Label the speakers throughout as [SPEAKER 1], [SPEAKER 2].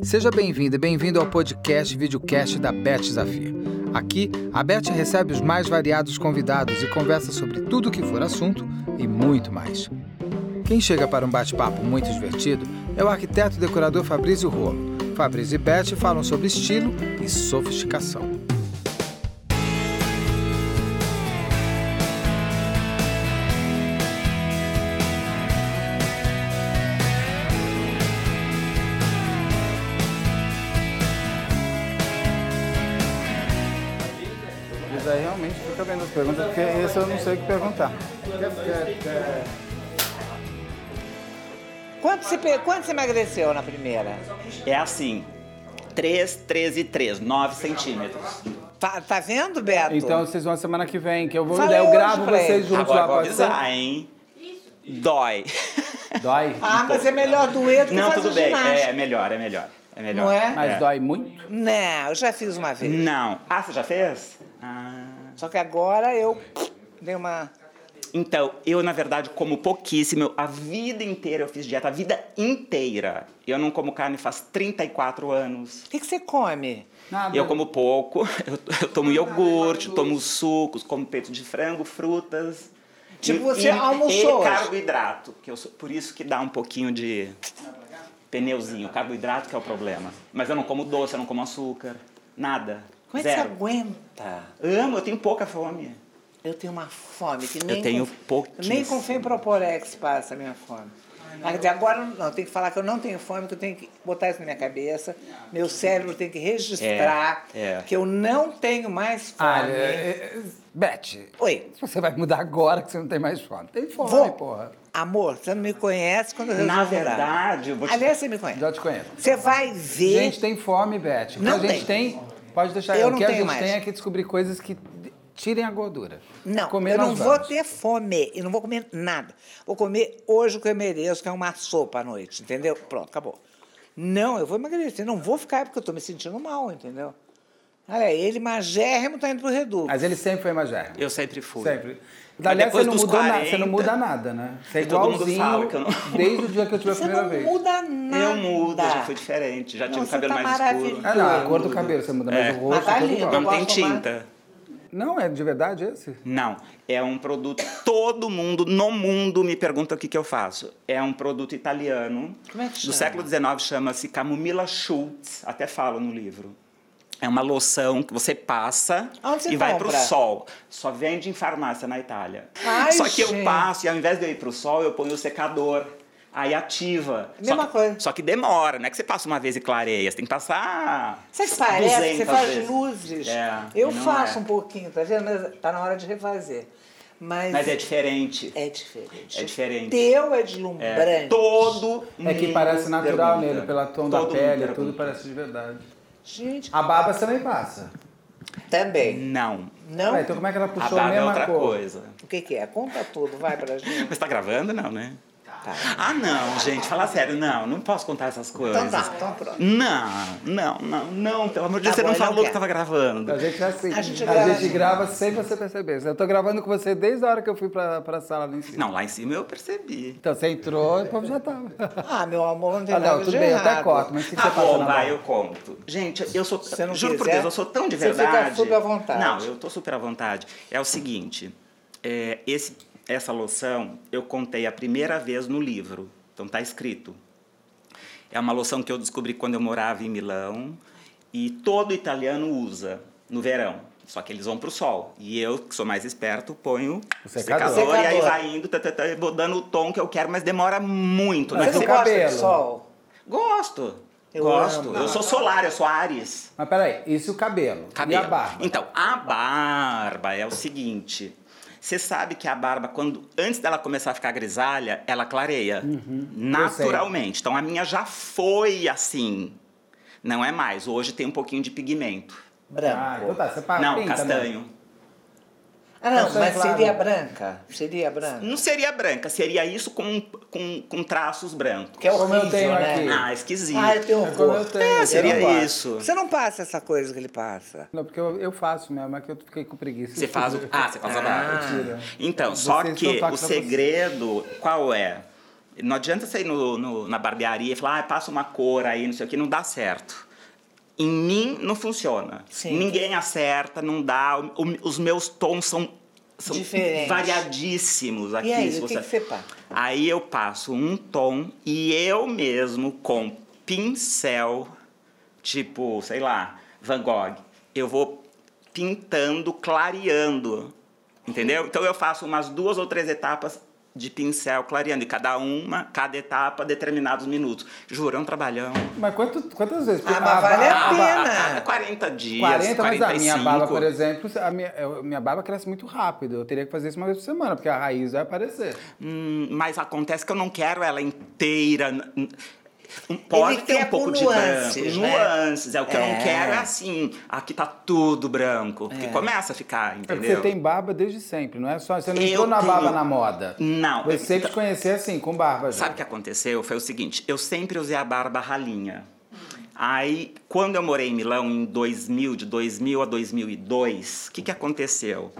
[SPEAKER 1] Seja bem-vindo e bem-vindo ao podcast e videocast da Bet Zafir. Aqui, a Bet recebe os mais variados convidados e conversa sobre tudo que for assunto e muito mais. Quem chega para um bate-papo muito divertido é o arquiteto e decorador Fabrício Rolo. Fabrício e Bet falam sobre estilo e sofisticação.
[SPEAKER 2] Mas aí realmente fica vendo as perguntas, porque esse eu não sei o que perguntar.
[SPEAKER 3] Quanto você, pe- quanto você emagreceu na primeira?
[SPEAKER 4] É assim, 3, 13 e 3, 9 centímetros.
[SPEAKER 3] Tá, tá vendo, Beto?
[SPEAKER 2] Então vocês vão semana que vem, que eu vou.
[SPEAKER 3] Falei
[SPEAKER 2] daí eu
[SPEAKER 3] hoje
[SPEAKER 2] gravo
[SPEAKER 3] pra
[SPEAKER 2] vocês
[SPEAKER 3] ele.
[SPEAKER 2] juntos
[SPEAKER 4] Agora
[SPEAKER 2] lá,
[SPEAKER 4] vou
[SPEAKER 2] pode ser?
[SPEAKER 4] avisar, hein? Dói.
[SPEAKER 2] Dói?
[SPEAKER 3] ah, mas é melhor doer do que
[SPEAKER 4] Não,
[SPEAKER 3] fazer
[SPEAKER 4] tudo bem.
[SPEAKER 3] ginástica.
[SPEAKER 4] É melhor, é melhor. É melhor.
[SPEAKER 3] Não é?
[SPEAKER 2] Mas dói muito?
[SPEAKER 3] Não, eu já fiz uma vez.
[SPEAKER 4] Não. Ah, você já fez? Ah.
[SPEAKER 3] Só que agora eu dei uma...
[SPEAKER 4] Então, eu, na verdade, como pouquíssimo. A vida inteira eu fiz dieta, a vida inteira. Eu não como carne faz 34 anos.
[SPEAKER 3] O que, que você come?
[SPEAKER 2] Nada.
[SPEAKER 4] Eu como pouco, eu, eu tomo iogurte, tomo sucos, como peito de frango, frutas.
[SPEAKER 3] Tipo, você almoçou
[SPEAKER 4] E
[SPEAKER 3] hoje?
[SPEAKER 4] carboidrato, que eu sou- por isso que dá um pouquinho de pneuzinho. Carboidrato que é o problema. Mas eu não como doce, eu não como açúcar, nada.
[SPEAKER 3] Como é que você
[SPEAKER 4] Zero. Tá.
[SPEAKER 3] aguenta?
[SPEAKER 4] Amo, eu tenho pouca fome.
[SPEAKER 3] Eu tenho uma fome que nem...
[SPEAKER 4] tenho pouquíssimo.
[SPEAKER 3] Nem com Fenproporex passa a minha fome. Ah, quer dizer, Agora, não, tem que falar que eu não tenho fome, que eu tenho que botar isso na minha cabeça. Meu cérebro tem que registrar
[SPEAKER 4] É, é.
[SPEAKER 3] que eu não tenho mais fome.
[SPEAKER 1] Ah, é, é, Beth,
[SPEAKER 3] Oi.
[SPEAKER 1] você vai mudar agora que você não tem mais fome. Tem fome,
[SPEAKER 3] Vou.
[SPEAKER 1] porra.
[SPEAKER 3] Amor, você não me conhece quando eu resolvo
[SPEAKER 4] Na
[SPEAKER 3] mudar.
[SPEAKER 4] verdade, eu vou te...
[SPEAKER 3] Aliás, você me conhece.
[SPEAKER 1] Já te conheço.
[SPEAKER 3] Você vai ver.
[SPEAKER 1] Gente, tem fome, Beth. O que
[SPEAKER 3] Não
[SPEAKER 1] a gente tem. Pode deixar
[SPEAKER 3] Eu
[SPEAKER 1] O
[SPEAKER 3] não
[SPEAKER 1] que a
[SPEAKER 3] tenho
[SPEAKER 1] gente
[SPEAKER 3] mais.
[SPEAKER 1] tem é que descobrir coisas que tirem a gordura.
[SPEAKER 3] não,
[SPEAKER 1] Comer
[SPEAKER 3] eu não
[SPEAKER 1] nós
[SPEAKER 3] vou
[SPEAKER 1] vamos.
[SPEAKER 3] ter fome. Eu não vou comer nada. Vou comer hoje o que eu mereço, que é uma sopa à noite, entendeu? Pronto, acabou. Não, eu vou emagrecer. Não vou ficar porque eu tô me sentindo mal, entendeu? Olha, aí, ele magérrimo tá indo pro reduto.
[SPEAKER 1] Mas ele sempre foi magérrimo.
[SPEAKER 4] Eu sempre fui.
[SPEAKER 1] Sempre.
[SPEAKER 4] Mas
[SPEAKER 1] Aliás, você
[SPEAKER 4] depois
[SPEAKER 1] não,
[SPEAKER 4] dos
[SPEAKER 1] mudou nada,
[SPEAKER 4] 40,
[SPEAKER 1] você não muda nada, né? Você é
[SPEAKER 4] E todo mundo
[SPEAKER 1] igualzinho
[SPEAKER 4] fala que eu não-
[SPEAKER 1] desde o dia que eu tive a
[SPEAKER 3] você
[SPEAKER 1] primeira
[SPEAKER 3] não
[SPEAKER 1] vez.
[SPEAKER 3] muda nada.
[SPEAKER 4] Eu mudo, já fui diferente, já tive
[SPEAKER 3] Não,
[SPEAKER 4] o cabelo
[SPEAKER 3] você tá
[SPEAKER 4] mais escuro.
[SPEAKER 1] Ah, não, a
[SPEAKER 3] Eu
[SPEAKER 1] cor do
[SPEAKER 3] mudo.
[SPEAKER 1] cabelo você muda,
[SPEAKER 4] É.
[SPEAKER 1] mas o rosto
[SPEAKER 3] Mas tá
[SPEAKER 1] é tudo
[SPEAKER 3] lindo.
[SPEAKER 1] igual.
[SPEAKER 4] Não tem
[SPEAKER 3] gosto mais.
[SPEAKER 4] tinta.
[SPEAKER 1] Não, é de verdade esse?
[SPEAKER 4] Não, é um produto. Todo mundo no mundo me pergunta o que, que eu faço. É um produto italiano.
[SPEAKER 3] Como é que chama?
[SPEAKER 4] Do século XIX chama-se Camomila Schultz. Até falo no livro. É uma loção que você passa
[SPEAKER 3] Onde você
[SPEAKER 4] e vai
[SPEAKER 3] compra?
[SPEAKER 4] pro sol. Só vende em farmácia na Itália.
[SPEAKER 3] Ai,
[SPEAKER 4] Só que
[SPEAKER 3] gente.
[SPEAKER 4] eu passo e ao invés de eu ir pro sol, eu ponho o secador. Aí ativa.
[SPEAKER 3] Mesma
[SPEAKER 4] só que,
[SPEAKER 3] coisa.
[SPEAKER 4] Só que demora, não é que você passa uma vez e clareia. Você tem que passar.
[SPEAKER 3] Sabe que parece? que Você
[SPEAKER 4] 200
[SPEAKER 3] faz
[SPEAKER 4] vezes.
[SPEAKER 3] luzes.
[SPEAKER 4] É,
[SPEAKER 3] eu
[SPEAKER 4] não
[SPEAKER 3] faço
[SPEAKER 4] é.
[SPEAKER 3] um pouquinho, tá vendo? Mas tá na hora de refazer. Mas,
[SPEAKER 4] Mas é diferente.
[SPEAKER 3] é diferente.
[SPEAKER 4] É diferente.
[SPEAKER 3] O teu é deslumbrante.
[SPEAKER 4] É, todo
[SPEAKER 1] É que
[SPEAKER 4] mundo
[SPEAKER 1] parece natural
[SPEAKER 4] pergunta.
[SPEAKER 1] nele, pela tom
[SPEAKER 4] é. Todo
[SPEAKER 1] da
[SPEAKER 4] mundo
[SPEAKER 1] pele,
[SPEAKER 4] pergunta.
[SPEAKER 1] tudo parece de verdade.
[SPEAKER 3] Gente, ah,
[SPEAKER 1] A barba você nem passa.
[SPEAKER 3] também.
[SPEAKER 4] Não.
[SPEAKER 3] Não?
[SPEAKER 1] Ué, então como é que ela
[SPEAKER 4] A
[SPEAKER 1] puxou a,
[SPEAKER 4] barba é
[SPEAKER 1] mesma
[SPEAKER 4] outra
[SPEAKER 1] cor?
[SPEAKER 4] coisa.
[SPEAKER 3] O que que é? Conta tudo, vai pra gente. Tá.
[SPEAKER 4] Mas tá gravando? Não, né? Ah, não, gente, fala sério. Não, não posso contar essas coisas.
[SPEAKER 3] Então tá, então pronto.
[SPEAKER 4] Não, não, não, não, pelo amor de Deus,
[SPEAKER 3] Tá
[SPEAKER 4] você
[SPEAKER 3] bom,
[SPEAKER 4] não
[SPEAKER 3] eu não
[SPEAKER 4] falou que
[SPEAKER 3] quero.
[SPEAKER 4] tava
[SPEAKER 1] A
[SPEAKER 4] gravando.
[SPEAKER 1] gente é assim. A
[SPEAKER 3] A
[SPEAKER 1] gente,
[SPEAKER 3] gente
[SPEAKER 1] grava,
[SPEAKER 3] grava-
[SPEAKER 1] sem você perceber. Eu tô gravando com você desde a hora que eu fui pra, pra sala ali em cima.
[SPEAKER 4] Não, lá em cima eu percebi.
[SPEAKER 1] Então você entrou e o povo já tava.
[SPEAKER 3] Ah, meu amor, não tem
[SPEAKER 1] Ah,
[SPEAKER 3] nada
[SPEAKER 1] não, tudo
[SPEAKER 3] de
[SPEAKER 1] bem, eu
[SPEAKER 3] errado.
[SPEAKER 1] até corto, mas o que que
[SPEAKER 4] Ah,
[SPEAKER 3] Tá
[SPEAKER 1] você passa
[SPEAKER 4] bom,
[SPEAKER 1] na
[SPEAKER 4] vai,
[SPEAKER 1] barba?
[SPEAKER 4] eu conto. Gente, eu sou.
[SPEAKER 3] Se você não
[SPEAKER 4] juro por
[SPEAKER 3] quiser,
[SPEAKER 4] Deus, eu sou tão de
[SPEAKER 3] você fica
[SPEAKER 4] verdade.
[SPEAKER 3] super à vontade.
[SPEAKER 4] Não, eu tô super à vontade. É o seguinte: é, esse, essa loção eu contei a primeira vez no livro. Então tá escrito. É uma loção que eu descobri quando eu morava em Milão e todo italiano usa no verão. Só que eles vão pro sol. E eu, que sou mais esperto, ponho
[SPEAKER 1] O
[SPEAKER 4] o
[SPEAKER 1] secador.
[SPEAKER 4] secador, e aí
[SPEAKER 3] Secador.
[SPEAKER 4] vai indo, tá, tá, tá, vou dando o tom que eu quero, mas demora muito.
[SPEAKER 1] Mas
[SPEAKER 3] Você
[SPEAKER 4] né?
[SPEAKER 1] o
[SPEAKER 3] não
[SPEAKER 4] Você-
[SPEAKER 3] gosta
[SPEAKER 1] cabelo?
[SPEAKER 3] de sol?
[SPEAKER 4] Gosto.
[SPEAKER 3] Eu
[SPEAKER 4] gosto.
[SPEAKER 3] amo.
[SPEAKER 4] Eu sou solar, eu sou Ares.
[SPEAKER 1] Mas peraí, isso e o cabelo.
[SPEAKER 4] Cabelo.
[SPEAKER 1] E a barba.
[SPEAKER 4] Então, a barba é o seguinte. Você sabe que a barba, quando antes dela começar a ficar grisalha, ela clareia.
[SPEAKER 1] Uhum.
[SPEAKER 4] Naturalmente. Então a minha já foi assim. Não é mais. Hoje tem um pouquinho de pigmento.
[SPEAKER 1] Ah, então
[SPEAKER 3] Branco.
[SPEAKER 1] tá, Então você pa-
[SPEAKER 4] não,
[SPEAKER 1] pinta, né?
[SPEAKER 4] castanho.
[SPEAKER 3] Ah, não,
[SPEAKER 1] Castanho
[SPEAKER 3] mas
[SPEAKER 1] claro.
[SPEAKER 3] seria branca. Seria branca.
[SPEAKER 4] Não seria branca, seria isso com, com, com traços brancos.
[SPEAKER 3] Que é
[SPEAKER 1] Como
[SPEAKER 3] horrível,
[SPEAKER 1] eu tenho
[SPEAKER 3] né?
[SPEAKER 1] aqui.
[SPEAKER 4] Ah, esquisito.
[SPEAKER 3] Ah, eu tenho
[SPEAKER 1] É como
[SPEAKER 3] horror.
[SPEAKER 1] eu tenho.
[SPEAKER 4] é,
[SPEAKER 1] eu
[SPEAKER 4] seria
[SPEAKER 1] não gosto.
[SPEAKER 4] isso.
[SPEAKER 3] Você não passa essa coisa que ele passa.
[SPEAKER 1] Não, porque eu, eu faço mesmo, é que eu fiquei com preguiça.
[SPEAKER 4] Você faz o. Ah, você faz a barba.
[SPEAKER 1] Mentira.
[SPEAKER 4] Então, só
[SPEAKER 1] Vocês
[SPEAKER 4] que
[SPEAKER 1] não tocam pra
[SPEAKER 4] o
[SPEAKER 1] você.
[SPEAKER 4] segredo, qual é? Não adianta você ir no, no- na barbearia e falar, ah, passa uma cor aí, não sei o que, não dá certo. Em mim não funciona.
[SPEAKER 3] Sim.
[SPEAKER 4] Ninguém acerta, não dá. O- o- os meus tons são, são
[SPEAKER 3] Diferentes.
[SPEAKER 4] variadíssimos aqui.
[SPEAKER 3] E aí,
[SPEAKER 4] se
[SPEAKER 3] o que
[SPEAKER 4] você-
[SPEAKER 3] que você passa?
[SPEAKER 4] Aí eu passo um tom e eu mesmo com pincel, tipo, sei lá, Van Gogh, eu vou pintando, clareando. Entendeu? Então eu faço umas duas ou três etapas de pincel clareando e cada uma, cada etapa, determinados minutos. Juro, é um trabalhão.
[SPEAKER 2] Mas quanto- quantas vezes?
[SPEAKER 3] Ah, mas vale a
[SPEAKER 2] barba-
[SPEAKER 3] pena.
[SPEAKER 4] A cada 40 dias,
[SPEAKER 2] 40,
[SPEAKER 4] 40,
[SPEAKER 2] mas a
[SPEAKER 4] 45.
[SPEAKER 2] minha barba, por exemplo, a minha, eu- minha barba cresce muito rápido. Eu teria que fazer isso uma vez por semana, porque a raiz vai aparecer.
[SPEAKER 4] Hum, mas acontece que eu não quero ela inteira. n- n- Um- Pode ter
[SPEAKER 3] quer
[SPEAKER 4] um pouco
[SPEAKER 3] com
[SPEAKER 4] de
[SPEAKER 3] nuances,
[SPEAKER 4] branco.
[SPEAKER 3] né?
[SPEAKER 4] Nuances. É o que eu
[SPEAKER 3] É.
[SPEAKER 4] não quero é assim. Aqui tá tudo branco. Porque começa a ficar,
[SPEAKER 2] É porque você
[SPEAKER 4] entendeu?
[SPEAKER 2] tem barba desde sempre, não é só. Você não
[SPEAKER 4] Eu
[SPEAKER 2] entrou na barba
[SPEAKER 4] tenho.
[SPEAKER 2] na moda.
[SPEAKER 4] Não. então-
[SPEAKER 2] Você sempre te conhecia assim, com barba já.
[SPEAKER 4] Sabe o que aconteceu? Foi o seguinte: eu sempre usei a barba ralinha. Aí, quando eu morei em Milão, em 2000, de 2000 a 2002, o que, que aconteceu?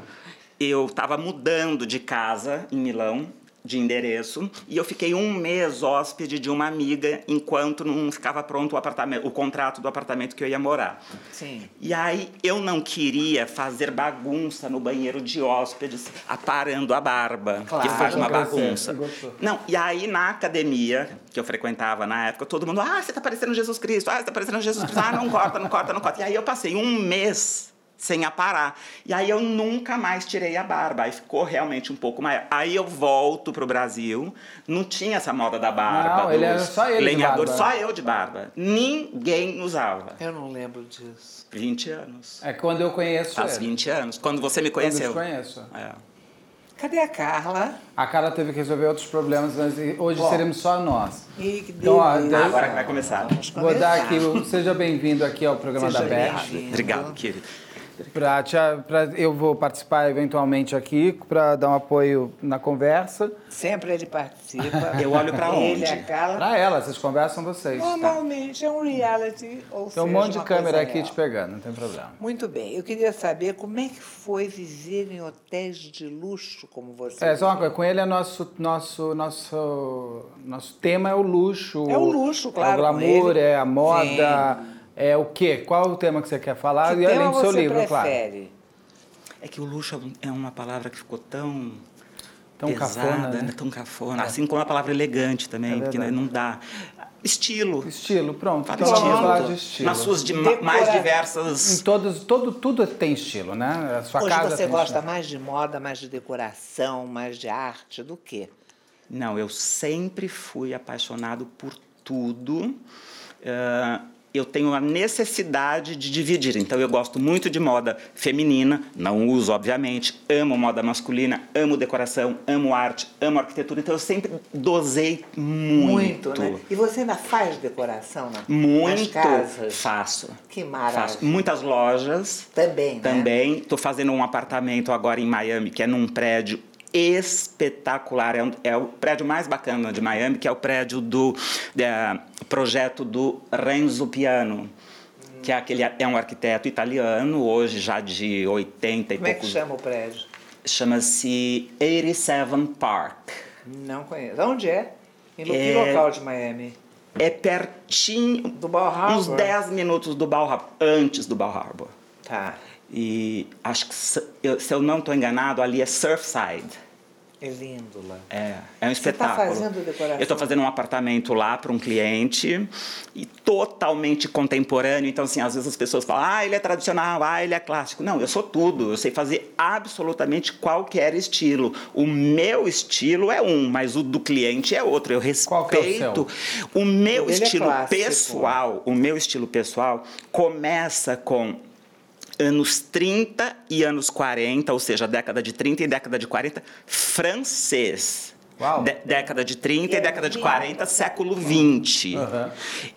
[SPEAKER 4] Eu estava mudando de casa em Milão, de endereço, e eu fiquei um mês hóspede de uma amiga enquanto não ficava pronto o, apartamento, o contrato do apartamento que eu ia morar.
[SPEAKER 3] Sim.
[SPEAKER 4] E aí eu não queria fazer bagunça no banheiro de hóspedes, aparando a barba,
[SPEAKER 3] Claro.
[SPEAKER 4] que faz uma
[SPEAKER 2] Não cresce,
[SPEAKER 4] bagunça.
[SPEAKER 2] Ah, gostou.
[SPEAKER 4] Não, e aí na academia que eu frequentava na época, todo mundo, ah, você tá parecendo Jesus Cristo, ah, você tá parecendo Jesus Cristo, ah, não corta, não corta, não corta. E aí eu passei um mês sem aparar. E aí eu nunca mais tirei a barba, aí ficou realmente um pouco maior. Aí eu volto pro Brasil, não tinha essa moda da barba,
[SPEAKER 2] Não, ele
[SPEAKER 4] dos
[SPEAKER 2] era só ele de
[SPEAKER 4] lenhadores,
[SPEAKER 2] barba.
[SPEAKER 4] só eu de barba. Ninguém usava.
[SPEAKER 3] Eu não lembro disso.
[SPEAKER 4] 20 anos.
[SPEAKER 2] É quando eu conheço
[SPEAKER 4] Faz
[SPEAKER 2] ele.
[SPEAKER 4] 20 anos, quando você me
[SPEAKER 2] Quando eu
[SPEAKER 4] conheceu.
[SPEAKER 2] te conheço.
[SPEAKER 4] É.
[SPEAKER 3] Cadê a Carla?
[SPEAKER 2] A Carla teve que resolver outros problemas, mas hoje
[SPEAKER 3] Bom.
[SPEAKER 2] seremos só nós.
[SPEAKER 3] Ih, que
[SPEAKER 2] Então, ó,
[SPEAKER 3] delícia.
[SPEAKER 2] Deus-
[SPEAKER 4] Agora que vai começar.
[SPEAKER 3] Vamos
[SPEAKER 2] Vou dar
[SPEAKER 3] começar.
[SPEAKER 2] aqui, o- seja bem-vindo aqui ao programa
[SPEAKER 3] Seja
[SPEAKER 2] da Beth.
[SPEAKER 3] bem-vindo.
[SPEAKER 4] Obrigado,
[SPEAKER 2] Então.
[SPEAKER 4] querido.
[SPEAKER 2] Pra te, pra, eu vou participar eventualmente aqui para dar um apoio na conversa.
[SPEAKER 3] Sempre ele participa.
[SPEAKER 4] Eu olho pra onde?
[SPEAKER 3] Ele, a Carla.
[SPEAKER 2] Pra ela, vocês conversam vocês. Tá.
[SPEAKER 3] Normalmente é um reality ou
[SPEAKER 2] Tem um
[SPEAKER 3] seja,
[SPEAKER 2] monte de
[SPEAKER 3] uma
[SPEAKER 2] câmera
[SPEAKER 3] coisa
[SPEAKER 2] aqui
[SPEAKER 3] real.
[SPEAKER 2] te pegando, não tem problema.
[SPEAKER 3] Muito bem. Eu queria saber como é que foi viver em hotéis de luxo como você.
[SPEAKER 2] É, só uma coisa, com ele é nosso, nosso, nosso, nosso tema é o luxo.
[SPEAKER 3] É o luxo, claro,
[SPEAKER 2] É o
[SPEAKER 3] com
[SPEAKER 2] glamour,
[SPEAKER 3] ele.
[SPEAKER 2] é a moda, é o quê? Qual o tema que você quer falar?
[SPEAKER 3] que
[SPEAKER 2] e além
[SPEAKER 3] tema
[SPEAKER 2] do seu
[SPEAKER 3] você
[SPEAKER 2] livro, claro.
[SPEAKER 3] prefere?
[SPEAKER 4] É que o luxo é uma palavra que ficou tão,
[SPEAKER 2] Tão
[SPEAKER 4] pesada,
[SPEAKER 2] cafona, né? É
[SPEAKER 4] né? tão cafona. Assim como a palavra elegante também, porque né,
[SPEAKER 2] verdade.
[SPEAKER 4] não dá. Estilo.
[SPEAKER 2] Estilo, pronto.
[SPEAKER 4] Fala
[SPEAKER 2] Então vamos falar de
[SPEAKER 4] estilo.
[SPEAKER 2] estilo.
[SPEAKER 4] Nas suas de
[SPEAKER 3] Decorar.
[SPEAKER 4] mais
[SPEAKER 2] Em
[SPEAKER 4] diversas.
[SPEAKER 2] todos, todo, tudo tem estilo, né? A sua
[SPEAKER 3] Hoje
[SPEAKER 2] casa
[SPEAKER 3] você
[SPEAKER 2] tem
[SPEAKER 3] gosta mais de moda, mais de decoração, mais de arte do que?
[SPEAKER 4] Não, eu sempre fui apaixonado por tudo. Ah, eu tenho a necessidade de dividir. Então, eu gosto muito de moda feminina, não uso, obviamente. Amo moda masculina, amo decoração, amo arte, amo arquitetura. Então, eu sempre dosei muito.
[SPEAKER 3] né? E você ainda faz decoração na, nas
[SPEAKER 4] Muito
[SPEAKER 3] casas?
[SPEAKER 4] faço.
[SPEAKER 3] Que maravilha.
[SPEAKER 4] Faço. Muitas lojas.
[SPEAKER 3] Também, né?
[SPEAKER 4] Também. Estou fazendo um apartamento agora em Miami, que é num prédio espetacular. É, um- é o prédio mais bacana de Miami, que é o prédio do é, projeto do Renzo Piano. Que é, aquele, é um arquiteto italiano, hoje já de 80 e
[SPEAKER 3] Como é que
[SPEAKER 4] poucos.
[SPEAKER 3] chama o prédio?
[SPEAKER 4] Chama-se 87 Park.
[SPEAKER 3] Não conheço. Onde é? Em lo- que
[SPEAKER 4] É-
[SPEAKER 3] local de Miami?
[SPEAKER 4] É pertinho.
[SPEAKER 3] Do Bal
[SPEAKER 4] Uns
[SPEAKER 3] Harbor?
[SPEAKER 4] 10 minutos do Bal Harbor, antes do Bal Harbor.
[SPEAKER 3] Tá.
[SPEAKER 4] E acho que, se eu, se eu não estou enganado, ali é Surfside.
[SPEAKER 3] É lindo lá.
[SPEAKER 4] É, é um
[SPEAKER 3] Você tá
[SPEAKER 4] espetáculo.
[SPEAKER 3] fazendo decoração?
[SPEAKER 4] Eu estou fazendo um apartamento lá para um cliente e totalmente contemporâneo. Então, assim, às vezes as pessoas falam, ah, ele é tradicional, ah, ele é clássico. Não, eu sou tudo. Eu sei fazer absolutamente qualquer estilo. O meu estilo é um, mas o do cliente é outro. Eu
[SPEAKER 2] Qual que é o seu?
[SPEAKER 4] respeito. o, meu
[SPEAKER 3] O dele é
[SPEAKER 4] estilo
[SPEAKER 3] clássico.
[SPEAKER 4] pessoal, o meu estilo pessoal começa com anos 30 e anos 40, ou seja, década de 30 e década de 40, francês.
[SPEAKER 2] Uau.
[SPEAKER 4] Dé- década de 30 e década de 40, século 20.
[SPEAKER 2] Aham.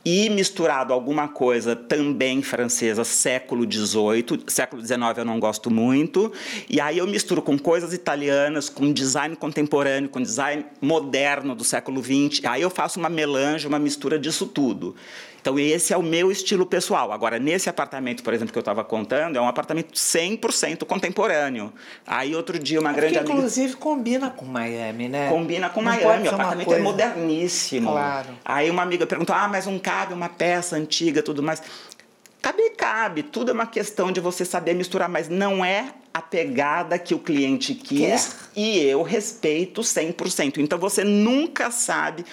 [SPEAKER 4] E misturado alguma coisa também francesa, século 18, século 19 eu não gosto muito. E aí eu misturo com coisas italianas, com design contemporâneo, com design moderno do século 20. Aí eu faço uma melange, uma mistura disso tudo. Então, esse é o meu estilo pessoal. Agora, nesse apartamento, por exemplo, que eu estava contando, é um apartamento 100% contemporâneo. Aí, outro dia, uma
[SPEAKER 3] É
[SPEAKER 4] grande
[SPEAKER 3] porque,
[SPEAKER 4] amiga...
[SPEAKER 3] inclusive, combina com Miami, né?
[SPEAKER 4] Combina com
[SPEAKER 3] Não pode
[SPEAKER 4] Miami,
[SPEAKER 3] ser
[SPEAKER 4] o
[SPEAKER 3] uma
[SPEAKER 4] apartamento é
[SPEAKER 3] coisa-
[SPEAKER 4] moderníssimo.
[SPEAKER 3] Claro.
[SPEAKER 4] Aí uma amiga perguntou: ah, mas não cabe uma peça antiga, tudo mais. Cabe, cabe. Tudo é uma questão de você saber misturar, mas não é a pegada que o cliente quis e eu respeito 100%. Então você nunca sabe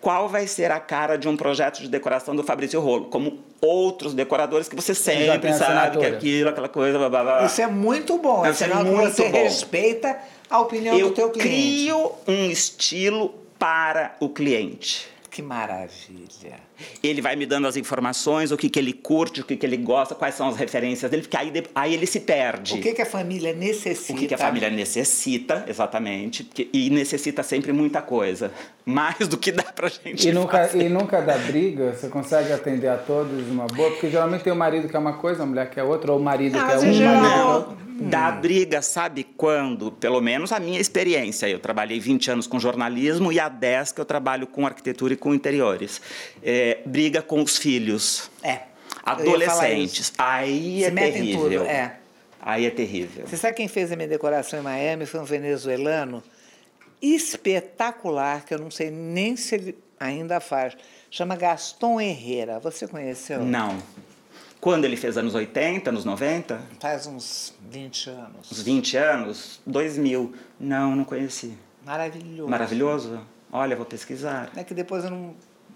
[SPEAKER 4] qual vai ser a cara de um projeto de decoração do Fabrício Rolo, como outros decoradores que você
[SPEAKER 2] tem
[SPEAKER 4] sempre
[SPEAKER 2] a
[SPEAKER 4] sabe que
[SPEAKER 2] assinatura.
[SPEAKER 4] aquilo, aquela coisa, blá, blá, blá.
[SPEAKER 3] Isso é muito bom.
[SPEAKER 4] Isso é
[SPEAKER 3] sinal que
[SPEAKER 4] muito
[SPEAKER 3] você
[SPEAKER 4] bom.
[SPEAKER 3] respeita a é opinião
[SPEAKER 4] eu
[SPEAKER 3] do teu cliente.
[SPEAKER 4] crio um estilo para o cliente.
[SPEAKER 3] Que maravilha.
[SPEAKER 4] Ele vai me dando as informações, o que, que ele curte, o que, que ele gosta, quais são as referências dele, porque aí, de- aí ele se perde.
[SPEAKER 3] O que, que a família necessita?
[SPEAKER 4] O que que a família necessita, exatamente, porque- e necessita sempre muita coisa, mais do que dá pra gente
[SPEAKER 2] E nunca,
[SPEAKER 4] fazer.
[SPEAKER 2] e nunca dá briga? Você consegue atender a todos de uma boa? Porque geralmente tem o marido que é uma coisa, a mulher que é outra, ou o marido
[SPEAKER 3] Ah,
[SPEAKER 2] que é
[SPEAKER 3] mas
[SPEAKER 2] uma,
[SPEAKER 3] em
[SPEAKER 2] o marido que é
[SPEAKER 3] geral-
[SPEAKER 2] outra.
[SPEAKER 4] Não, dá briga, sabe quando? Pelo menos a minha experiência. Eu trabalhei 20 anos com jornalismo e há 10 que eu trabalho com arquitetura e com interiores. É, briga com os filhos.
[SPEAKER 3] É. Eu ia falar isso.
[SPEAKER 4] Adolescentes. Aí
[SPEAKER 3] Se
[SPEAKER 4] é
[SPEAKER 3] metem em
[SPEAKER 4] terrível.
[SPEAKER 3] tudo, é.
[SPEAKER 4] Aí é terrível.
[SPEAKER 3] Você sabe quem fez a minha decoração em Miami? Foi um venezuelano espetacular, que eu não sei nem se ele ainda faz. Chama Gaston Herrera. Você conheceu?
[SPEAKER 4] Não. Quando ele fez anos 80, anos 90,
[SPEAKER 3] Faz uns 20 anos.
[SPEAKER 4] uns 20 anos, 2000. Não, não conheci.
[SPEAKER 3] Maravilhoso.
[SPEAKER 4] Maravilhoso? Olha, vou pesquisar.
[SPEAKER 3] É que depois eu não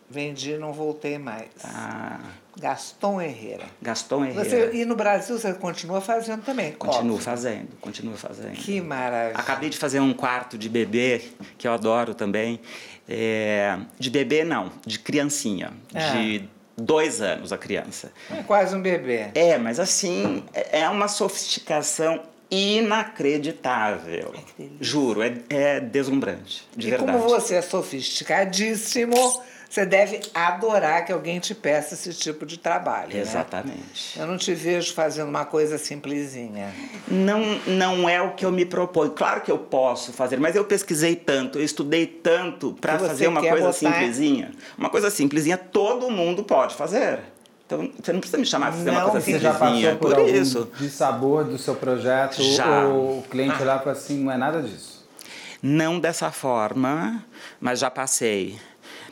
[SPEAKER 3] vendi e não voltei mais.
[SPEAKER 4] Ah,
[SPEAKER 3] Gaston Herrera.
[SPEAKER 4] Gaston
[SPEAKER 3] Você,
[SPEAKER 4] Herrera.
[SPEAKER 3] e no Brasil você continua fazendo também?
[SPEAKER 4] Continuo
[SPEAKER 3] óbvio.
[SPEAKER 4] fazendo, continuo fazendo.
[SPEAKER 3] Que maravilha.
[SPEAKER 4] Acabei de fazer um quarto de bebê, que eu adoro também. É, de bebê, não, de criancinha.
[SPEAKER 3] Ah.
[SPEAKER 4] De dois anos a criança.
[SPEAKER 3] É quase um bebê.
[SPEAKER 4] É, mas assim, é é uma sofisticação inacreditável. Juro, é, é deslumbrante, de
[SPEAKER 3] e
[SPEAKER 4] verdade.
[SPEAKER 3] como você é sofisticadíssimo, você deve adorar que alguém te peça esse tipo de trabalho. né?
[SPEAKER 4] Exatamente.
[SPEAKER 3] Eu não te vejo fazendo uma coisa simplesinha.
[SPEAKER 4] Não, não é o que eu me proponho. Claro que eu posso fazer, mas eu pesquisei tanto, eu estudei tanto para
[SPEAKER 3] Que você
[SPEAKER 4] fazer uma
[SPEAKER 3] quer
[SPEAKER 4] coisa
[SPEAKER 3] botar-
[SPEAKER 4] simplesinha. Uma coisa simplesinha todo mundo pode fazer. Então, você não precisa me chamar para fazer
[SPEAKER 3] Não,
[SPEAKER 4] uma coisa
[SPEAKER 2] Você já
[SPEAKER 4] simplesinha.
[SPEAKER 2] passou por, algum
[SPEAKER 4] isso.
[SPEAKER 2] dissabor do seu projeto?
[SPEAKER 4] Já.
[SPEAKER 2] Ou o cliente lá fala assim, não é nada disso?
[SPEAKER 4] Não dessa forma, mas já passei.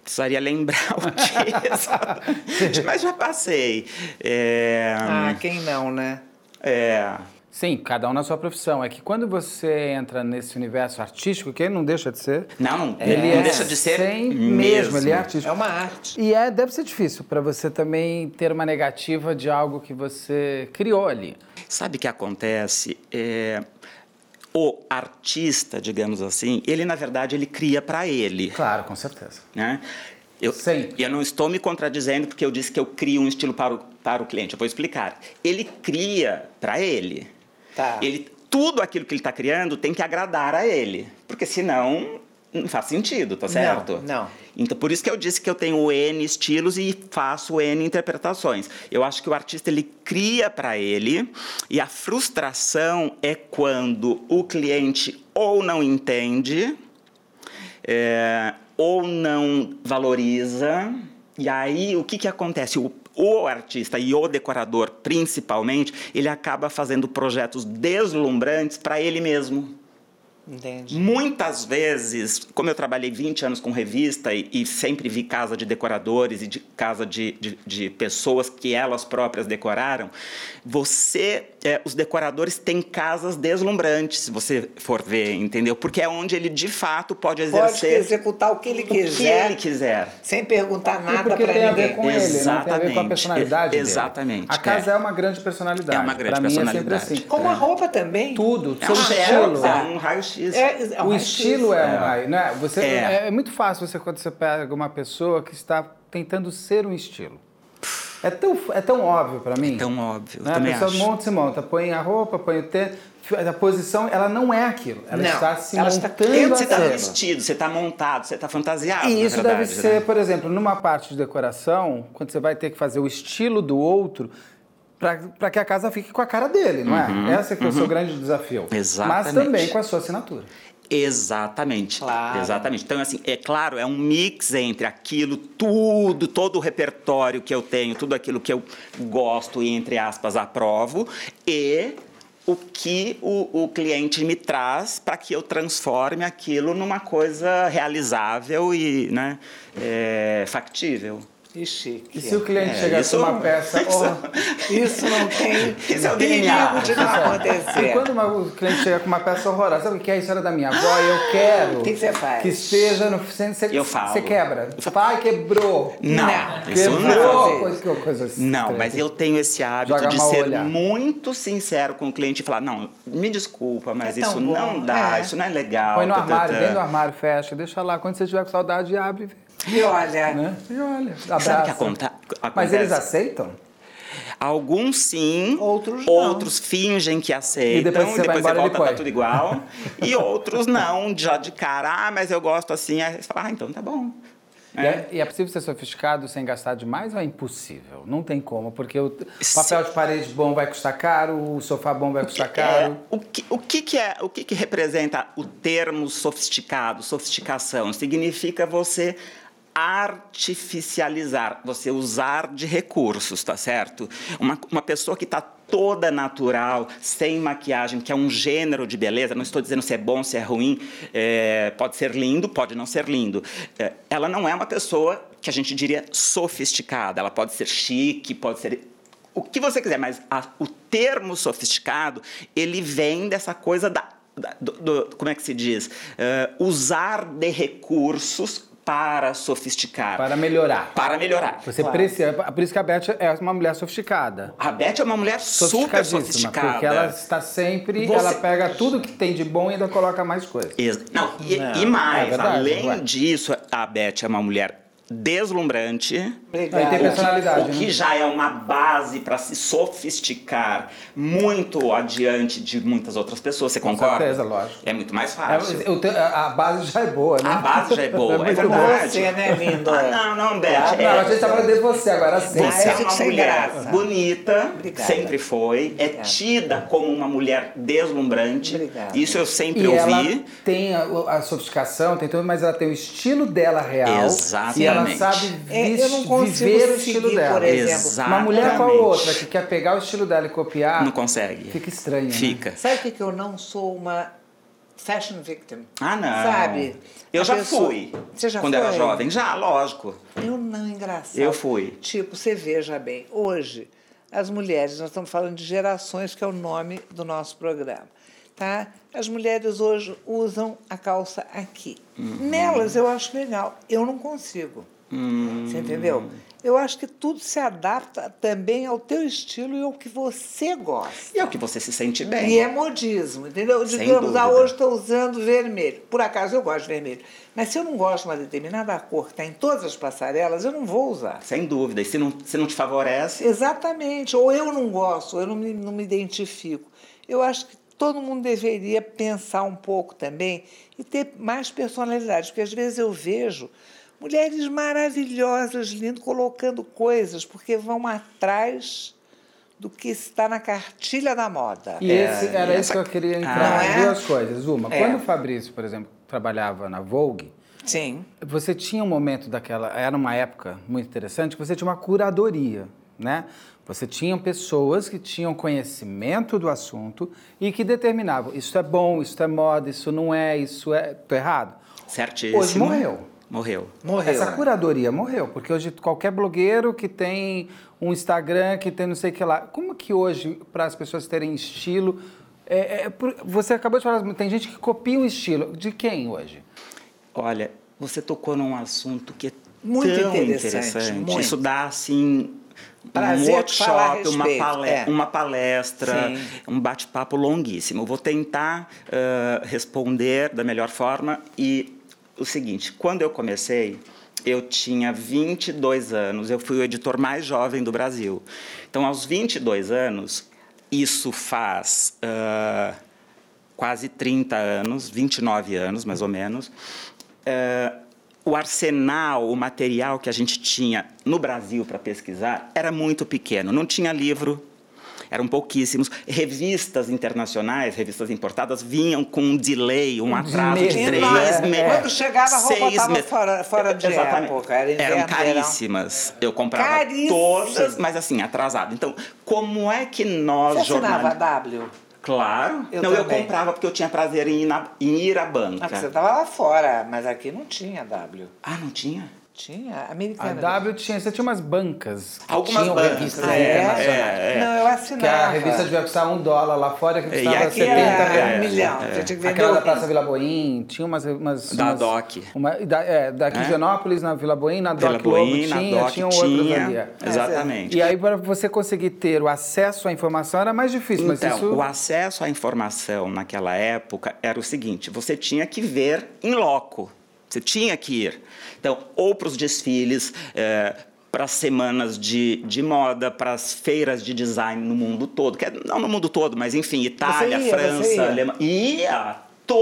[SPEAKER 4] Precisaria lembrar o que. exatamente, mas já passei. É,
[SPEAKER 3] Ah, quem não, né?
[SPEAKER 4] é,
[SPEAKER 2] Sim, cada um na sua profissão. É que quando você entra nesse universo artístico, que ele não deixa de ser...
[SPEAKER 4] não,
[SPEAKER 2] Ele
[SPEAKER 4] não
[SPEAKER 2] é
[SPEAKER 4] deixa de ser
[SPEAKER 2] sem
[SPEAKER 4] mesmo.
[SPEAKER 2] ele é artístico.
[SPEAKER 3] É uma arte.
[SPEAKER 2] E é, deve ser difícil para você também ter uma negativa de algo que você criou ali.
[SPEAKER 4] Sabe o que acontece? É, o artista, digamos assim, ele na verdade ele cria para ele,
[SPEAKER 2] Claro, com certeza.
[SPEAKER 4] né? Eu,
[SPEAKER 2] Sim.
[SPEAKER 4] eu não estou me contradizendo porque eu disse que eu crio um estilo para o, para o cliente. Eu vou explicar. Ele cria para ele.
[SPEAKER 3] Tá.
[SPEAKER 4] Ele tudo aquilo que ele está criando tem que agradar a ele, porque senão não faz sentido, tá certo?
[SPEAKER 3] não.
[SPEAKER 4] Então, por isso que eu disse que eu tenho N estilos e faço N interpretações. Eu acho que o artista ele cria para ele e a frustração é quando o cliente ou não entende é, ou não valoriza. E aí, o que, que acontece? O, o artista e o decorador, principalmente, ele acaba fazendo projetos deslumbrantes para ele mesmo.
[SPEAKER 3] Entendi.
[SPEAKER 4] Muitas vezes, como eu trabalhei 20 anos com revista e, e sempre vi casa de decoradores e de casa de, de, de pessoas que elas próprias decoraram, você, é, os decoradores têm casas deslumbrantes, se você for ver, entendeu? Porque é onde ele de fato pode
[SPEAKER 3] Pode
[SPEAKER 4] exercer
[SPEAKER 3] executar o que ele
[SPEAKER 4] é o que
[SPEAKER 3] quiser,
[SPEAKER 4] ele quiser.
[SPEAKER 3] sem perguntar
[SPEAKER 2] E
[SPEAKER 3] nada
[SPEAKER 2] É porque
[SPEAKER 3] pra
[SPEAKER 2] tem a ver
[SPEAKER 3] ninguém.
[SPEAKER 2] com ele, não tem a ver com a
[SPEAKER 4] Exatamente.
[SPEAKER 2] personalidade dele.
[SPEAKER 4] Exatamente,
[SPEAKER 2] A casa é.
[SPEAKER 4] é.
[SPEAKER 2] uma grande personalidade.
[SPEAKER 4] É uma grande
[SPEAKER 2] pra Mim é
[SPEAKER 4] personalidade.
[SPEAKER 2] sempre assim.
[SPEAKER 3] Como a roupa também.
[SPEAKER 2] Tudo,
[SPEAKER 4] É
[SPEAKER 2] seu
[SPEAKER 4] um
[SPEAKER 2] estilo.
[SPEAKER 4] raio-x, é um raio-x.
[SPEAKER 3] É, é um
[SPEAKER 2] O
[SPEAKER 3] artista.
[SPEAKER 2] estilo é um raio, né? Você, é.
[SPEAKER 4] É.
[SPEAKER 2] é muito fácil você quando você pega uma pessoa que está tentando ser um estilo. É tão, é tão óbvio pra mim.
[SPEAKER 4] Tão Então, óbvio, eu
[SPEAKER 2] né?
[SPEAKER 4] também
[SPEAKER 2] a pessoa
[SPEAKER 4] acho.
[SPEAKER 2] monta se monta, põe a roupa, põe o tênis, a posição, ela não é aquilo. Ela
[SPEAKER 3] Não,
[SPEAKER 2] está se
[SPEAKER 3] ela está
[SPEAKER 2] montando
[SPEAKER 3] tendo-
[SPEAKER 2] a
[SPEAKER 4] Você está
[SPEAKER 2] cena.
[SPEAKER 4] vestido, você está montado, você está fantasiado.
[SPEAKER 2] E
[SPEAKER 4] na
[SPEAKER 2] isso
[SPEAKER 4] verdade,
[SPEAKER 2] deve
[SPEAKER 4] né?
[SPEAKER 2] ser, por exemplo, numa parte de decoração, quando você vai ter que fazer o estilo do outro para que a casa fique com a cara dele, não é? Essa que é o seu é grande desafio. Mas
[SPEAKER 4] Uhum, Exatamente.
[SPEAKER 2] também com a sua assinatura.
[SPEAKER 4] Exatamente.
[SPEAKER 3] Claro.
[SPEAKER 4] Exatamente. Então, assim, é claro, é um mix entre aquilo, tudo, todo o repertório que eu tenho, tudo aquilo que eu gosto e, entre aspas, aprovo, e o que o, o cliente me traz para que eu transforme aquilo numa coisa realizável e né, é, factível.
[SPEAKER 3] Que chique.
[SPEAKER 2] E se o cliente chegar
[SPEAKER 4] É, isso-
[SPEAKER 2] com uma peça. ó,
[SPEAKER 3] Isso não tem
[SPEAKER 4] Esse é o
[SPEAKER 3] perigo
[SPEAKER 4] DNA.
[SPEAKER 3] de não
[SPEAKER 2] E
[SPEAKER 4] é.
[SPEAKER 3] acontecer.
[SPEAKER 2] quando uma- o cliente chega com uma peça horrorosa, sabe o que é isso? Era da minha avó e
[SPEAKER 4] Ah,
[SPEAKER 2] eu quero
[SPEAKER 3] O que que você faz?
[SPEAKER 2] que esteja no centro. Você,
[SPEAKER 4] Eu falo.
[SPEAKER 2] você quebra. Você fala, ai, quebrou.
[SPEAKER 4] Não,
[SPEAKER 3] Não.
[SPEAKER 4] isso não. é
[SPEAKER 2] Quebrou. Coisa, coisa assim.
[SPEAKER 4] Não, mas eu tenho esse hábito
[SPEAKER 2] Joga
[SPEAKER 4] de
[SPEAKER 2] mal
[SPEAKER 4] ser
[SPEAKER 2] olhar.
[SPEAKER 4] muito sincero com o cliente e falar: não, me desculpa, mas
[SPEAKER 3] É tão
[SPEAKER 4] isso
[SPEAKER 3] bom.
[SPEAKER 4] não dá,
[SPEAKER 3] É.
[SPEAKER 4] isso não é legal.
[SPEAKER 2] Põe no
[SPEAKER 4] tã, tã,
[SPEAKER 2] armário,
[SPEAKER 4] tã.
[SPEAKER 2] dentro do armário, fecha, deixa lá. Quando você tiver com saudade, abre e vê,
[SPEAKER 3] E olha,
[SPEAKER 2] né? E olha, abraça.
[SPEAKER 4] Sabe o que aconta- acontece?
[SPEAKER 2] Mas eles aceitam?
[SPEAKER 4] Alguns sim,
[SPEAKER 3] Outros não.
[SPEAKER 4] outros fingem que aceitam,
[SPEAKER 2] E depois você vai
[SPEAKER 4] depois
[SPEAKER 2] embora, ele
[SPEAKER 4] volta, tá
[SPEAKER 2] põe.
[SPEAKER 4] tudo igual. e outros não, já de cara, ah, mas eu gosto assim. Aí você fala, ah, então tá bom.
[SPEAKER 2] E é- E é possível ser sofisticado sem gastar demais ou é impossível? Não tem como, porque o papel de parede bom vai custar caro, o sofá bom vai custar
[SPEAKER 4] É,
[SPEAKER 2] caro.
[SPEAKER 4] o que, o que, que é o que, que representa o termo sofisticado, sofisticação? Significa você artificializar, você usar de recursos, tá certo? Uma, uma pessoa que está toda natural, sem maquiagem, que é um gênero de beleza, não estou dizendo se é bom, se é ruim, é, pode ser lindo, pode não ser lindo. É, ela não é uma pessoa que a gente diria sofisticada, ela pode ser chique, pode ser o que você quiser, mas a- o termo sofisticado, ele vem dessa coisa da. da- do- do- como é que se diz? Eh, usar de recursos para sofisticar. Para,
[SPEAKER 2] Para melhorar.
[SPEAKER 4] melhorar.
[SPEAKER 2] Você precisa. Por isso que a Beth é uma mulher sofisticada.
[SPEAKER 4] A Beth é uma mulher super sofisticada.
[SPEAKER 2] Porque ela está sempre.
[SPEAKER 4] Você-
[SPEAKER 2] Ela pega tudo que tem de bom e ainda coloca mais coisa.
[SPEAKER 4] Ex- Não, e,
[SPEAKER 3] Não,
[SPEAKER 4] e mais,
[SPEAKER 2] é verdade,
[SPEAKER 4] além
[SPEAKER 2] ué.
[SPEAKER 4] disso, a Beth é uma mulher deslumbrante.
[SPEAKER 3] obrigado.
[SPEAKER 2] Não, e tem pessoa- personalidade,
[SPEAKER 4] O que
[SPEAKER 2] né?
[SPEAKER 4] já é uma base para se sofisticar muito adiante de muitas outras pessoas, você concorda?
[SPEAKER 2] certeza, lógico.
[SPEAKER 4] É muito mais fácil.
[SPEAKER 2] É, eu te- a a base já é boa, né?
[SPEAKER 4] A base já é boa, é
[SPEAKER 2] muito
[SPEAKER 4] verdade.
[SPEAKER 3] Você, né, lindo?
[SPEAKER 4] Ah, não, não, Beth.
[SPEAKER 2] boa. é. Não, a gente tá falando de você agora sim.
[SPEAKER 4] Você
[SPEAKER 3] Ah,
[SPEAKER 4] é
[SPEAKER 3] eu fico
[SPEAKER 4] uma
[SPEAKER 3] sem
[SPEAKER 4] mulher
[SPEAKER 3] graça.
[SPEAKER 4] bonita,
[SPEAKER 3] Obrigada.
[SPEAKER 4] sempre foi, é tida como uma mulher deslumbrante.
[SPEAKER 3] Obrigada.
[SPEAKER 4] Isso eu sempre
[SPEAKER 2] E ela
[SPEAKER 4] ouvi.
[SPEAKER 2] tem a, a sofisticação, tem tudo, mas ela tem o estilo dela real.
[SPEAKER 4] Exatamente.
[SPEAKER 2] E ela sabe
[SPEAKER 3] É,
[SPEAKER 2] vis-
[SPEAKER 3] eu não consigo
[SPEAKER 2] viver o
[SPEAKER 3] seguir,
[SPEAKER 2] estilo dela.
[SPEAKER 3] por exemplo.
[SPEAKER 2] Uma mulher com a
[SPEAKER 4] Exatamente.
[SPEAKER 2] outra que quer pegar o estilo dela e copiar,
[SPEAKER 4] Não consegue.
[SPEAKER 2] fica estranho. né?
[SPEAKER 4] Fica.
[SPEAKER 3] Sabe o que, que eu não sou uma fashion victim?
[SPEAKER 4] Ah, não.
[SPEAKER 3] Sabe?
[SPEAKER 4] Eu
[SPEAKER 3] A
[SPEAKER 4] já
[SPEAKER 3] pessoa-
[SPEAKER 4] fui.
[SPEAKER 3] Você já
[SPEAKER 4] Quando
[SPEAKER 3] foi?
[SPEAKER 4] era jovem, já, lógico.
[SPEAKER 3] Eu não, engraçado.
[SPEAKER 4] Eu fui.
[SPEAKER 3] Tipo, você veja bem, hoje, as mulheres, nós estamos falando de gerações, que é o nome do nosso programa, tá? As mulheres hoje usam a calça aqui.
[SPEAKER 4] Uhum.
[SPEAKER 3] Nelas eu acho legal, eu não consigo.
[SPEAKER 4] Hum.
[SPEAKER 3] Você entendeu? Eu acho que tudo se adapta também ao teu estilo e ao que você gosta.
[SPEAKER 4] E é o que você se sente bem.
[SPEAKER 3] E é modismo, entendeu?
[SPEAKER 4] Sem
[SPEAKER 3] Digamos, ah,
[SPEAKER 4] dúvida.
[SPEAKER 3] hoje estou usando vermelho. Por acaso eu gosto de vermelho. Mas se eu não gosto de uma determinada cor que está em todas as passarelas, eu não vou usar.
[SPEAKER 4] Sem dúvida. E se não, se não te favorece,
[SPEAKER 3] Exatamente. Ou eu não gosto, ou eu não me, não me identifico. Eu acho que todo mundo deveria pensar um pouco também e ter mais personalidade, porque às vezes eu vejo mulheres maravilhosas, lindas, colocando coisas, porque vão atrás do que está na cartilha da moda.
[SPEAKER 2] E
[SPEAKER 4] É,
[SPEAKER 2] esse, era
[SPEAKER 4] e
[SPEAKER 2] isso
[SPEAKER 4] essa- Ah,
[SPEAKER 2] que eu queria
[SPEAKER 3] Não
[SPEAKER 2] entrar.
[SPEAKER 3] é?
[SPEAKER 2] Duas coisas. Uma,
[SPEAKER 3] É.
[SPEAKER 2] quando o Fabrício, por exemplo, trabalhava na Vogue,
[SPEAKER 3] Sim.
[SPEAKER 2] Você tinha um momento daquela. Era uma época muito interessante que você tinha uma curadoria, né? Você tinha pessoas que tinham conhecimento do assunto e que determinavam: isso é bom, isso é moda, isso não é, isso é. Tô errado.
[SPEAKER 4] certíssimo.
[SPEAKER 2] Hoje morreu.
[SPEAKER 4] Morreu.
[SPEAKER 3] Morreu.
[SPEAKER 2] Essa
[SPEAKER 4] É.
[SPEAKER 2] curadoria morreu, porque hoje qualquer blogueiro que tem um Instagram, que tem não sei o que lá. Como que hoje, para as pessoas terem estilo. é- é por- você acabou de falar, tem gente que copia o estilo. De quem hoje?
[SPEAKER 4] Olha, você tocou num assunto que é
[SPEAKER 3] Muito
[SPEAKER 4] tão
[SPEAKER 3] interessante,
[SPEAKER 4] interessante.
[SPEAKER 3] muito.
[SPEAKER 4] Isso dá, assim,
[SPEAKER 3] Prazer
[SPEAKER 4] um
[SPEAKER 3] de falar a
[SPEAKER 4] workshop, uma,
[SPEAKER 3] respeito,
[SPEAKER 4] pale-
[SPEAKER 3] é.
[SPEAKER 4] uma palestra,
[SPEAKER 3] Sim.
[SPEAKER 4] um bate-papo longuíssimo. Eu Vou tentar ah, responder da melhor forma. E o seguinte, quando eu comecei, eu tinha 22 anos, eu fui o editor mais jovem do Brasil. Então, aos 22 anos, isso faz... ah, quase 30 anos, 29 anos mais ou menos, eh, o arsenal, o material que a gente tinha no Brasil para pesquisar era muito pequeno. Não tinha livro, eram pouquíssimos. Revistas internacionais, revistas importadas, vinham com um delay, um atraso de
[SPEAKER 3] Enorme.
[SPEAKER 4] três meses. né?
[SPEAKER 3] É. Quando chegava, a roupa
[SPEAKER 4] seis
[SPEAKER 3] tava
[SPEAKER 4] meses.
[SPEAKER 3] fora- fora de
[SPEAKER 4] Exatamente.
[SPEAKER 3] época, era inverno,
[SPEAKER 4] Eram
[SPEAKER 3] verão.
[SPEAKER 4] caríssimas. Eu comprava
[SPEAKER 3] Caríssimas.
[SPEAKER 4] todas, mas assim, atrasado. Então, como é que
[SPEAKER 3] Você
[SPEAKER 4] nós,
[SPEAKER 3] assinava a
[SPEAKER 4] jornalistas...
[SPEAKER 3] W?
[SPEAKER 4] Claro.
[SPEAKER 3] Eu
[SPEAKER 4] não,
[SPEAKER 3] também.
[SPEAKER 4] eu comprava porque eu tinha prazer em ir, na- em ir à banca.
[SPEAKER 3] Ah, porque você tava lá fora, mas aqui não tinha W.
[SPEAKER 4] Ah, não tinha?
[SPEAKER 3] Tinha
[SPEAKER 2] A
[SPEAKER 3] americana.
[SPEAKER 2] W tinha, você tinha umas bancas. que
[SPEAKER 4] Algumas
[SPEAKER 2] tinham
[SPEAKER 4] bancas,
[SPEAKER 2] revistas
[SPEAKER 3] Ah, é?
[SPEAKER 2] internacionais.
[SPEAKER 4] É, é.
[SPEAKER 3] Não, eu assinava.
[SPEAKER 2] Que a revista devia custar um dólar lá fora, que
[SPEAKER 4] E
[SPEAKER 2] custava
[SPEAKER 4] aqui
[SPEAKER 2] 70
[SPEAKER 4] era-
[SPEAKER 2] reais.
[SPEAKER 3] um
[SPEAKER 4] é,
[SPEAKER 3] milhão.
[SPEAKER 4] é.
[SPEAKER 3] Você tinha que vender
[SPEAKER 2] né? Aquela
[SPEAKER 3] o
[SPEAKER 2] da
[SPEAKER 3] rim.
[SPEAKER 2] Praça Vila Boim, tinha umas. umas
[SPEAKER 4] Da
[SPEAKER 2] umas-
[SPEAKER 4] DOC. Né?
[SPEAKER 2] uma- e da, é, daqui de Genópolis, na Vila Boim, na
[SPEAKER 4] Pela
[SPEAKER 2] DOC Globo
[SPEAKER 4] Boina,
[SPEAKER 2] tinha,
[SPEAKER 4] Doc
[SPEAKER 2] tinham outras ali.
[SPEAKER 4] tinha.
[SPEAKER 2] é.
[SPEAKER 4] Exatamente.
[SPEAKER 2] E aí, para você conseguir ter o acesso à informação era mais difícil, mas
[SPEAKER 4] Então,
[SPEAKER 2] isso.
[SPEAKER 4] o acesso à informação naquela época era o seguinte: você tinha que ver em loco, você tinha que ir. Então, ou para os desfiles, para as semanas de, de moda, para as feiras de design no mundo todo, que é- não no mundo todo, mas enfim, Itália,
[SPEAKER 3] Você ia, você
[SPEAKER 4] França,
[SPEAKER 3] ia?
[SPEAKER 4] Alemanha. Ia!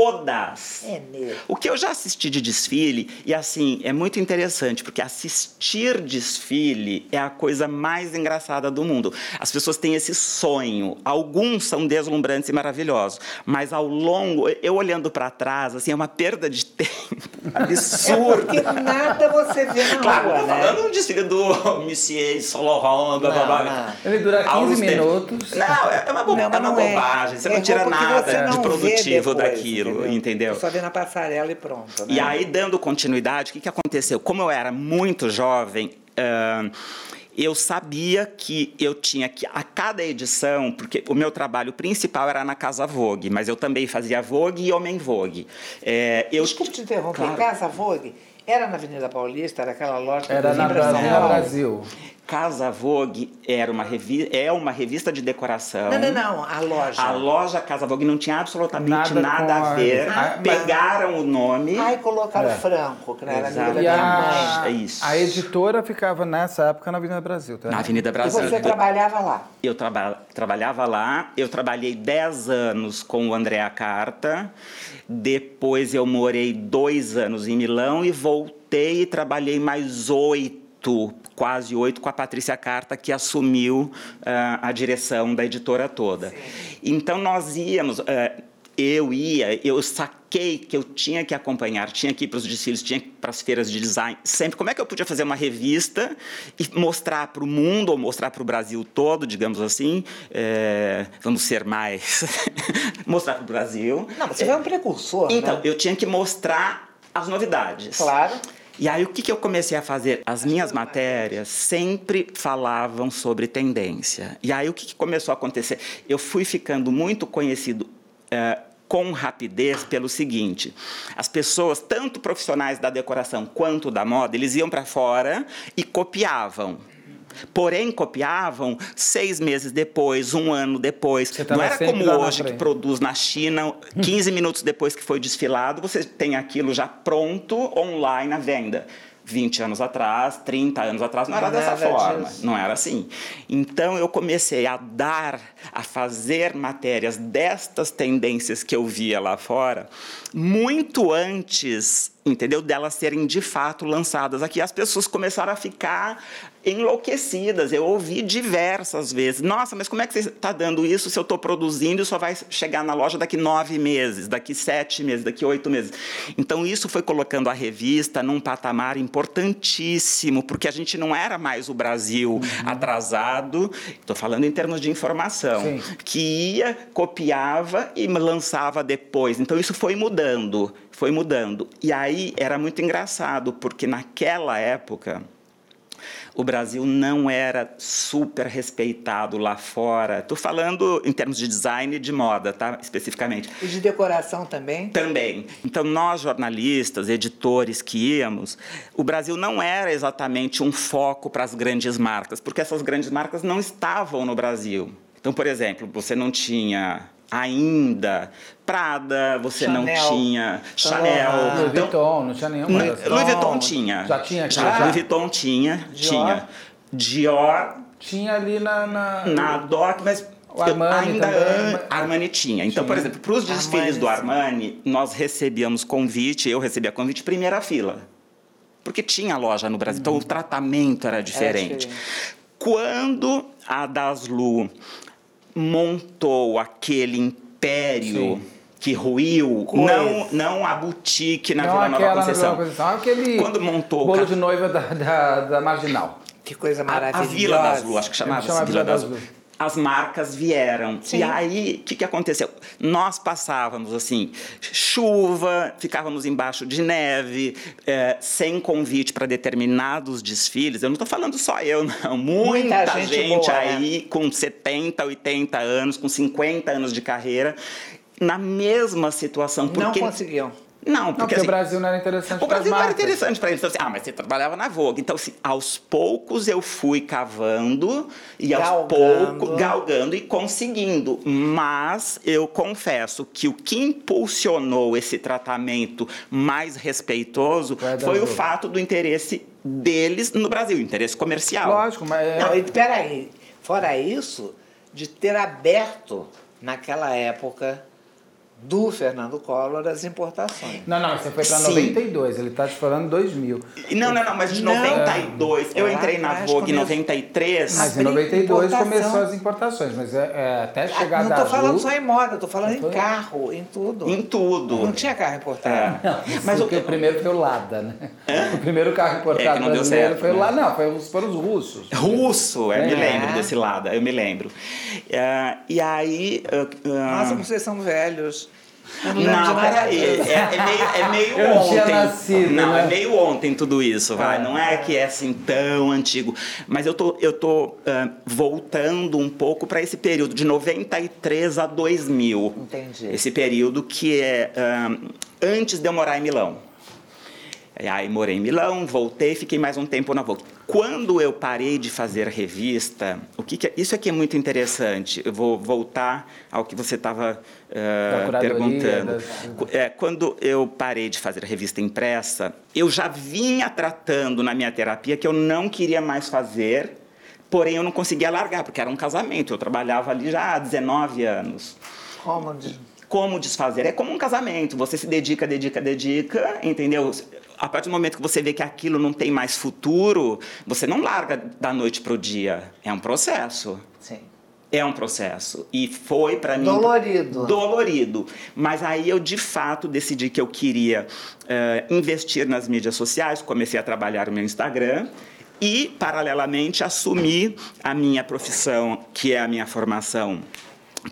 [SPEAKER 4] Todas!
[SPEAKER 3] É mesmo.
[SPEAKER 4] O que eu já assisti de desfile, e assim, é muito interessante, porque assistir desfile é a coisa mais engraçada do mundo. As pessoas têm esse sonho, alguns são deslumbrantes e maravilhosos, mas ao longo, eu olhando para trás, assim, é uma perda de tempo É absurda.
[SPEAKER 3] É Porque nada você vê na
[SPEAKER 4] Claro,
[SPEAKER 3] rua,
[SPEAKER 4] não tô
[SPEAKER 3] né?
[SPEAKER 4] falando um desfile do Monsieur Saint Laurent, blá, blá, blá.
[SPEAKER 2] Ele dura 15
[SPEAKER 4] Alguns tempos.
[SPEAKER 2] minutos.
[SPEAKER 4] Não, é uma, bo-
[SPEAKER 3] Não,
[SPEAKER 4] é
[SPEAKER 3] mas
[SPEAKER 4] uma
[SPEAKER 3] não é.
[SPEAKER 4] bobagem, você
[SPEAKER 3] É
[SPEAKER 4] não tira
[SPEAKER 3] roupa que você
[SPEAKER 4] nada
[SPEAKER 3] não
[SPEAKER 4] de
[SPEAKER 3] vê
[SPEAKER 4] produtivo
[SPEAKER 3] depois,
[SPEAKER 4] daquilo, entendeu?
[SPEAKER 3] Só vê na passarela e pronto, né?
[SPEAKER 4] E aí, dando continuidade, o que, que aconteceu? Como eu era muito jovem, ahn, eu sabia que eu tinha que, a cada edição, porque o meu trabalho principal era na Casa Vogue, mas eu também fazia Vogue e Homem Vogue. É, eu,
[SPEAKER 3] Desculpa te interromper.
[SPEAKER 4] Claro.
[SPEAKER 3] Casa Vogue era na Avenida Paulista, era aquela loja... que
[SPEAKER 2] Era
[SPEAKER 3] vinha
[SPEAKER 2] na
[SPEAKER 3] pra São
[SPEAKER 2] Brasil, na
[SPEAKER 3] Paulo.
[SPEAKER 2] Brasil.
[SPEAKER 4] Casa Vogue era uma revi é uma revista de decoração.
[SPEAKER 3] Não, não, não. A loja.
[SPEAKER 4] A loja Casa Vogue não tinha absolutamente
[SPEAKER 2] Nada
[SPEAKER 4] nada,
[SPEAKER 2] com
[SPEAKER 4] a
[SPEAKER 2] a-
[SPEAKER 4] ver.
[SPEAKER 2] Ah, mas-
[SPEAKER 4] Pegaram o nome.
[SPEAKER 3] Aí colocaram
[SPEAKER 2] É.
[SPEAKER 3] Franco, que não era amigo da
[SPEAKER 4] Exato.
[SPEAKER 2] E
[SPEAKER 3] minha mãe.
[SPEAKER 2] a,
[SPEAKER 4] É isso.
[SPEAKER 2] a editora ficava nessa época na Avenida Brasil, tá?
[SPEAKER 4] na Avenida
[SPEAKER 3] E
[SPEAKER 4] Brasil.
[SPEAKER 3] você trabalhava lá.
[SPEAKER 4] Eu traba- trabalhava lá, eu trabalhei 10 anos com o André Carta, depois eu morei dois anos em Milão e voltei e trabalhei mais oito, quase oito, com a Patrícia Carta, que assumiu ah, a direção da editora toda. Então nós íamos. ah, eu ia, eu saquei que eu tinha que acompanhar, tinha que ir para os desfiles, tinha que ir para as feiras de design, sempre. Como é que eu podia fazer uma revista e mostrar para o mundo, ou mostrar para o Brasil todo, digamos assim, é, vamos ser mais. mostrar para o Brasil.
[SPEAKER 3] Não, mas você foi um precursor,
[SPEAKER 4] Então,
[SPEAKER 3] né?
[SPEAKER 4] eu tinha que mostrar as novidades.
[SPEAKER 3] Claro.
[SPEAKER 4] E aí, o que, que eu comecei a fazer? As minhas matérias sempre falavam sobre tendência. E aí, o que, que começou a acontecer? Eu fui ficando muito conhecido. eh, com rapidez pelo seguinte, as pessoas, tanto profissionais da decoração quanto da moda, eles iam para fora e copiavam. Porém, copiavam seis meses depois, um ano depois.
[SPEAKER 2] tava
[SPEAKER 4] Não era
[SPEAKER 2] tá sempre
[SPEAKER 4] como
[SPEAKER 2] lá na
[SPEAKER 4] hoje que
[SPEAKER 2] frente.
[SPEAKER 4] produz na China, 15 minutos depois que foi desfilado, você tem aquilo já pronto online à venda. 20 anos atrás, 30 anos atrás, não era
[SPEAKER 3] Não era
[SPEAKER 4] dessa forma,
[SPEAKER 3] disso.
[SPEAKER 4] não era assim. Então eu comecei a dar, a fazer matérias destas tendências que eu via lá fora, muito antes, entendeu, delas serem de fato lançadas aqui. As pessoas começaram a ficar enlouquecidas. Eu ouvi diversas vezes. Nossa, mas como é que você está dando isso se eu estou produzindo e só vai chegar na loja daqui nove meses, daqui sete meses, daqui oito meses? Então, isso foi colocando a revista num patamar importantíssimo, porque a gente não era mais o Brasil atrasado, estou falando em termos de informação,
[SPEAKER 2] Sim.
[SPEAKER 4] que ia, copiava e lançava depois. Então, isso foi mudando, foi mudando. E aí era muito engraçado, porque naquela época o Brasil não era super respeitado lá fora. Estou falando em termos de design e de moda, tá? Especificamente.
[SPEAKER 3] E de decoração também.
[SPEAKER 4] Também. Então, nós jornalistas, editores que íamos, o Brasil não era exatamente um foco para as grandes marcas, porque essas grandes marcas não estavam no Brasil. Então, por exemplo, você não tinha ainda Prada, você
[SPEAKER 3] Chanel.
[SPEAKER 4] não tinha
[SPEAKER 3] Saint
[SPEAKER 4] Chanel.
[SPEAKER 3] Laurent.
[SPEAKER 2] Louis
[SPEAKER 4] Então,
[SPEAKER 2] Vuitton, não tinha nenhuma.
[SPEAKER 4] não,
[SPEAKER 2] dessas.
[SPEAKER 4] Louis Vuitton tinha.
[SPEAKER 2] Já tinha aqui, já?
[SPEAKER 4] Louis Vuitton tinha.
[SPEAKER 3] Dior?
[SPEAKER 4] Tinha. Dior
[SPEAKER 2] Tinha ali na. na-
[SPEAKER 4] na DOC, mas
[SPEAKER 2] O Armani
[SPEAKER 4] ainda
[SPEAKER 2] também.
[SPEAKER 4] an- Armani tinha. Então, por exemplo, para os desfiles do Armani, nós recebíamos convite, eu recebia convite primeira fila. Porque tinha loja no Brasil,
[SPEAKER 2] Uhum.
[SPEAKER 4] então o tratamento era diferente.
[SPEAKER 3] diferente.
[SPEAKER 4] Quando a Daslu montou aquele império que ruiu,
[SPEAKER 2] Coisa.
[SPEAKER 4] não, não a boutique na
[SPEAKER 2] Não
[SPEAKER 4] Vila Nova
[SPEAKER 2] aquela na
[SPEAKER 4] Conceição.
[SPEAKER 2] Vila Conceição, aquele
[SPEAKER 4] Quando montou o
[SPEAKER 2] bolo
[SPEAKER 4] ca-
[SPEAKER 2] de noiva da, da, da Marginal.
[SPEAKER 3] Que coisa
[SPEAKER 4] a- a,
[SPEAKER 3] maravilhosa.
[SPEAKER 4] Vila da Azul, acho que chamava,
[SPEAKER 2] Chama
[SPEAKER 4] Vila, da Azul. As marcas vieram.
[SPEAKER 3] Sim.
[SPEAKER 4] E aí, o que, que aconteceu? Nós passávamos, assim, chuva, ficávamos embaixo de neve, eh, sem convite para determinados desfiles. Eu não estou falando só eu, não. Muita,
[SPEAKER 3] Muita gente
[SPEAKER 4] gente,
[SPEAKER 3] boa, né?
[SPEAKER 4] aí aí com 70, 80 anos, com 50 anos de carreira, na mesma situação.
[SPEAKER 3] Não
[SPEAKER 4] Porque...
[SPEAKER 3] conseguiam.
[SPEAKER 4] Não,
[SPEAKER 2] Não, porque
[SPEAKER 4] porque, assim,
[SPEAKER 2] o Brasil não era interessante
[SPEAKER 4] o Brasil
[SPEAKER 2] pras
[SPEAKER 4] não era
[SPEAKER 2] marcas.
[SPEAKER 4] interessante para eles. Então, assim, ah, mas você trabalhava na Vogue. Então, assim, aos poucos eu fui cavando e aos
[SPEAKER 3] Galgando.
[SPEAKER 4] poucos galgando e conseguindo. Mas eu confesso que o que impulsionou esse tratamento mais respeitoso
[SPEAKER 2] Vai dar
[SPEAKER 4] foi o
[SPEAKER 2] jogo.
[SPEAKER 4] fato do interesse deles no Brasil, interesse comercial.
[SPEAKER 2] Lógico, mas... é-
[SPEAKER 3] Não, e peraí. Fora isso, de ter aberto, naquela época, do Fernando Collor, as importações.
[SPEAKER 2] Não, não, você foi pra
[SPEAKER 4] Sim.
[SPEAKER 2] 92, ele tá te falando 2000.
[SPEAKER 4] E Não, não, não, mas de
[SPEAKER 3] Não.
[SPEAKER 4] 92. Eu
[SPEAKER 3] Lá
[SPEAKER 4] entrei na
[SPEAKER 3] atrás
[SPEAKER 4] Vogue em
[SPEAKER 3] começou.
[SPEAKER 4] 93.
[SPEAKER 2] Mas em
[SPEAKER 3] Abrir
[SPEAKER 2] 92
[SPEAKER 3] importação.
[SPEAKER 2] começou as importações, mas é, é,
[SPEAKER 4] Ah,
[SPEAKER 2] até chegar
[SPEAKER 3] Não
[SPEAKER 2] da
[SPEAKER 3] estou
[SPEAKER 2] Azul...
[SPEAKER 3] falando só em moda, estou falando
[SPEAKER 2] Então-
[SPEAKER 3] em carro, em tudo.
[SPEAKER 4] Em tudo.
[SPEAKER 3] Não tinha carro importado.
[SPEAKER 4] É.
[SPEAKER 2] Mas
[SPEAKER 4] Mas
[SPEAKER 2] o,
[SPEAKER 4] o-
[SPEAKER 2] que o primeiro foi o Lada, né? O primeiro carro importado
[SPEAKER 4] É, que não deu
[SPEAKER 2] brasileiro
[SPEAKER 4] certo,
[SPEAKER 2] foi o
[SPEAKER 4] né?
[SPEAKER 2] Lada. Não, foi os- foram os russos.
[SPEAKER 4] Russo, eu
[SPEAKER 2] É.
[SPEAKER 4] me lembro desse lado, eu me lembro. Ah, e aí. ah, ah,
[SPEAKER 3] Nossa, vocês são velhos. Eu lembro de
[SPEAKER 4] não,
[SPEAKER 3] nada
[SPEAKER 4] peraí.
[SPEAKER 3] disso.
[SPEAKER 4] É, é meio, é meio
[SPEAKER 2] Eu não
[SPEAKER 4] ontem.
[SPEAKER 2] tinha nascido,
[SPEAKER 4] não,
[SPEAKER 2] né?
[SPEAKER 4] é meio ontem tudo isso, vai.
[SPEAKER 2] Ah.
[SPEAKER 4] Não é que é assim tão antigo. Mas eu tô, eu tô ah, voltando um pouco para esse período, de 93 a 2000.
[SPEAKER 3] Entendi.
[SPEAKER 4] Esse período que é ah, antes de eu morar em Milão. E Aí morei em Milão, voltei, fiquei mais um tempo na Vogue. Quando eu parei de fazer revista, o que, que é- isso aqui é muito interessante. Eu vou voltar ao que você estava
[SPEAKER 2] Da curadoria,
[SPEAKER 4] perguntando.
[SPEAKER 2] das-
[SPEAKER 4] Qu- é, quando eu parei de fazer revista impressa, eu já vinha tratando na minha terapia que eu não queria mais fazer, porém eu não conseguia largar porque era um casamento. Eu trabalhava ali já há 19 anos
[SPEAKER 3] Como de-
[SPEAKER 4] como desfazer. É como um casamento, você se dedica, dedica, dedica, entendeu? A partir do momento que você vê que aquilo não tem mais futuro, você não larga da noite pro dia. É um processo.
[SPEAKER 3] Sim.
[SPEAKER 4] É um processo. E foi para mim.
[SPEAKER 3] Dolorido.
[SPEAKER 4] Dolorido. Mas aí eu, de fato, decidi que eu queria eh, investir nas mídias sociais, comecei a trabalhar o meu Instagram. E, paralelamente, assumi a minha profissão, que é a minha formação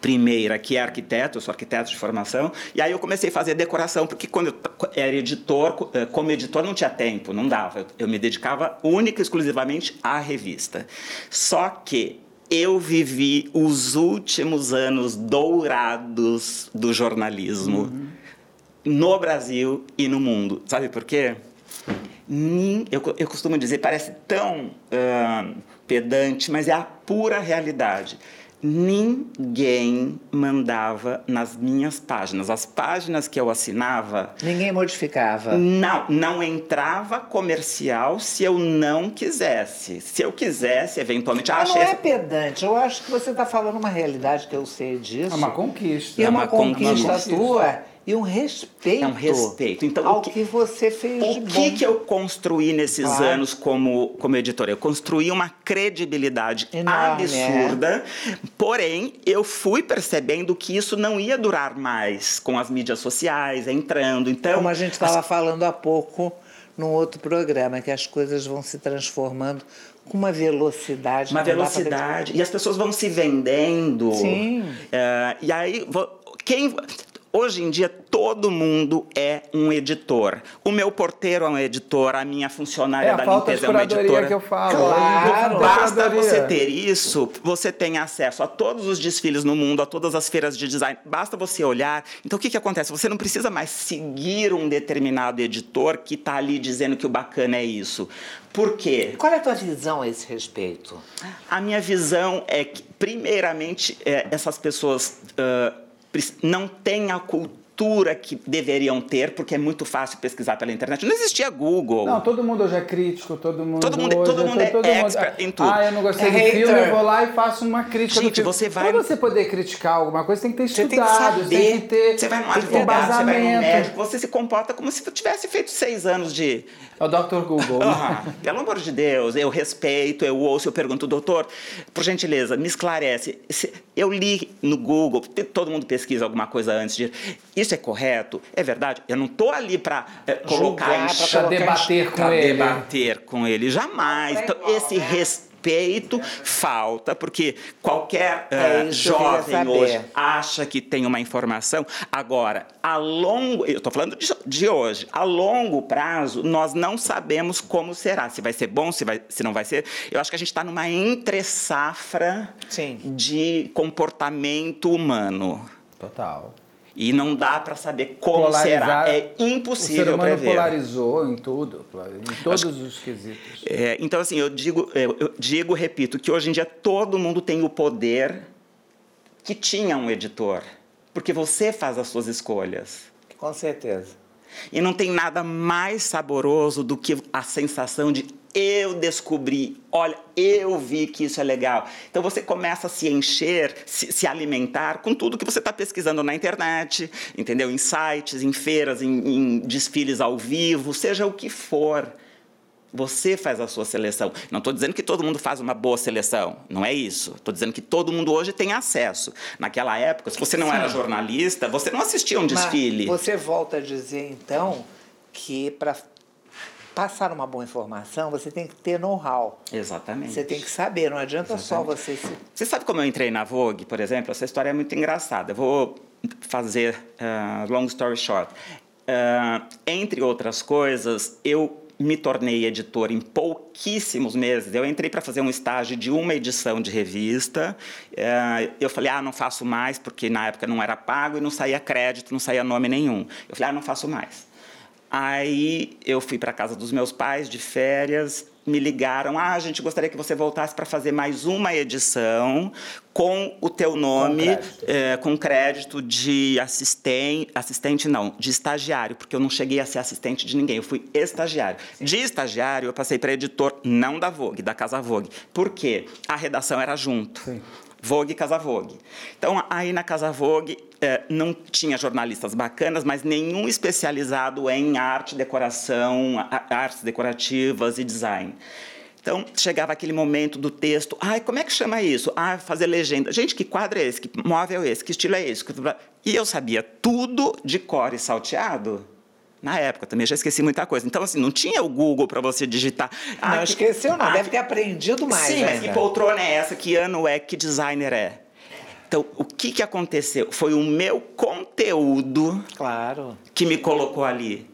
[SPEAKER 4] primeira, que é arquiteto, eu sou arquiteto de formação. E aí eu comecei a fazer decoração, porque quando eu t- era editor, co- eh, como editor não tinha tempo, não dava. Eu- Eu me dedicava única e exclusivamente à revista. Só que eu vivi os últimos anos dourados do jornalismo
[SPEAKER 3] Uhum.
[SPEAKER 4] no Brasil e no mundo. Sabe por quê? Nin- Eu, co- eu costumo dizer, parece tão ah, pedante, mas é a pura realidade. Ninguém mandava nas minhas páginas. As páginas que eu assinava,
[SPEAKER 3] Ninguém modificava.
[SPEAKER 4] não, não entrava comercial se eu não quisesse. Se eu quisesse, eventualmente, ah,
[SPEAKER 3] Mas não
[SPEAKER 4] achei
[SPEAKER 3] é
[SPEAKER 4] essa
[SPEAKER 3] pedante. Eu acho que você está falando uma realidade que eu sei
[SPEAKER 4] um
[SPEAKER 3] disso.
[SPEAKER 2] É uma conquista.
[SPEAKER 3] E é uma,
[SPEAKER 4] uma
[SPEAKER 3] conquista,
[SPEAKER 4] conquista.
[SPEAKER 3] tua e um respeito.
[SPEAKER 4] É um respeito. Então,
[SPEAKER 3] ao
[SPEAKER 4] o
[SPEAKER 3] que,
[SPEAKER 4] que-
[SPEAKER 3] você fez de
[SPEAKER 4] O que,
[SPEAKER 3] bom.
[SPEAKER 4] que eu construí nesses
[SPEAKER 3] Claro.
[SPEAKER 4] anos como, como editora? Eu construí uma credibilidade
[SPEAKER 3] Enorme, é.
[SPEAKER 4] absurda, porém, eu fui percebendo que isso não ia durar mais com as mídias sociais entrando. Então,
[SPEAKER 3] Como a gente estava falando há pouco num outro programa, que as coisas vão se transformando com uma velocidade.
[SPEAKER 4] uma
[SPEAKER 3] que não dá pra
[SPEAKER 4] velocidade. E as pessoas vão se vendendo.
[SPEAKER 3] Sim.
[SPEAKER 4] É, e aí, vo- quem. Hoje em dia, todo mundo é um editor. O meu porteiro é um editor, a minha funcionária
[SPEAKER 2] É a
[SPEAKER 4] da
[SPEAKER 2] falta de
[SPEAKER 4] limpeza é uma
[SPEAKER 2] curadoria
[SPEAKER 4] editora.
[SPEAKER 2] que eu falo.
[SPEAKER 3] Claro.
[SPEAKER 4] Basta
[SPEAKER 2] Curadoria.
[SPEAKER 4] você ter isso, você tem acesso a todos os desfiles no mundo, a todas as feiras de design. Basta você olhar. Então, o que, que acontece? Você não precisa mais seguir um determinado editor que está ali dizendo que o bacana é isso. Por quê?
[SPEAKER 3] Qual é a tua visão a esse respeito?
[SPEAKER 4] A minha visão é que, primeiramente, é, essas pessoas ah, pre- não têm a cultura cultura que deveriam ter, porque é muito fácil pesquisar pela internet. Não existia Google.
[SPEAKER 2] Não, todo mundo hoje é crítico, todo mundo.
[SPEAKER 4] Todo mundo-
[SPEAKER 2] hoje
[SPEAKER 4] todo mundo é expert em tudo.
[SPEAKER 2] Ah, eu não gostei
[SPEAKER 3] É
[SPEAKER 2] do filme,
[SPEAKER 3] hater.
[SPEAKER 2] eu vou lá e faço uma crítica. do
[SPEAKER 4] Gente,
[SPEAKER 2] filme.
[SPEAKER 4] você vai-
[SPEAKER 2] Pra você poder criticar alguma coisa, você tem que ter
[SPEAKER 3] Você tem que
[SPEAKER 2] estudado, você tem
[SPEAKER 3] saber.
[SPEAKER 2] que ter.
[SPEAKER 4] Você vai num
[SPEAKER 2] tem que ter
[SPEAKER 4] advogado, você vai num
[SPEAKER 2] embasamento.
[SPEAKER 4] médico, você se comporta como se tu tivesse feito seis anos de.
[SPEAKER 2] É o Dr. Google.
[SPEAKER 4] Ah, pelo amor de Deus, eu respeito, eu ouço, eu pergunto, doutor, por gentileza, me esclarece. Se- Eu li no Google, te- todo mundo pesquisa alguma coisa antes de. Isso é correto? É verdade? Eu não estou ali para colocar
[SPEAKER 3] Julgar, pra
[SPEAKER 4] em
[SPEAKER 3] é
[SPEAKER 4] xeque
[SPEAKER 2] Pra debater com
[SPEAKER 4] pra
[SPEAKER 2] ele.
[SPEAKER 4] debater com ele. Jamais. Então, esse
[SPEAKER 3] né?
[SPEAKER 4] respeito falta, porque qualquer
[SPEAKER 3] É
[SPEAKER 4] eh,
[SPEAKER 3] isso que eu queria
[SPEAKER 4] jovem
[SPEAKER 3] saber.
[SPEAKER 4] hoje acha que tem uma informação. Agora, a longo, eu estou falando de, de hoje, a longo prazo, nós não sabemos como será, se vai ser bom, se, vai, se não vai ser. Eu acho que a gente está numa entre-safra
[SPEAKER 3] Sim.
[SPEAKER 4] de comportamento humano.
[SPEAKER 2] Total.
[SPEAKER 4] E não dá para saber como
[SPEAKER 2] Polarizar-
[SPEAKER 4] será. É
[SPEAKER 2] o ser
[SPEAKER 4] impossível né?
[SPEAKER 2] humano
[SPEAKER 4] prever.
[SPEAKER 2] polarizou em tudo, em todos os quesitos.
[SPEAKER 4] É, então, assim, eu digo, eu, eu digo, repito, que hoje em dia todo mundo tem o poder que tinha um editor, porque você faz as suas escolhas.
[SPEAKER 3] Com certeza.
[SPEAKER 4] E não tem nada mais saboroso do que a sensação de eu descobri, olha, eu vi que isso é legal. Então você começa a se encher, se, se alimentar com tudo que você está pesquisando na internet, entendeu? Em sites, em feiras, em, em desfiles ao vivo, seja o que for. Você faz a sua seleção. Não estou dizendo que todo mundo faz uma boa seleção, não é isso. Estou dizendo que todo mundo hoje tem acesso. Naquela época, se você não era jornalista, você não assistia um desfile.
[SPEAKER 3] Mas você volta a dizer, então, que para passar uma boa informação, você tem que ter know-how.
[SPEAKER 4] Exatamente.
[SPEAKER 3] Você tem que saber, não adianta só você se.
[SPEAKER 4] Você sabe como eu entrei na Vogue, por exemplo? Essa história é muito engraçada. Eu vou fazer ah, long story short. Ah, entre outras coisas, eu me tornei editor em pouquíssimos meses. Eu entrei para fazer um estágio de uma edição de revista. Ah, eu falei, ah, não faço mais, porque na época não era pago e não saía crédito, não saía nome nenhum. Eu falei, ah, não faço mais. Aí eu fui para casa dos meus pais de férias, me ligaram, ah, a gente gostaria que você voltasse para fazer mais uma edição com o teu nome, eh, com crédito, de assistente, assistente não, de estagiário, porque eu não cheguei a ser assistente de ninguém, eu fui estagiário. De estagiário eu passei para editor não da Vogue, da Casa Vogue. Por quê? A redação era junto. Vogue Casa Vogue. Então, aí na Casa Vogue eh, não tinha jornalistas bacanas, mas nenhum especializado em arte, decoração, a- artes decorativas e design. Então, chegava aquele momento do texto, ai, como é que chama isso? Ah, fazer legenda. Gente, que quadro é esse? Que móvel é esse? Que estilo é esse? Que blá- E eu sabia tudo de cor e salteado. Na época também, já esqueci muita coisa. Então, assim, não tinha o Google para você digitar. Ah,
[SPEAKER 3] não
[SPEAKER 4] que-
[SPEAKER 3] esqueceu, não.
[SPEAKER 4] ah,
[SPEAKER 3] é Deve ter aprendido mais. né?
[SPEAKER 4] Sim, mas
[SPEAKER 3] ainda.
[SPEAKER 4] que poltrona é essa? Que ano é? Que designer é? Então, o que, que aconteceu? Foi o meu conteúdo
[SPEAKER 3] Claro.
[SPEAKER 4] que me colocou ali.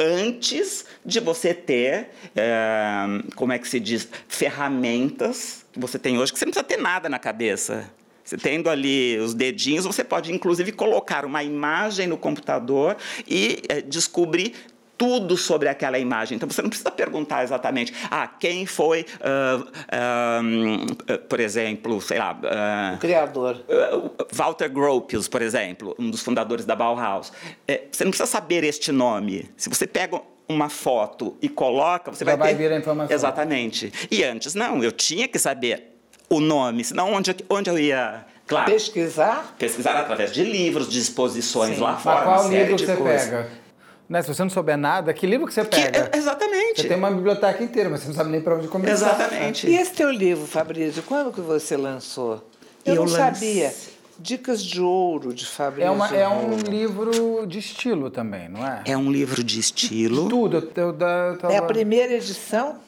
[SPEAKER 4] Antes de você ter, eh, como é que se diz, ferramentas que você tem hoje, que você não precisa ter nada na cabeça. Você tendo ali os dedinhos, você pode inclusive colocar uma imagem no computador e eh, descobrir tudo sobre aquela imagem. Então você não precisa perguntar exatamente, ah, quem foi, ah, ah, hum, eh, por exemplo, sei lá. ah,
[SPEAKER 3] O criador.
[SPEAKER 4] Uh, Walter Gropius, por exemplo, um dos fundadores da Bauhaus. É, você não precisa saber este nome. Se você pega uma foto e coloca, você
[SPEAKER 2] Já vai
[SPEAKER 4] ter...
[SPEAKER 2] vir a informação.
[SPEAKER 4] Exatamente. E antes, não, eu tinha que saber o nome, senão onde, onde eu ia... Claro,
[SPEAKER 3] Pesquisar?
[SPEAKER 4] pesquisar através de livros, de exposições lá
[SPEAKER 2] Mas
[SPEAKER 4] fora,
[SPEAKER 2] qual
[SPEAKER 4] uma série
[SPEAKER 2] livro
[SPEAKER 4] de
[SPEAKER 2] que você
[SPEAKER 4] coisas.
[SPEAKER 2] pega? Né, se você não souber nada, que livro que você
[SPEAKER 4] Que- eh,
[SPEAKER 2] pega?
[SPEAKER 4] exatamente.
[SPEAKER 2] Você tem um uma biblioteca inteira, mas você não sabe nem pra onde começar.
[SPEAKER 4] Exatamente.
[SPEAKER 3] E esse teu livro, Fabrício, quando que você lançou? Eu, não
[SPEAKER 4] Eu lan-
[SPEAKER 3] sabia. Dicas de ouro de Fabrício.
[SPEAKER 2] É, uma- é um
[SPEAKER 3] Moura.
[SPEAKER 2] livro de estilo também, não é?
[SPEAKER 4] É um livro de estilo.
[SPEAKER 2] Tudo. Eu, eu, eu tava-
[SPEAKER 3] É a primeira edição?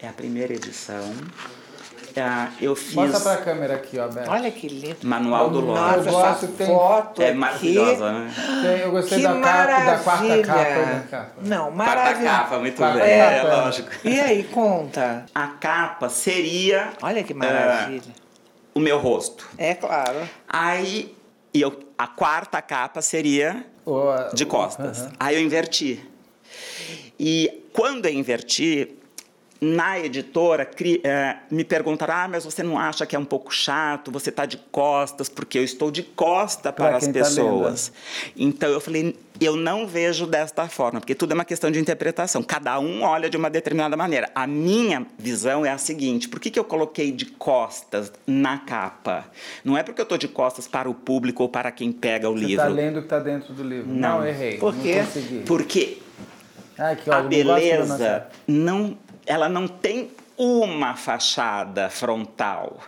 [SPEAKER 4] É a primeira edição. Ah, eu fiz...
[SPEAKER 2] Mostra pra câmera aqui, ó, Beto.
[SPEAKER 3] Olha que lindo.
[SPEAKER 4] Manual do
[SPEAKER 2] Manual
[SPEAKER 4] Lorde.
[SPEAKER 2] do
[SPEAKER 3] Nossa, essa
[SPEAKER 2] gosto, tem-
[SPEAKER 3] foto
[SPEAKER 4] É
[SPEAKER 3] aqui.
[SPEAKER 4] maravilhosa, né?
[SPEAKER 2] Tem- Eu gostei
[SPEAKER 3] que
[SPEAKER 2] da capa,
[SPEAKER 3] maravilha.
[SPEAKER 2] da quarta capa. né, capa.
[SPEAKER 3] Não,
[SPEAKER 4] Quarta
[SPEAKER 3] maravilha.
[SPEAKER 4] capa, muito
[SPEAKER 2] Quarta
[SPEAKER 4] bem,
[SPEAKER 2] capa.
[SPEAKER 4] é lógico.
[SPEAKER 3] E aí, conta.
[SPEAKER 4] A capa seria.
[SPEAKER 3] Olha que
[SPEAKER 4] ah,
[SPEAKER 3] maravilha.
[SPEAKER 4] o meu rosto.
[SPEAKER 3] É claro.
[SPEAKER 4] Aí, e eu, a quarta capa seria
[SPEAKER 2] O-
[SPEAKER 4] de costas. Aí eu inverti. E quando eu inverti, na editora cri- eh, me perguntaram: ah, mas você não acha que é um pouco chato? Você está de costas, porque eu estou de costa para as
[SPEAKER 2] quem tá lendo,
[SPEAKER 4] pessoas. então eu falei: eu não vejo desta forma, porque tudo é uma questão de interpretação. Cada um olha de uma determinada maneira. A minha visão é a seguinte: por que, que eu coloquei de costas na capa? Não é porque eu estou de costas para o público ou para quem pega o
[SPEAKER 2] Você
[SPEAKER 4] livro.
[SPEAKER 2] tá lendo o que tá dentro do livro. Não, errei.
[SPEAKER 3] Por quê?
[SPEAKER 2] Não consegui.
[SPEAKER 4] Porque
[SPEAKER 2] Ai, que
[SPEAKER 4] a
[SPEAKER 2] ódio, eu não gosto de olhar na
[SPEAKER 4] beleza
[SPEAKER 2] cara.
[SPEAKER 4] não ela não tem uma fachada frontal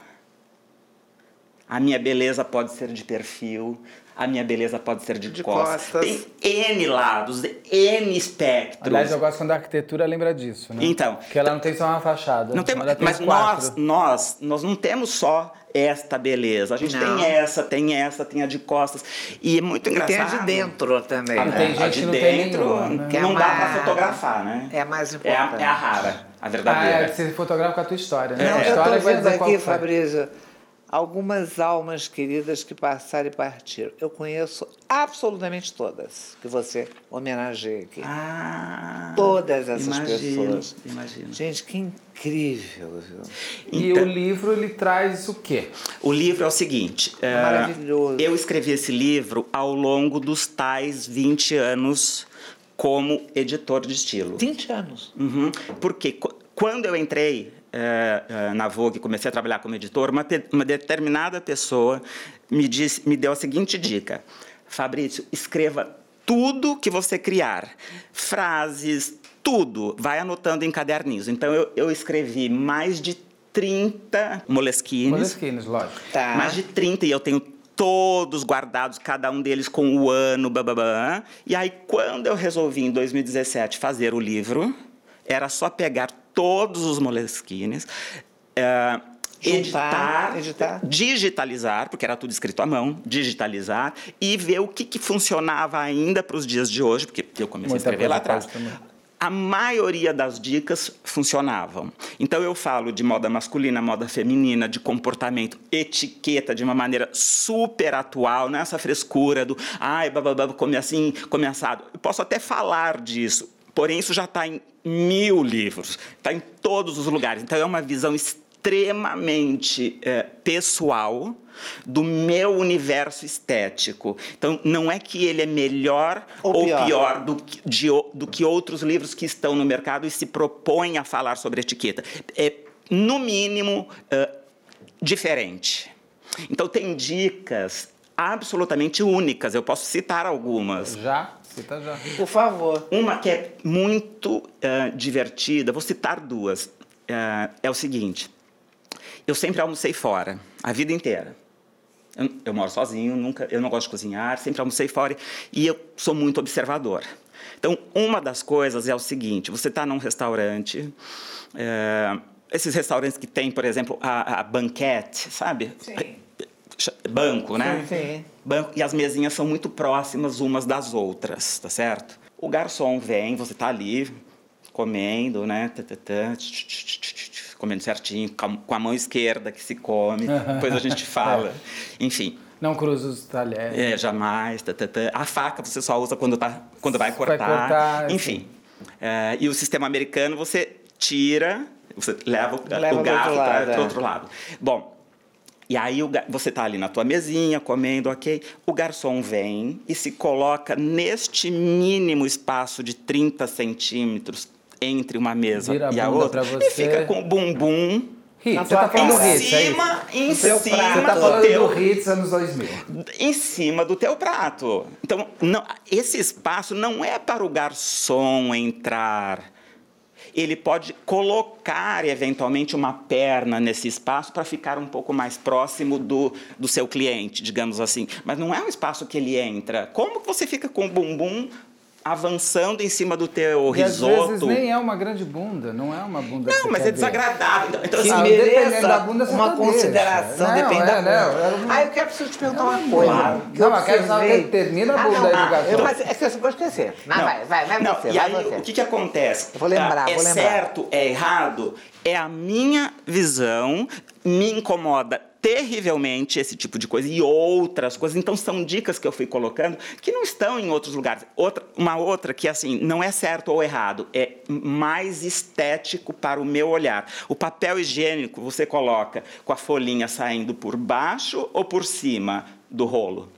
[SPEAKER 4] a minha beleza pode ser de perfil a minha beleza pode ser de,
[SPEAKER 3] De
[SPEAKER 4] costas.
[SPEAKER 3] costas.
[SPEAKER 4] tem n lados n espectros
[SPEAKER 2] Aliás, eu gosto quando a arquitetura lembra disso, né?
[SPEAKER 4] Então.
[SPEAKER 2] Porque ela não tem só uma fachada.
[SPEAKER 4] Não tem-
[SPEAKER 2] ela tem
[SPEAKER 4] mas
[SPEAKER 2] uns
[SPEAKER 4] nós,
[SPEAKER 2] quatro.
[SPEAKER 4] nós, nós não temos só esta beleza. A gente
[SPEAKER 3] Não.
[SPEAKER 4] tem essa, tem essa, tem a de costas. E é muito
[SPEAKER 3] E
[SPEAKER 4] engraçado.
[SPEAKER 3] tem a de dentro também.
[SPEAKER 2] Ah,
[SPEAKER 3] né?
[SPEAKER 2] tem gente
[SPEAKER 4] É, a de
[SPEAKER 2] que não tem
[SPEAKER 4] dentro
[SPEAKER 2] nenhuma, né?
[SPEAKER 3] Que é
[SPEAKER 4] não dá
[SPEAKER 3] uma-
[SPEAKER 4] pra fotografar, né?
[SPEAKER 3] É a mais
[SPEAKER 4] É a,
[SPEAKER 3] importante.
[SPEAKER 4] é a rara, a
[SPEAKER 2] Ah,
[SPEAKER 4] verdadeira.
[SPEAKER 2] é, que você fotografa com a tua história, né?
[SPEAKER 3] Não,
[SPEAKER 2] a
[SPEAKER 3] eu
[SPEAKER 2] história
[SPEAKER 3] estou
[SPEAKER 2] vai
[SPEAKER 3] vendo
[SPEAKER 2] dizer qual
[SPEAKER 3] aqui,
[SPEAKER 2] foi.
[SPEAKER 3] Fabrício, algumas almas queridas que passaram e partiram. Eu conheço absolutamente todas que você homenageia
[SPEAKER 2] é.
[SPEAKER 3] aqui.
[SPEAKER 4] Ah,
[SPEAKER 3] Todas essas
[SPEAKER 4] imagino,
[SPEAKER 3] pessoas.
[SPEAKER 4] Imagino.
[SPEAKER 3] Gente, que incrível, viu?
[SPEAKER 2] E
[SPEAKER 4] Então-
[SPEAKER 2] o livro, ele traz o quê?
[SPEAKER 4] O livro é o seguinte. é,
[SPEAKER 3] Maravilhoso.
[SPEAKER 4] Eu escrevi esse livro ao longo dos tais 20 anos como editor de estilo.
[SPEAKER 3] 20 anos.
[SPEAKER 4] Uhum. Porque qu- quando eu entrei eh, eh, na Vogue e comecei a trabalhar como editor, uma, pe- uma determinada pessoa me, disse, me deu a seguinte dica: Fabrício, escreva tudo que você criar, frases, tudo, vai anotando em caderninhos. Então eu, eu escrevi mais de 30 moleskines,
[SPEAKER 2] Moleskines, lógico.
[SPEAKER 3] Tá.
[SPEAKER 4] mais de 30 e eu tenho todos guardados, cada um deles com o ano, bababá. E aí, quando eu resolvi, em 2017, fazer o livro, era só pegar todos os moleskines, eh,
[SPEAKER 3] Juntar,
[SPEAKER 4] editar,
[SPEAKER 3] editar.
[SPEAKER 4] digitalizar, porque era tudo escrito à mão, digitalizar, e ver o que, que funcionava ainda para os dias de hoje, porque eu comecei
[SPEAKER 2] Muita
[SPEAKER 4] a escrever lá
[SPEAKER 2] coisa
[SPEAKER 4] atrás.
[SPEAKER 2] passa, né?
[SPEAKER 4] A maioria das dicas funcionavam. Então eu falo de moda masculina, moda feminina, de comportamento, etiqueta de uma maneira super atual, não é essa frescura do ai, bababá, come assim, come assado. Eu posso até falar disso, porém isso já está em mil livros, está em todos os lugares. Então é uma visão extremamente eh, pessoal do meu universo estético. Então não é que ele é melhor
[SPEAKER 3] Ou
[SPEAKER 4] ou
[SPEAKER 3] pior.
[SPEAKER 4] pior maior do que, de o- do que outros livros que estão no mercado e se propõem a falar sobre etiqueta. É, no mínimo, ãh, diferente. Então, tem dicas absolutamente únicas, eu posso citar algumas.
[SPEAKER 2] Já? Cita já.
[SPEAKER 3] Por favor.
[SPEAKER 4] Uma que é muito eh, divertida, vou citar duas. Eh, é o seguinte: eu sempre almocei fora, a vida inteira. Eu, eu moro sozinho, nunca, eu não gosto de cozinhar, sempre almocei fora e eu sou muito observador. Então, uma das coisas é o seguinte: você está num restaurante, eh, esses restaurantes que tem, por exemplo, a, a banquete, sabe?
[SPEAKER 3] Sim.
[SPEAKER 4] Banco, né?
[SPEAKER 3] Sim, sim.
[SPEAKER 4] Banco, e as mesinhas são muito próximas umas das outras, tá certo? O garçom vem, você tá ali comendo, né? tã, tã, tã, tch, tch, tch, tch, tch, tch, comendo certinho, com a- com a mão esquerda que se come, depois a gente fala. Enfim,
[SPEAKER 2] Não cruza os talheres.
[SPEAKER 4] é, jamais. tã, tã, tã. A faca você só usa quando, tá, quando vai
[SPEAKER 2] Vai
[SPEAKER 4] cortar.
[SPEAKER 2] cortar,
[SPEAKER 4] Enfim. É, e o sistema americano você tira, você leva, o-
[SPEAKER 3] Leva pro
[SPEAKER 4] o garfo
[SPEAKER 3] outro
[SPEAKER 4] para
[SPEAKER 3] lado, é.
[SPEAKER 4] o outro lado. Bom, e aí o ga- você tá ali na tua mesinha, comendo, ok? O garçom vem e se coloca neste mínimo espaço de 30 centímetros entre uma mesa
[SPEAKER 2] Vira a
[SPEAKER 4] e a
[SPEAKER 2] bunda
[SPEAKER 4] outra.
[SPEAKER 2] pra você.
[SPEAKER 4] E fica com o bumbum
[SPEAKER 2] Hit,
[SPEAKER 3] Na
[SPEAKER 2] você
[SPEAKER 3] tua
[SPEAKER 2] tá falando do
[SPEAKER 3] cara.
[SPEAKER 4] em
[SPEAKER 2] Hits, é isso?
[SPEAKER 4] cima, em
[SPEAKER 3] teu
[SPEAKER 4] cima
[SPEAKER 3] prato.
[SPEAKER 2] Você tá
[SPEAKER 4] do
[SPEAKER 2] falando
[SPEAKER 4] teu
[SPEAKER 2] do Hits anos 2000.
[SPEAKER 4] em cima do teu prato. Então, não- esse espaço não é para o garçom entrar. Ele pode colocar eventualmente uma perna nesse espaço para ficar um pouco mais próximo do, do seu cliente, digamos assim. Mas não é um espaço que ele entra. Como que você fica com o bumbum avançando em cima do teu
[SPEAKER 2] E às
[SPEAKER 4] risoto?
[SPEAKER 2] vezes nem é uma grande bunda, não é uma bunda que
[SPEAKER 4] Não,
[SPEAKER 2] você
[SPEAKER 4] mas
[SPEAKER 2] quer ver.
[SPEAKER 4] é desagradável. Então, então,
[SPEAKER 3] Que
[SPEAKER 4] assim,
[SPEAKER 2] Ah,
[SPEAKER 3] mereça
[SPEAKER 2] dependendo da bunda, você
[SPEAKER 3] uma
[SPEAKER 2] tá deixa.
[SPEAKER 3] consideração,
[SPEAKER 2] Não,
[SPEAKER 3] depende
[SPEAKER 2] é,
[SPEAKER 3] da bunda.
[SPEAKER 2] não, eu não-
[SPEAKER 3] Ah, eu quero preciso te perguntar uma coisa.
[SPEAKER 4] Claro.
[SPEAKER 3] eu
[SPEAKER 2] Não, mas quero saber
[SPEAKER 3] observei.
[SPEAKER 2] que termina a
[SPEAKER 3] Ah,
[SPEAKER 2] bunda
[SPEAKER 3] não,
[SPEAKER 2] aí do
[SPEAKER 3] ah,
[SPEAKER 2] garçom.
[SPEAKER 3] eu- Mas é que eu vou esquecer. Mas
[SPEAKER 4] Não,
[SPEAKER 3] vai, vai, vai
[SPEAKER 4] não,
[SPEAKER 3] você,
[SPEAKER 4] E
[SPEAKER 3] vai
[SPEAKER 4] aí,
[SPEAKER 3] você.
[SPEAKER 4] o que, que acontece?
[SPEAKER 3] Eu vou lembrar,
[SPEAKER 4] Ah, é
[SPEAKER 3] vou lembrar.
[SPEAKER 4] certo, é errado, é a minha visão, me incomoda terrivelmente esse tipo de coisa e outras coisas. Então são dicas que eu fui colocando que não estão em outros lugares. Outra, uma outra que assim não é certo ou errado, é mais estético para o meu olhar. O papel higiênico você coloca com a folhinha saindo por baixo ou por cima do rolo.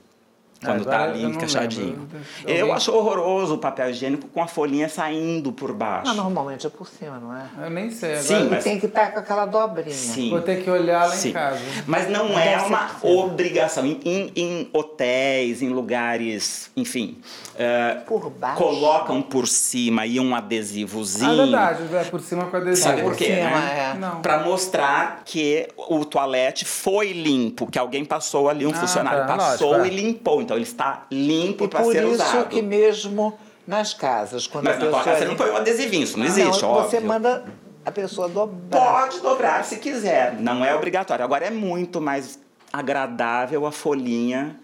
[SPEAKER 4] Quando está
[SPEAKER 2] Agora
[SPEAKER 4] ali
[SPEAKER 2] eu não
[SPEAKER 4] encaixadinho.
[SPEAKER 2] lembro.
[SPEAKER 4] Eu,
[SPEAKER 2] Alguém-
[SPEAKER 4] acho horroroso o papel higiênico com a folhinha saindo por baixo.
[SPEAKER 3] Ah,
[SPEAKER 5] Não, normalmente é por cima, não é?
[SPEAKER 2] Eu nem sei. Agora
[SPEAKER 4] Sim,
[SPEAKER 5] E
[SPEAKER 4] mas-
[SPEAKER 5] tem que
[SPEAKER 3] tá
[SPEAKER 5] estar com aquela dobrinha.
[SPEAKER 4] Sim.
[SPEAKER 2] Vou ter que olhar lá
[SPEAKER 4] Sim.
[SPEAKER 2] em casa.
[SPEAKER 4] Mas não
[SPEAKER 5] Deve
[SPEAKER 4] é
[SPEAKER 5] ser
[SPEAKER 4] uma
[SPEAKER 5] possível.
[SPEAKER 4] obrigação. Em, em- em hotéis, em lugares, enfim. eh,
[SPEAKER 5] Por baixo.
[SPEAKER 4] colocam por cima e um adesivozinho.
[SPEAKER 2] Ah, verdade, é por cima com adesivo.
[SPEAKER 4] Sabe por
[SPEAKER 5] Por
[SPEAKER 4] quê?
[SPEAKER 5] cima,
[SPEAKER 4] né?
[SPEAKER 5] é.
[SPEAKER 2] Não.
[SPEAKER 4] Pra mostrar que o toalete foi limpo, que alguém passou ali, um funcionário
[SPEAKER 2] tá,
[SPEAKER 4] passou
[SPEAKER 2] lógico, é.
[SPEAKER 4] e limpou. Então ele está limpo
[SPEAKER 5] E
[SPEAKER 4] para
[SPEAKER 5] por
[SPEAKER 4] ser
[SPEAKER 5] isso
[SPEAKER 4] usado.
[SPEAKER 5] que mesmo nas casas, quando
[SPEAKER 4] Mas
[SPEAKER 5] a
[SPEAKER 4] na
[SPEAKER 5] pessoa...
[SPEAKER 4] tua casa você não põe um adesivinho,
[SPEAKER 3] Ah,
[SPEAKER 4] isso não existe,
[SPEAKER 5] Ah, Não,
[SPEAKER 4] óbvio.
[SPEAKER 5] você manda a pessoa dobrar.
[SPEAKER 4] Pode dobrar se quiser, não é obrigatório. Agora é muito mais agradável a folhinha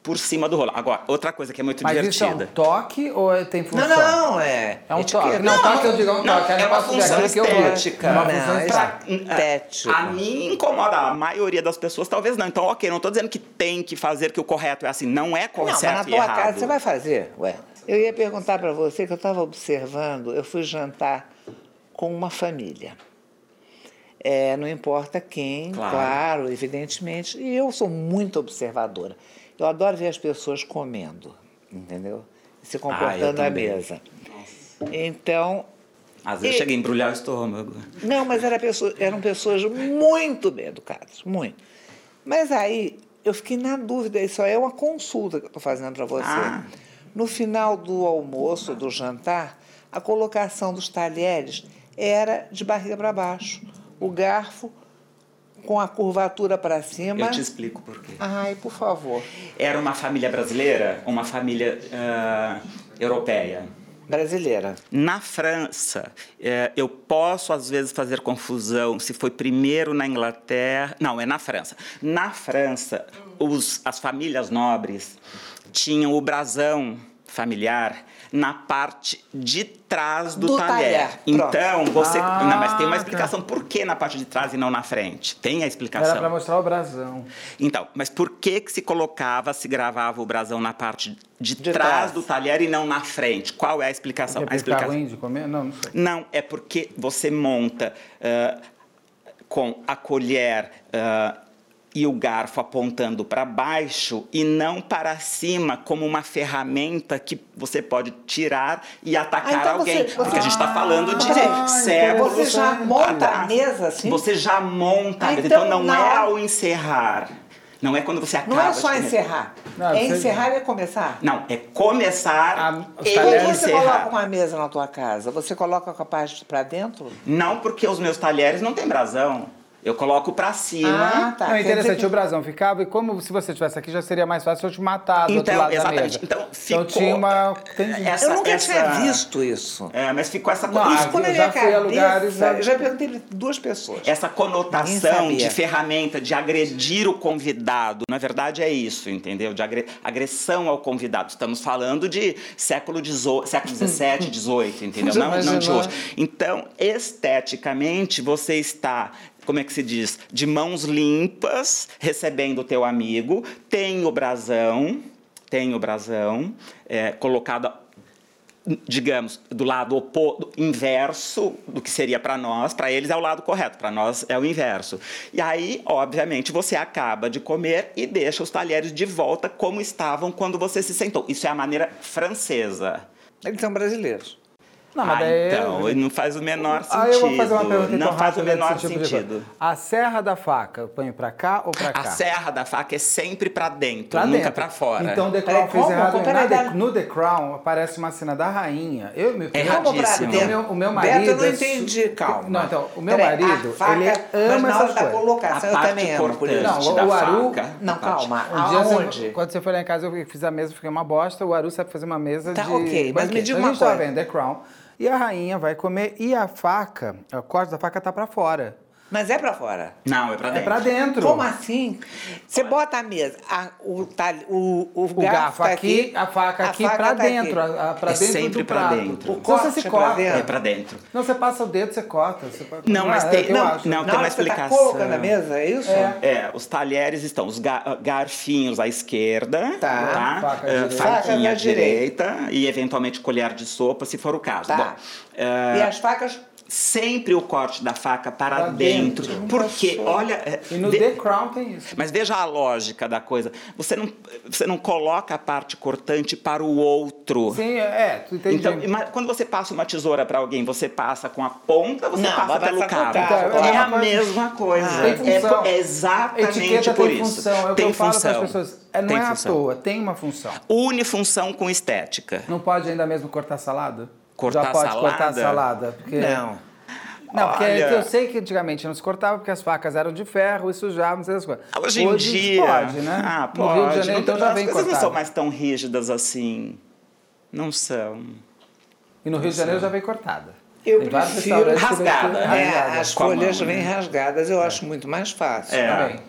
[SPEAKER 4] por cima do rolo. Agora, outra coisa que é muito
[SPEAKER 2] Mas isso é
[SPEAKER 4] divertida.
[SPEAKER 2] um toque ou é- tem função?
[SPEAKER 5] Não, não, é.
[SPEAKER 2] É um
[SPEAKER 5] etiqueta.
[SPEAKER 2] toque. Não, toque eu digo é um
[SPEAKER 4] tipo Não,
[SPEAKER 2] toque. aí
[SPEAKER 4] é
[SPEAKER 2] eu
[SPEAKER 4] uma
[SPEAKER 2] posso dizer
[SPEAKER 4] função
[SPEAKER 2] aquilo que eu gosto.
[SPEAKER 4] estética. né? tá,
[SPEAKER 2] É uma
[SPEAKER 5] Não,
[SPEAKER 2] função
[SPEAKER 5] é
[SPEAKER 2] estética.
[SPEAKER 5] Estética.
[SPEAKER 4] A mim incomoda, a maioria das pessoas talvez não. Então, ok, não tô dizendo que tem que fazer, que o correto é assim. Não é
[SPEAKER 5] Não, mas
[SPEAKER 4] correto
[SPEAKER 5] na
[SPEAKER 4] e
[SPEAKER 5] tua
[SPEAKER 4] errado.
[SPEAKER 5] casa você vai fazer, ué.
[SPEAKER 3] Eu ia perguntar para você que eu estava observando, eu fui jantar com uma família. É, não importa quem,
[SPEAKER 4] Claro.
[SPEAKER 3] claro. evidentemente. E eu sou muito observadora. Eu adoro ver as pessoas comendo, entendeu? Se comportando à
[SPEAKER 4] Ah, também.
[SPEAKER 3] mesa. Então,
[SPEAKER 4] Às vezes
[SPEAKER 3] E-
[SPEAKER 4] chega a embrulhar o estômago.
[SPEAKER 3] não, mas era pessoa- eram pessoas muito bem educadas, muito. Mas aí eu fiquei na dúvida, isso aí é uma consulta que eu estou fazendo para você.
[SPEAKER 4] Ah.
[SPEAKER 3] No final do almoço, do jantar, a colocação dos talheres era de barriga para baixo. O garfo com a curvatura para cima.
[SPEAKER 4] Eu te explico por quê.
[SPEAKER 3] Ai, por favor.
[SPEAKER 4] Era uma família brasileira, uma família ah, europeia.
[SPEAKER 3] Brasileira.
[SPEAKER 4] Na França, eh, eu posso às vezes fazer confusão se foi primeiro na Inglaterra. Não, é na França. Na França, os- as famílias nobres tinham o brasão familiar na parte de trás do,
[SPEAKER 3] Do talher,
[SPEAKER 4] talher.
[SPEAKER 3] pronto.
[SPEAKER 4] Então, você.
[SPEAKER 2] Ah,
[SPEAKER 4] não, mas tem uma
[SPEAKER 2] tá.
[SPEAKER 4] explicação. Por que na parte de trás e não na frente? Tem a explicação.
[SPEAKER 2] Era pra mostrar o brasão.
[SPEAKER 4] Então, mas por que que se colocava, se gravava o brasão na parte de,
[SPEAKER 3] De
[SPEAKER 4] trás,
[SPEAKER 3] trás.
[SPEAKER 4] do talher e não na frente? Qual é a explicação?
[SPEAKER 2] Porque
[SPEAKER 4] a
[SPEAKER 2] ficar
[SPEAKER 4] explicação
[SPEAKER 2] ruim de comer? Não, não sei.
[SPEAKER 4] não, é porque você monta ah, com a colher ah, e o garfo apontando para baixo e não para cima, como uma ferramenta que você pode tirar e atacar
[SPEAKER 3] então você-
[SPEAKER 4] alguém.
[SPEAKER 3] você-
[SPEAKER 4] Porque a gente está falando de
[SPEAKER 3] Ah,
[SPEAKER 4] séculos.
[SPEAKER 3] Você já monta a
[SPEAKER 4] atrás.
[SPEAKER 3] mesa assim?
[SPEAKER 4] Você já monta. a
[SPEAKER 3] Ah,
[SPEAKER 4] mesa. então,
[SPEAKER 3] então
[SPEAKER 4] não,
[SPEAKER 3] não.
[SPEAKER 4] é ao encerrar. Não é quando você acaba.
[SPEAKER 3] Não é
[SPEAKER 4] de
[SPEAKER 3] só
[SPEAKER 4] comer.
[SPEAKER 3] encerrar.
[SPEAKER 2] Não,
[SPEAKER 3] é
[SPEAKER 2] você-
[SPEAKER 3] encerrar e é começar.
[SPEAKER 4] Não, é começar
[SPEAKER 2] Ah, os
[SPEAKER 4] e
[SPEAKER 2] talheres.
[SPEAKER 3] Ou você coloca
[SPEAKER 4] encerrar.
[SPEAKER 3] uma mesa na tua casa, você coloca com a parte para dentro?
[SPEAKER 4] Não porque os meus talheres não têm brasão. Eu coloco pra cima.
[SPEAKER 3] Ah, tá.
[SPEAKER 2] não, é
[SPEAKER 3] Quer dizer
[SPEAKER 2] interessante,
[SPEAKER 3] que-
[SPEAKER 2] o brasão ficava, e como se você estivesse aqui, já seria mais fácil eu te matar do outro
[SPEAKER 4] Então,
[SPEAKER 2] lado da
[SPEAKER 4] exatamente.
[SPEAKER 2] mesa.
[SPEAKER 4] Então,
[SPEAKER 2] então
[SPEAKER 4] ficou- é assim
[SPEAKER 2] tinha uma... Entendi.
[SPEAKER 4] Essa-
[SPEAKER 3] eu nunca
[SPEAKER 4] essa-
[SPEAKER 3] tinha visto isso.
[SPEAKER 4] É, mas ficou essa
[SPEAKER 2] Não,
[SPEAKER 4] conotação.
[SPEAKER 2] a- eu já fui a lugares, né?
[SPEAKER 3] Eu já perguntei pra duas pessoas.
[SPEAKER 4] essa conotação
[SPEAKER 3] Ninguém
[SPEAKER 4] de
[SPEAKER 3] sabia.
[SPEAKER 4] ferramenta, de agredir o convidado. Na verdade, é isso, entendeu? De agre- agressão ao convidado. Estamos falando de século XVII, século XVII, XVIII, entendeu?
[SPEAKER 2] Já
[SPEAKER 4] Não, não de
[SPEAKER 2] imaginou?
[SPEAKER 4] hoje. Então, esteticamente, você está. Como é que se diz? De mãos limpas, recebendo o teu amigo, tem o brasão, tem o brasão, é, colocado digamos, do lado opo- do inverso do que seria para nós, para eles é o lado correto, para nós é o inverso. E aí, obviamente, você acaba de comer e deixa os talheres de volta como estavam quando você se sentou. Isso é a maneira francesa.
[SPEAKER 3] Eles são brasileiros.
[SPEAKER 2] Não, mas
[SPEAKER 4] ah,
[SPEAKER 2] daí-
[SPEAKER 4] então, não faz o menor sentido.
[SPEAKER 2] Ah, eu vou fazer uma pergunta então,
[SPEAKER 4] não faz o
[SPEAKER 2] rápida desse
[SPEAKER 4] menor
[SPEAKER 2] tipo de
[SPEAKER 4] sentido.
[SPEAKER 2] coisa. A serra da faca, eu ponho pra cá ou pra cá?
[SPEAKER 4] A serra da faca é sempre para dentro,
[SPEAKER 2] Pra
[SPEAKER 4] nunca
[SPEAKER 2] dentro.
[SPEAKER 4] para fora. É
[SPEAKER 2] Então The
[SPEAKER 3] Peraí,
[SPEAKER 2] Crown fez
[SPEAKER 3] como?
[SPEAKER 2] errado.
[SPEAKER 3] Como? Peraí,
[SPEAKER 2] Na The-
[SPEAKER 3] dá-
[SPEAKER 2] no The Crown aparece uma cena da rainha. Eu me
[SPEAKER 4] Erradíssimo.
[SPEAKER 2] Como pra dentro? É O meu, o meu marido.
[SPEAKER 3] Beto, eu não
[SPEAKER 2] é su-
[SPEAKER 3] entendi, calma.
[SPEAKER 2] Não, então, o meu
[SPEAKER 3] Peraí, a
[SPEAKER 2] marido,
[SPEAKER 3] faca,
[SPEAKER 2] ele
[SPEAKER 3] mas
[SPEAKER 2] ama
[SPEAKER 3] na hora
[SPEAKER 2] essas
[SPEAKER 3] da
[SPEAKER 2] coisas.
[SPEAKER 3] colocação,
[SPEAKER 4] A
[SPEAKER 3] Então, eu
[SPEAKER 4] parte
[SPEAKER 3] também amo, por
[SPEAKER 4] cortante.
[SPEAKER 3] isso.
[SPEAKER 2] Não,
[SPEAKER 4] da
[SPEAKER 2] o Aru.
[SPEAKER 4] faca.
[SPEAKER 3] Não, calma.
[SPEAKER 2] Um dia você-
[SPEAKER 3] Aonde?
[SPEAKER 2] quando você foi lá em casa, eu fiz a mesa, fiquei uma bosta. O Aru sabe fazer uma mesa
[SPEAKER 3] Tá,
[SPEAKER 2] de.
[SPEAKER 3] ok, mas me
[SPEAKER 2] banquete.
[SPEAKER 3] diga
[SPEAKER 2] Então,
[SPEAKER 3] uma
[SPEAKER 2] a gente tá
[SPEAKER 3] coisa.
[SPEAKER 2] vendo The Crown. E a rainha vai comer e a faca, a corda da faca tá pra fora.
[SPEAKER 3] Mas é pra fora.
[SPEAKER 4] Não, é pra
[SPEAKER 2] É
[SPEAKER 4] dentro.
[SPEAKER 2] pra dentro.
[SPEAKER 3] Como assim? Você bota a mesa, a- o, talhe- o, o
[SPEAKER 2] O garfo
[SPEAKER 3] tá
[SPEAKER 2] aqui, a faca
[SPEAKER 3] a
[SPEAKER 2] aqui,
[SPEAKER 3] faca
[SPEAKER 2] pra
[SPEAKER 3] tá
[SPEAKER 2] dentro.
[SPEAKER 3] aqui.
[SPEAKER 2] a- a- pra
[SPEAKER 4] É
[SPEAKER 2] dentro
[SPEAKER 4] sempre
[SPEAKER 2] do
[SPEAKER 4] pra
[SPEAKER 2] prato.
[SPEAKER 4] dentro.
[SPEAKER 2] Então você
[SPEAKER 3] corte
[SPEAKER 2] se
[SPEAKER 3] é
[SPEAKER 2] corta.
[SPEAKER 3] pra dentro.
[SPEAKER 4] É pra dentro.
[SPEAKER 2] Não, você passa o dedo, você corta. você corta.
[SPEAKER 4] Não, mas tem-
[SPEAKER 2] eu
[SPEAKER 4] não,
[SPEAKER 2] acho.
[SPEAKER 4] não.
[SPEAKER 3] Na
[SPEAKER 4] tem
[SPEAKER 3] hora
[SPEAKER 4] uma
[SPEAKER 3] que você tá
[SPEAKER 4] explicação.
[SPEAKER 3] colocando a mesa, é isso?
[SPEAKER 4] É, os talheres estão, os ga- ah, garfinhos à esquerda,
[SPEAKER 3] Tá.
[SPEAKER 2] Faca à
[SPEAKER 4] Eh,
[SPEAKER 2] direita.
[SPEAKER 3] Faca
[SPEAKER 4] faquinha
[SPEAKER 3] na
[SPEAKER 4] à direita e eventualmente colher de sopa, se for o caso.
[SPEAKER 3] Tá.
[SPEAKER 4] Bom, eh,
[SPEAKER 3] E as facas
[SPEAKER 4] sempre o corte da faca para
[SPEAKER 2] Pra
[SPEAKER 4] dentro,
[SPEAKER 2] dentro.
[SPEAKER 4] porque olha, eh,
[SPEAKER 2] E no
[SPEAKER 4] de-
[SPEAKER 2] The Crown tem isso.
[SPEAKER 4] mas veja a lógica da coisa. Você não, você não coloca a parte cortante para o outro.
[SPEAKER 2] Sim, é, tu entendi.
[SPEAKER 4] Então, ima- quando você passa uma tesoura para alguém, você passa com a ponta, você
[SPEAKER 3] Não,
[SPEAKER 4] passa
[SPEAKER 3] mas vai
[SPEAKER 4] pelo
[SPEAKER 3] passar com
[SPEAKER 4] cabo.
[SPEAKER 3] o cabo,
[SPEAKER 4] é a
[SPEAKER 2] claro.
[SPEAKER 4] mesma coisa.
[SPEAKER 2] Tem
[SPEAKER 4] é,
[SPEAKER 2] função.
[SPEAKER 4] po- é exatamente
[SPEAKER 2] Etiqueta
[SPEAKER 4] por
[SPEAKER 2] tem
[SPEAKER 4] isso.
[SPEAKER 2] função. É o que
[SPEAKER 4] tem
[SPEAKER 2] eu falo para
[SPEAKER 4] função.
[SPEAKER 2] as pessoas. É, não
[SPEAKER 4] tem
[SPEAKER 2] é
[SPEAKER 4] função.
[SPEAKER 2] à toa, tem uma função.
[SPEAKER 4] Une função com estética.
[SPEAKER 2] Não pode ainda mesmo cortar salada?
[SPEAKER 4] Cortar
[SPEAKER 2] Já pode
[SPEAKER 4] salada?
[SPEAKER 2] cortar salada. Porque...
[SPEAKER 3] Não.
[SPEAKER 2] É. Não, porque
[SPEAKER 4] Olha.
[SPEAKER 2] eu sei que antigamente não se cortava porque as facas eram de ferro e sujavam, não sei das coisas.
[SPEAKER 4] Hoje em dia.
[SPEAKER 2] Pode, né?
[SPEAKER 4] Ah,
[SPEAKER 2] No
[SPEAKER 4] pode.
[SPEAKER 2] Rio de Janeiro,
[SPEAKER 4] Não-
[SPEAKER 2] então já
[SPEAKER 4] as
[SPEAKER 2] vem
[SPEAKER 4] coisas
[SPEAKER 2] cortado.
[SPEAKER 4] não são mais tão rígidas assim. Não são.
[SPEAKER 2] E no Rio de Janeiro já vem cortada.
[SPEAKER 3] Eu
[SPEAKER 2] Tem vários
[SPEAKER 3] prefiro
[SPEAKER 2] restaurantes que vem
[SPEAKER 4] rasgada,
[SPEAKER 2] cortada.
[SPEAKER 4] né?
[SPEAKER 3] É,
[SPEAKER 4] Rasgada.
[SPEAKER 3] as
[SPEAKER 4] Com a
[SPEAKER 3] folhas
[SPEAKER 4] mão, né?
[SPEAKER 3] vêm rasgadas, eu acho muito mais fácil.
[SPEAKER 4] É.
[SPEAKER 2] Ah, Também.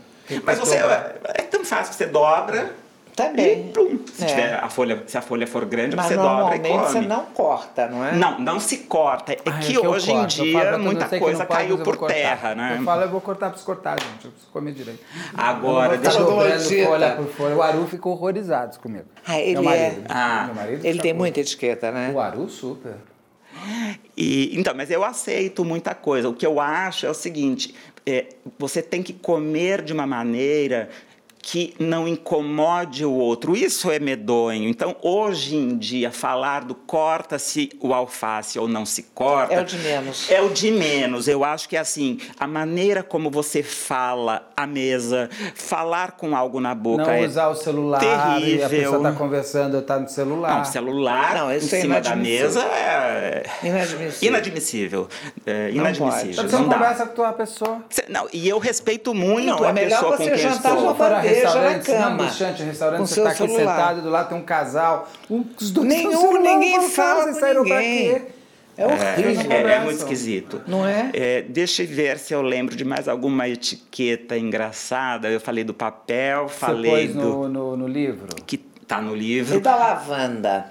[SPEAKER 4] Mas você é, é tão fácil que você dobra
[SPEAKER 3] Também.
[SPEAKER 4] e plum. Se,
[SPEAKER 3] É.
[SPEAKER 4] tiver a folha, se a folha for grande,
[SPEAKER 3] Mas
[SPEAKER 4] você dobra e
[SPEAKER 3] normalmente
[SPEAKER 4] come.
[SPEAKER 3] você não corta, não é?
[SPEAKER 4] Não, não se corta. É
[SPEAKER 2] Ai,
[SPEAKER 4] que
[SPEAKER 2] Ah, eu
[SPEAKER 4] hoje em
[SPEAKER 2] corto. um Eu falo pra todo
[SPEAKER 4] dia
[SPEAKER 2] mundo, eu
[SPEAKER 4] muita
[SPEAKER 2] sei que
[SPEAKER 4] coisa
[SPEAKER 2] não pode,
[SPEAKER 4] caiu
[SPEAKER 2] mas eu vou
[SPEAKER 4] por
[SPEAKER 2] cortar.
[SPEAKER 4] terra, né?
[SPEAKER 2] Eu falo, eu vou cortar, preciso cortar, gente. Eu preciso comer direito.
[SPEAKER 4] Agora,
[SPEAKER 2] Tá
[SPEAKER 4] deixa eu. um
[SPEAKER 2] dobrando
[SPEAKER 3] Dita.
[SPEAKER 2] folha por folha. O Aru ficou horrorizado comigo.
[SPEAKER 3] Ah, ele
[SPEAKER 2] Meu marido.
[SPEAKER 3] é-
[SPEAKER 4] Ah.
[SPEAKER 2] Meu marido
[SPEAKER 3] Ele tem
[SPEAKER 2] ficou-
[SPEAKER 3] muita etiqueta, né?
[SPEAKER 2] O Aru, super.
[SPEAKER 4] E, então, mas eu aceito muita coisa. O que eu acho é o seguinte: é, você tem que comer de uma maneira que não incomode o outro. Isso é medonho. Então, hoje em dia, falar do corta-se o alface ou não se corta.
[SPEAKER 3] É o de menos.
[SPEAKER 4] É o de menos. Eu acho que é assim, a maneira como você fala à mesa, falar com algo na boca.
[SPEAKER 2] Não
[SPEAKER 4] é
[SPEAKER 2] usar o celular e a
[SPEAKER 4] terrível.
[SPEAKER 2] pessoa tá conversando, eu tá no celular.
[SPEAKER 4] Não, celular
[SPEAKER 3] Não,
[SPEAKER 4] em
[SPEAKER 3] isso é
[SPEAKER 4] cima da
[SPEAKER 3] inadmissível.
[SPEAKER 4] mesa é
[SPEAKER 3] Inadmissível.
[SPEAKER 4] inadmissível. É
[SPEAKER 2] Então
[SPEAKER 4] inadmissível.
[SPEAKER 2] você não,
[SPEAKER 4] dá.
[SPEAKER 2] conversa com a tua pessoa.
[SPEAKER 4] Cê- não, e eu respeito muito
[SPEAKER 3] Não, é
[SPEAKER 4] a
[SPEAKER 3] melhor
[SPEAKER 4] pessoa com
[SPEAKER 3] você
[SPEAKER 4] quem eu
[SPEAKER 3] jantar
[SPEAKER 4] estou.
[SPEAKER 3] só
[SPEAKER 2] Fora
[SPEAKER 3] pra- Bandeja
[SPEAKER 2] restaurante,
[SPEAKER 3] na
[SPEAKER 2] se não,
[SPEAKER 3] cama,
[SPEAKER 2] bichante, restaurante,
[SPEAKER 3] com
[SPEAKER 2] você
[SPEAKER 3] seu
[SPEAKER 2] tá aqui
[SPEAKER 3] celular.
[SPEAKER 2] sentado, do lado tem um casal. Um, os dois
[SPEAKER 3] Nenhum,
[SPEAKER 2] estão no celular,
[SPEAKER 3] ninguém
[SPEAKER 2] um
[SPEAKER 3] fala
[SPEAKER 2] vocês
[SPEAKER 3] com
[SPEAKER 2] saíram pra
[SPEAKER 3] ninguém.
[SPEAKER 2] quê?
[SPEAKER 3] É horrível.
[SPEAKER 2] não
[SPEAKER 4] É, é
[SPEAKER 2] conversam.
[SPEAKER 4] muito esquisito.
[SPEAKER 3] Não é?
[SPEAKER 4] deixa eu ver se eu lembro de mais alguma etiqueta engraçada. Eu falei do papel,
[SPEAKER 2] Você
[SPEAKER 4] falei
[SPEAKER 2] pôs
[SPEAKER 4] do
[SPEAKER 2] no, no, no livro.
[SPEAKER 4] que tá no
[SPEAKER 3] E
[SPEAKER 4] livro.
[SPEAKER 3] da lavanda?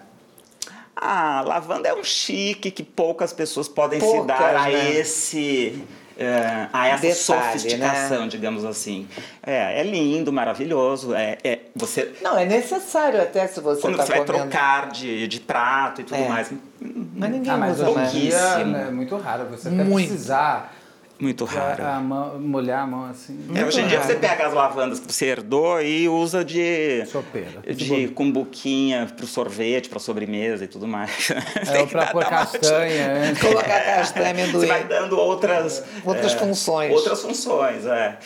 [SPEAKER 4] Ah, lavanda é um chique que poucas pessoas podem se
[SPEAKER 3] Poucas,
[SPEAKER 4] dar a
[SPEAKER 3] né?
[SPEAKER 4] esse. é, a essa
[SPEAKER 3] Detalhe,
[SPEAKER 4] sofisticação, digamos assim. É, é lindo, maravilhoso. É, é, você,
[SPEAKER 3] Não, é necessário até se você
[SPEAKER 4] quando
[SPEAKER 3] tá
[SPEAKER 4] você vai
[SPEAKER 3] comendo.
[SPEAKER 4] trocar de, de prato e tudo
[SPEAKER 3] É.
[SPEAKER 4] mais.
[SPEAKER 3] Mas ninguém
[SPEAKER 2] Ah, mas
[SPEAKER 3] usa
[SPEAKER 2] hoje em
[SPEAKER 3] mais.
[SPEAKER 2] dia
[SPEAKER 4] Pouquíssimo.
[SPEAKER 2] né, é muito raro você até
[SPEAKER 3] Muito.
[SPEAKER 2] precisar
[SPEAKER 4] Muito raro.
[SPEAKER 2] a, a mão, molhar a mão assim.
[SPEAKER 4] É, hoje em dia
[SPEAKER 3] raro.
[SPEAKER 4] você pega as lavandas que você herdou e usa de.
[SPEAKER 2] Sopeira.
[SPEAKER 4] De cumbuquinha pro sorvete, pra sobremesa e tudo mais.
[SPEAKER 2] É, ou pra pôr castanha. né?
[SPEAKER 3] Colocar castanha,
[SPEAKER 4] Você
[SPEAKER 3] amendoim. É.
[SPEAKER 4] vai dando outras. é,
[SPEAKER 3] Outras funções.
[SPEAKER 4] Outras funções, é.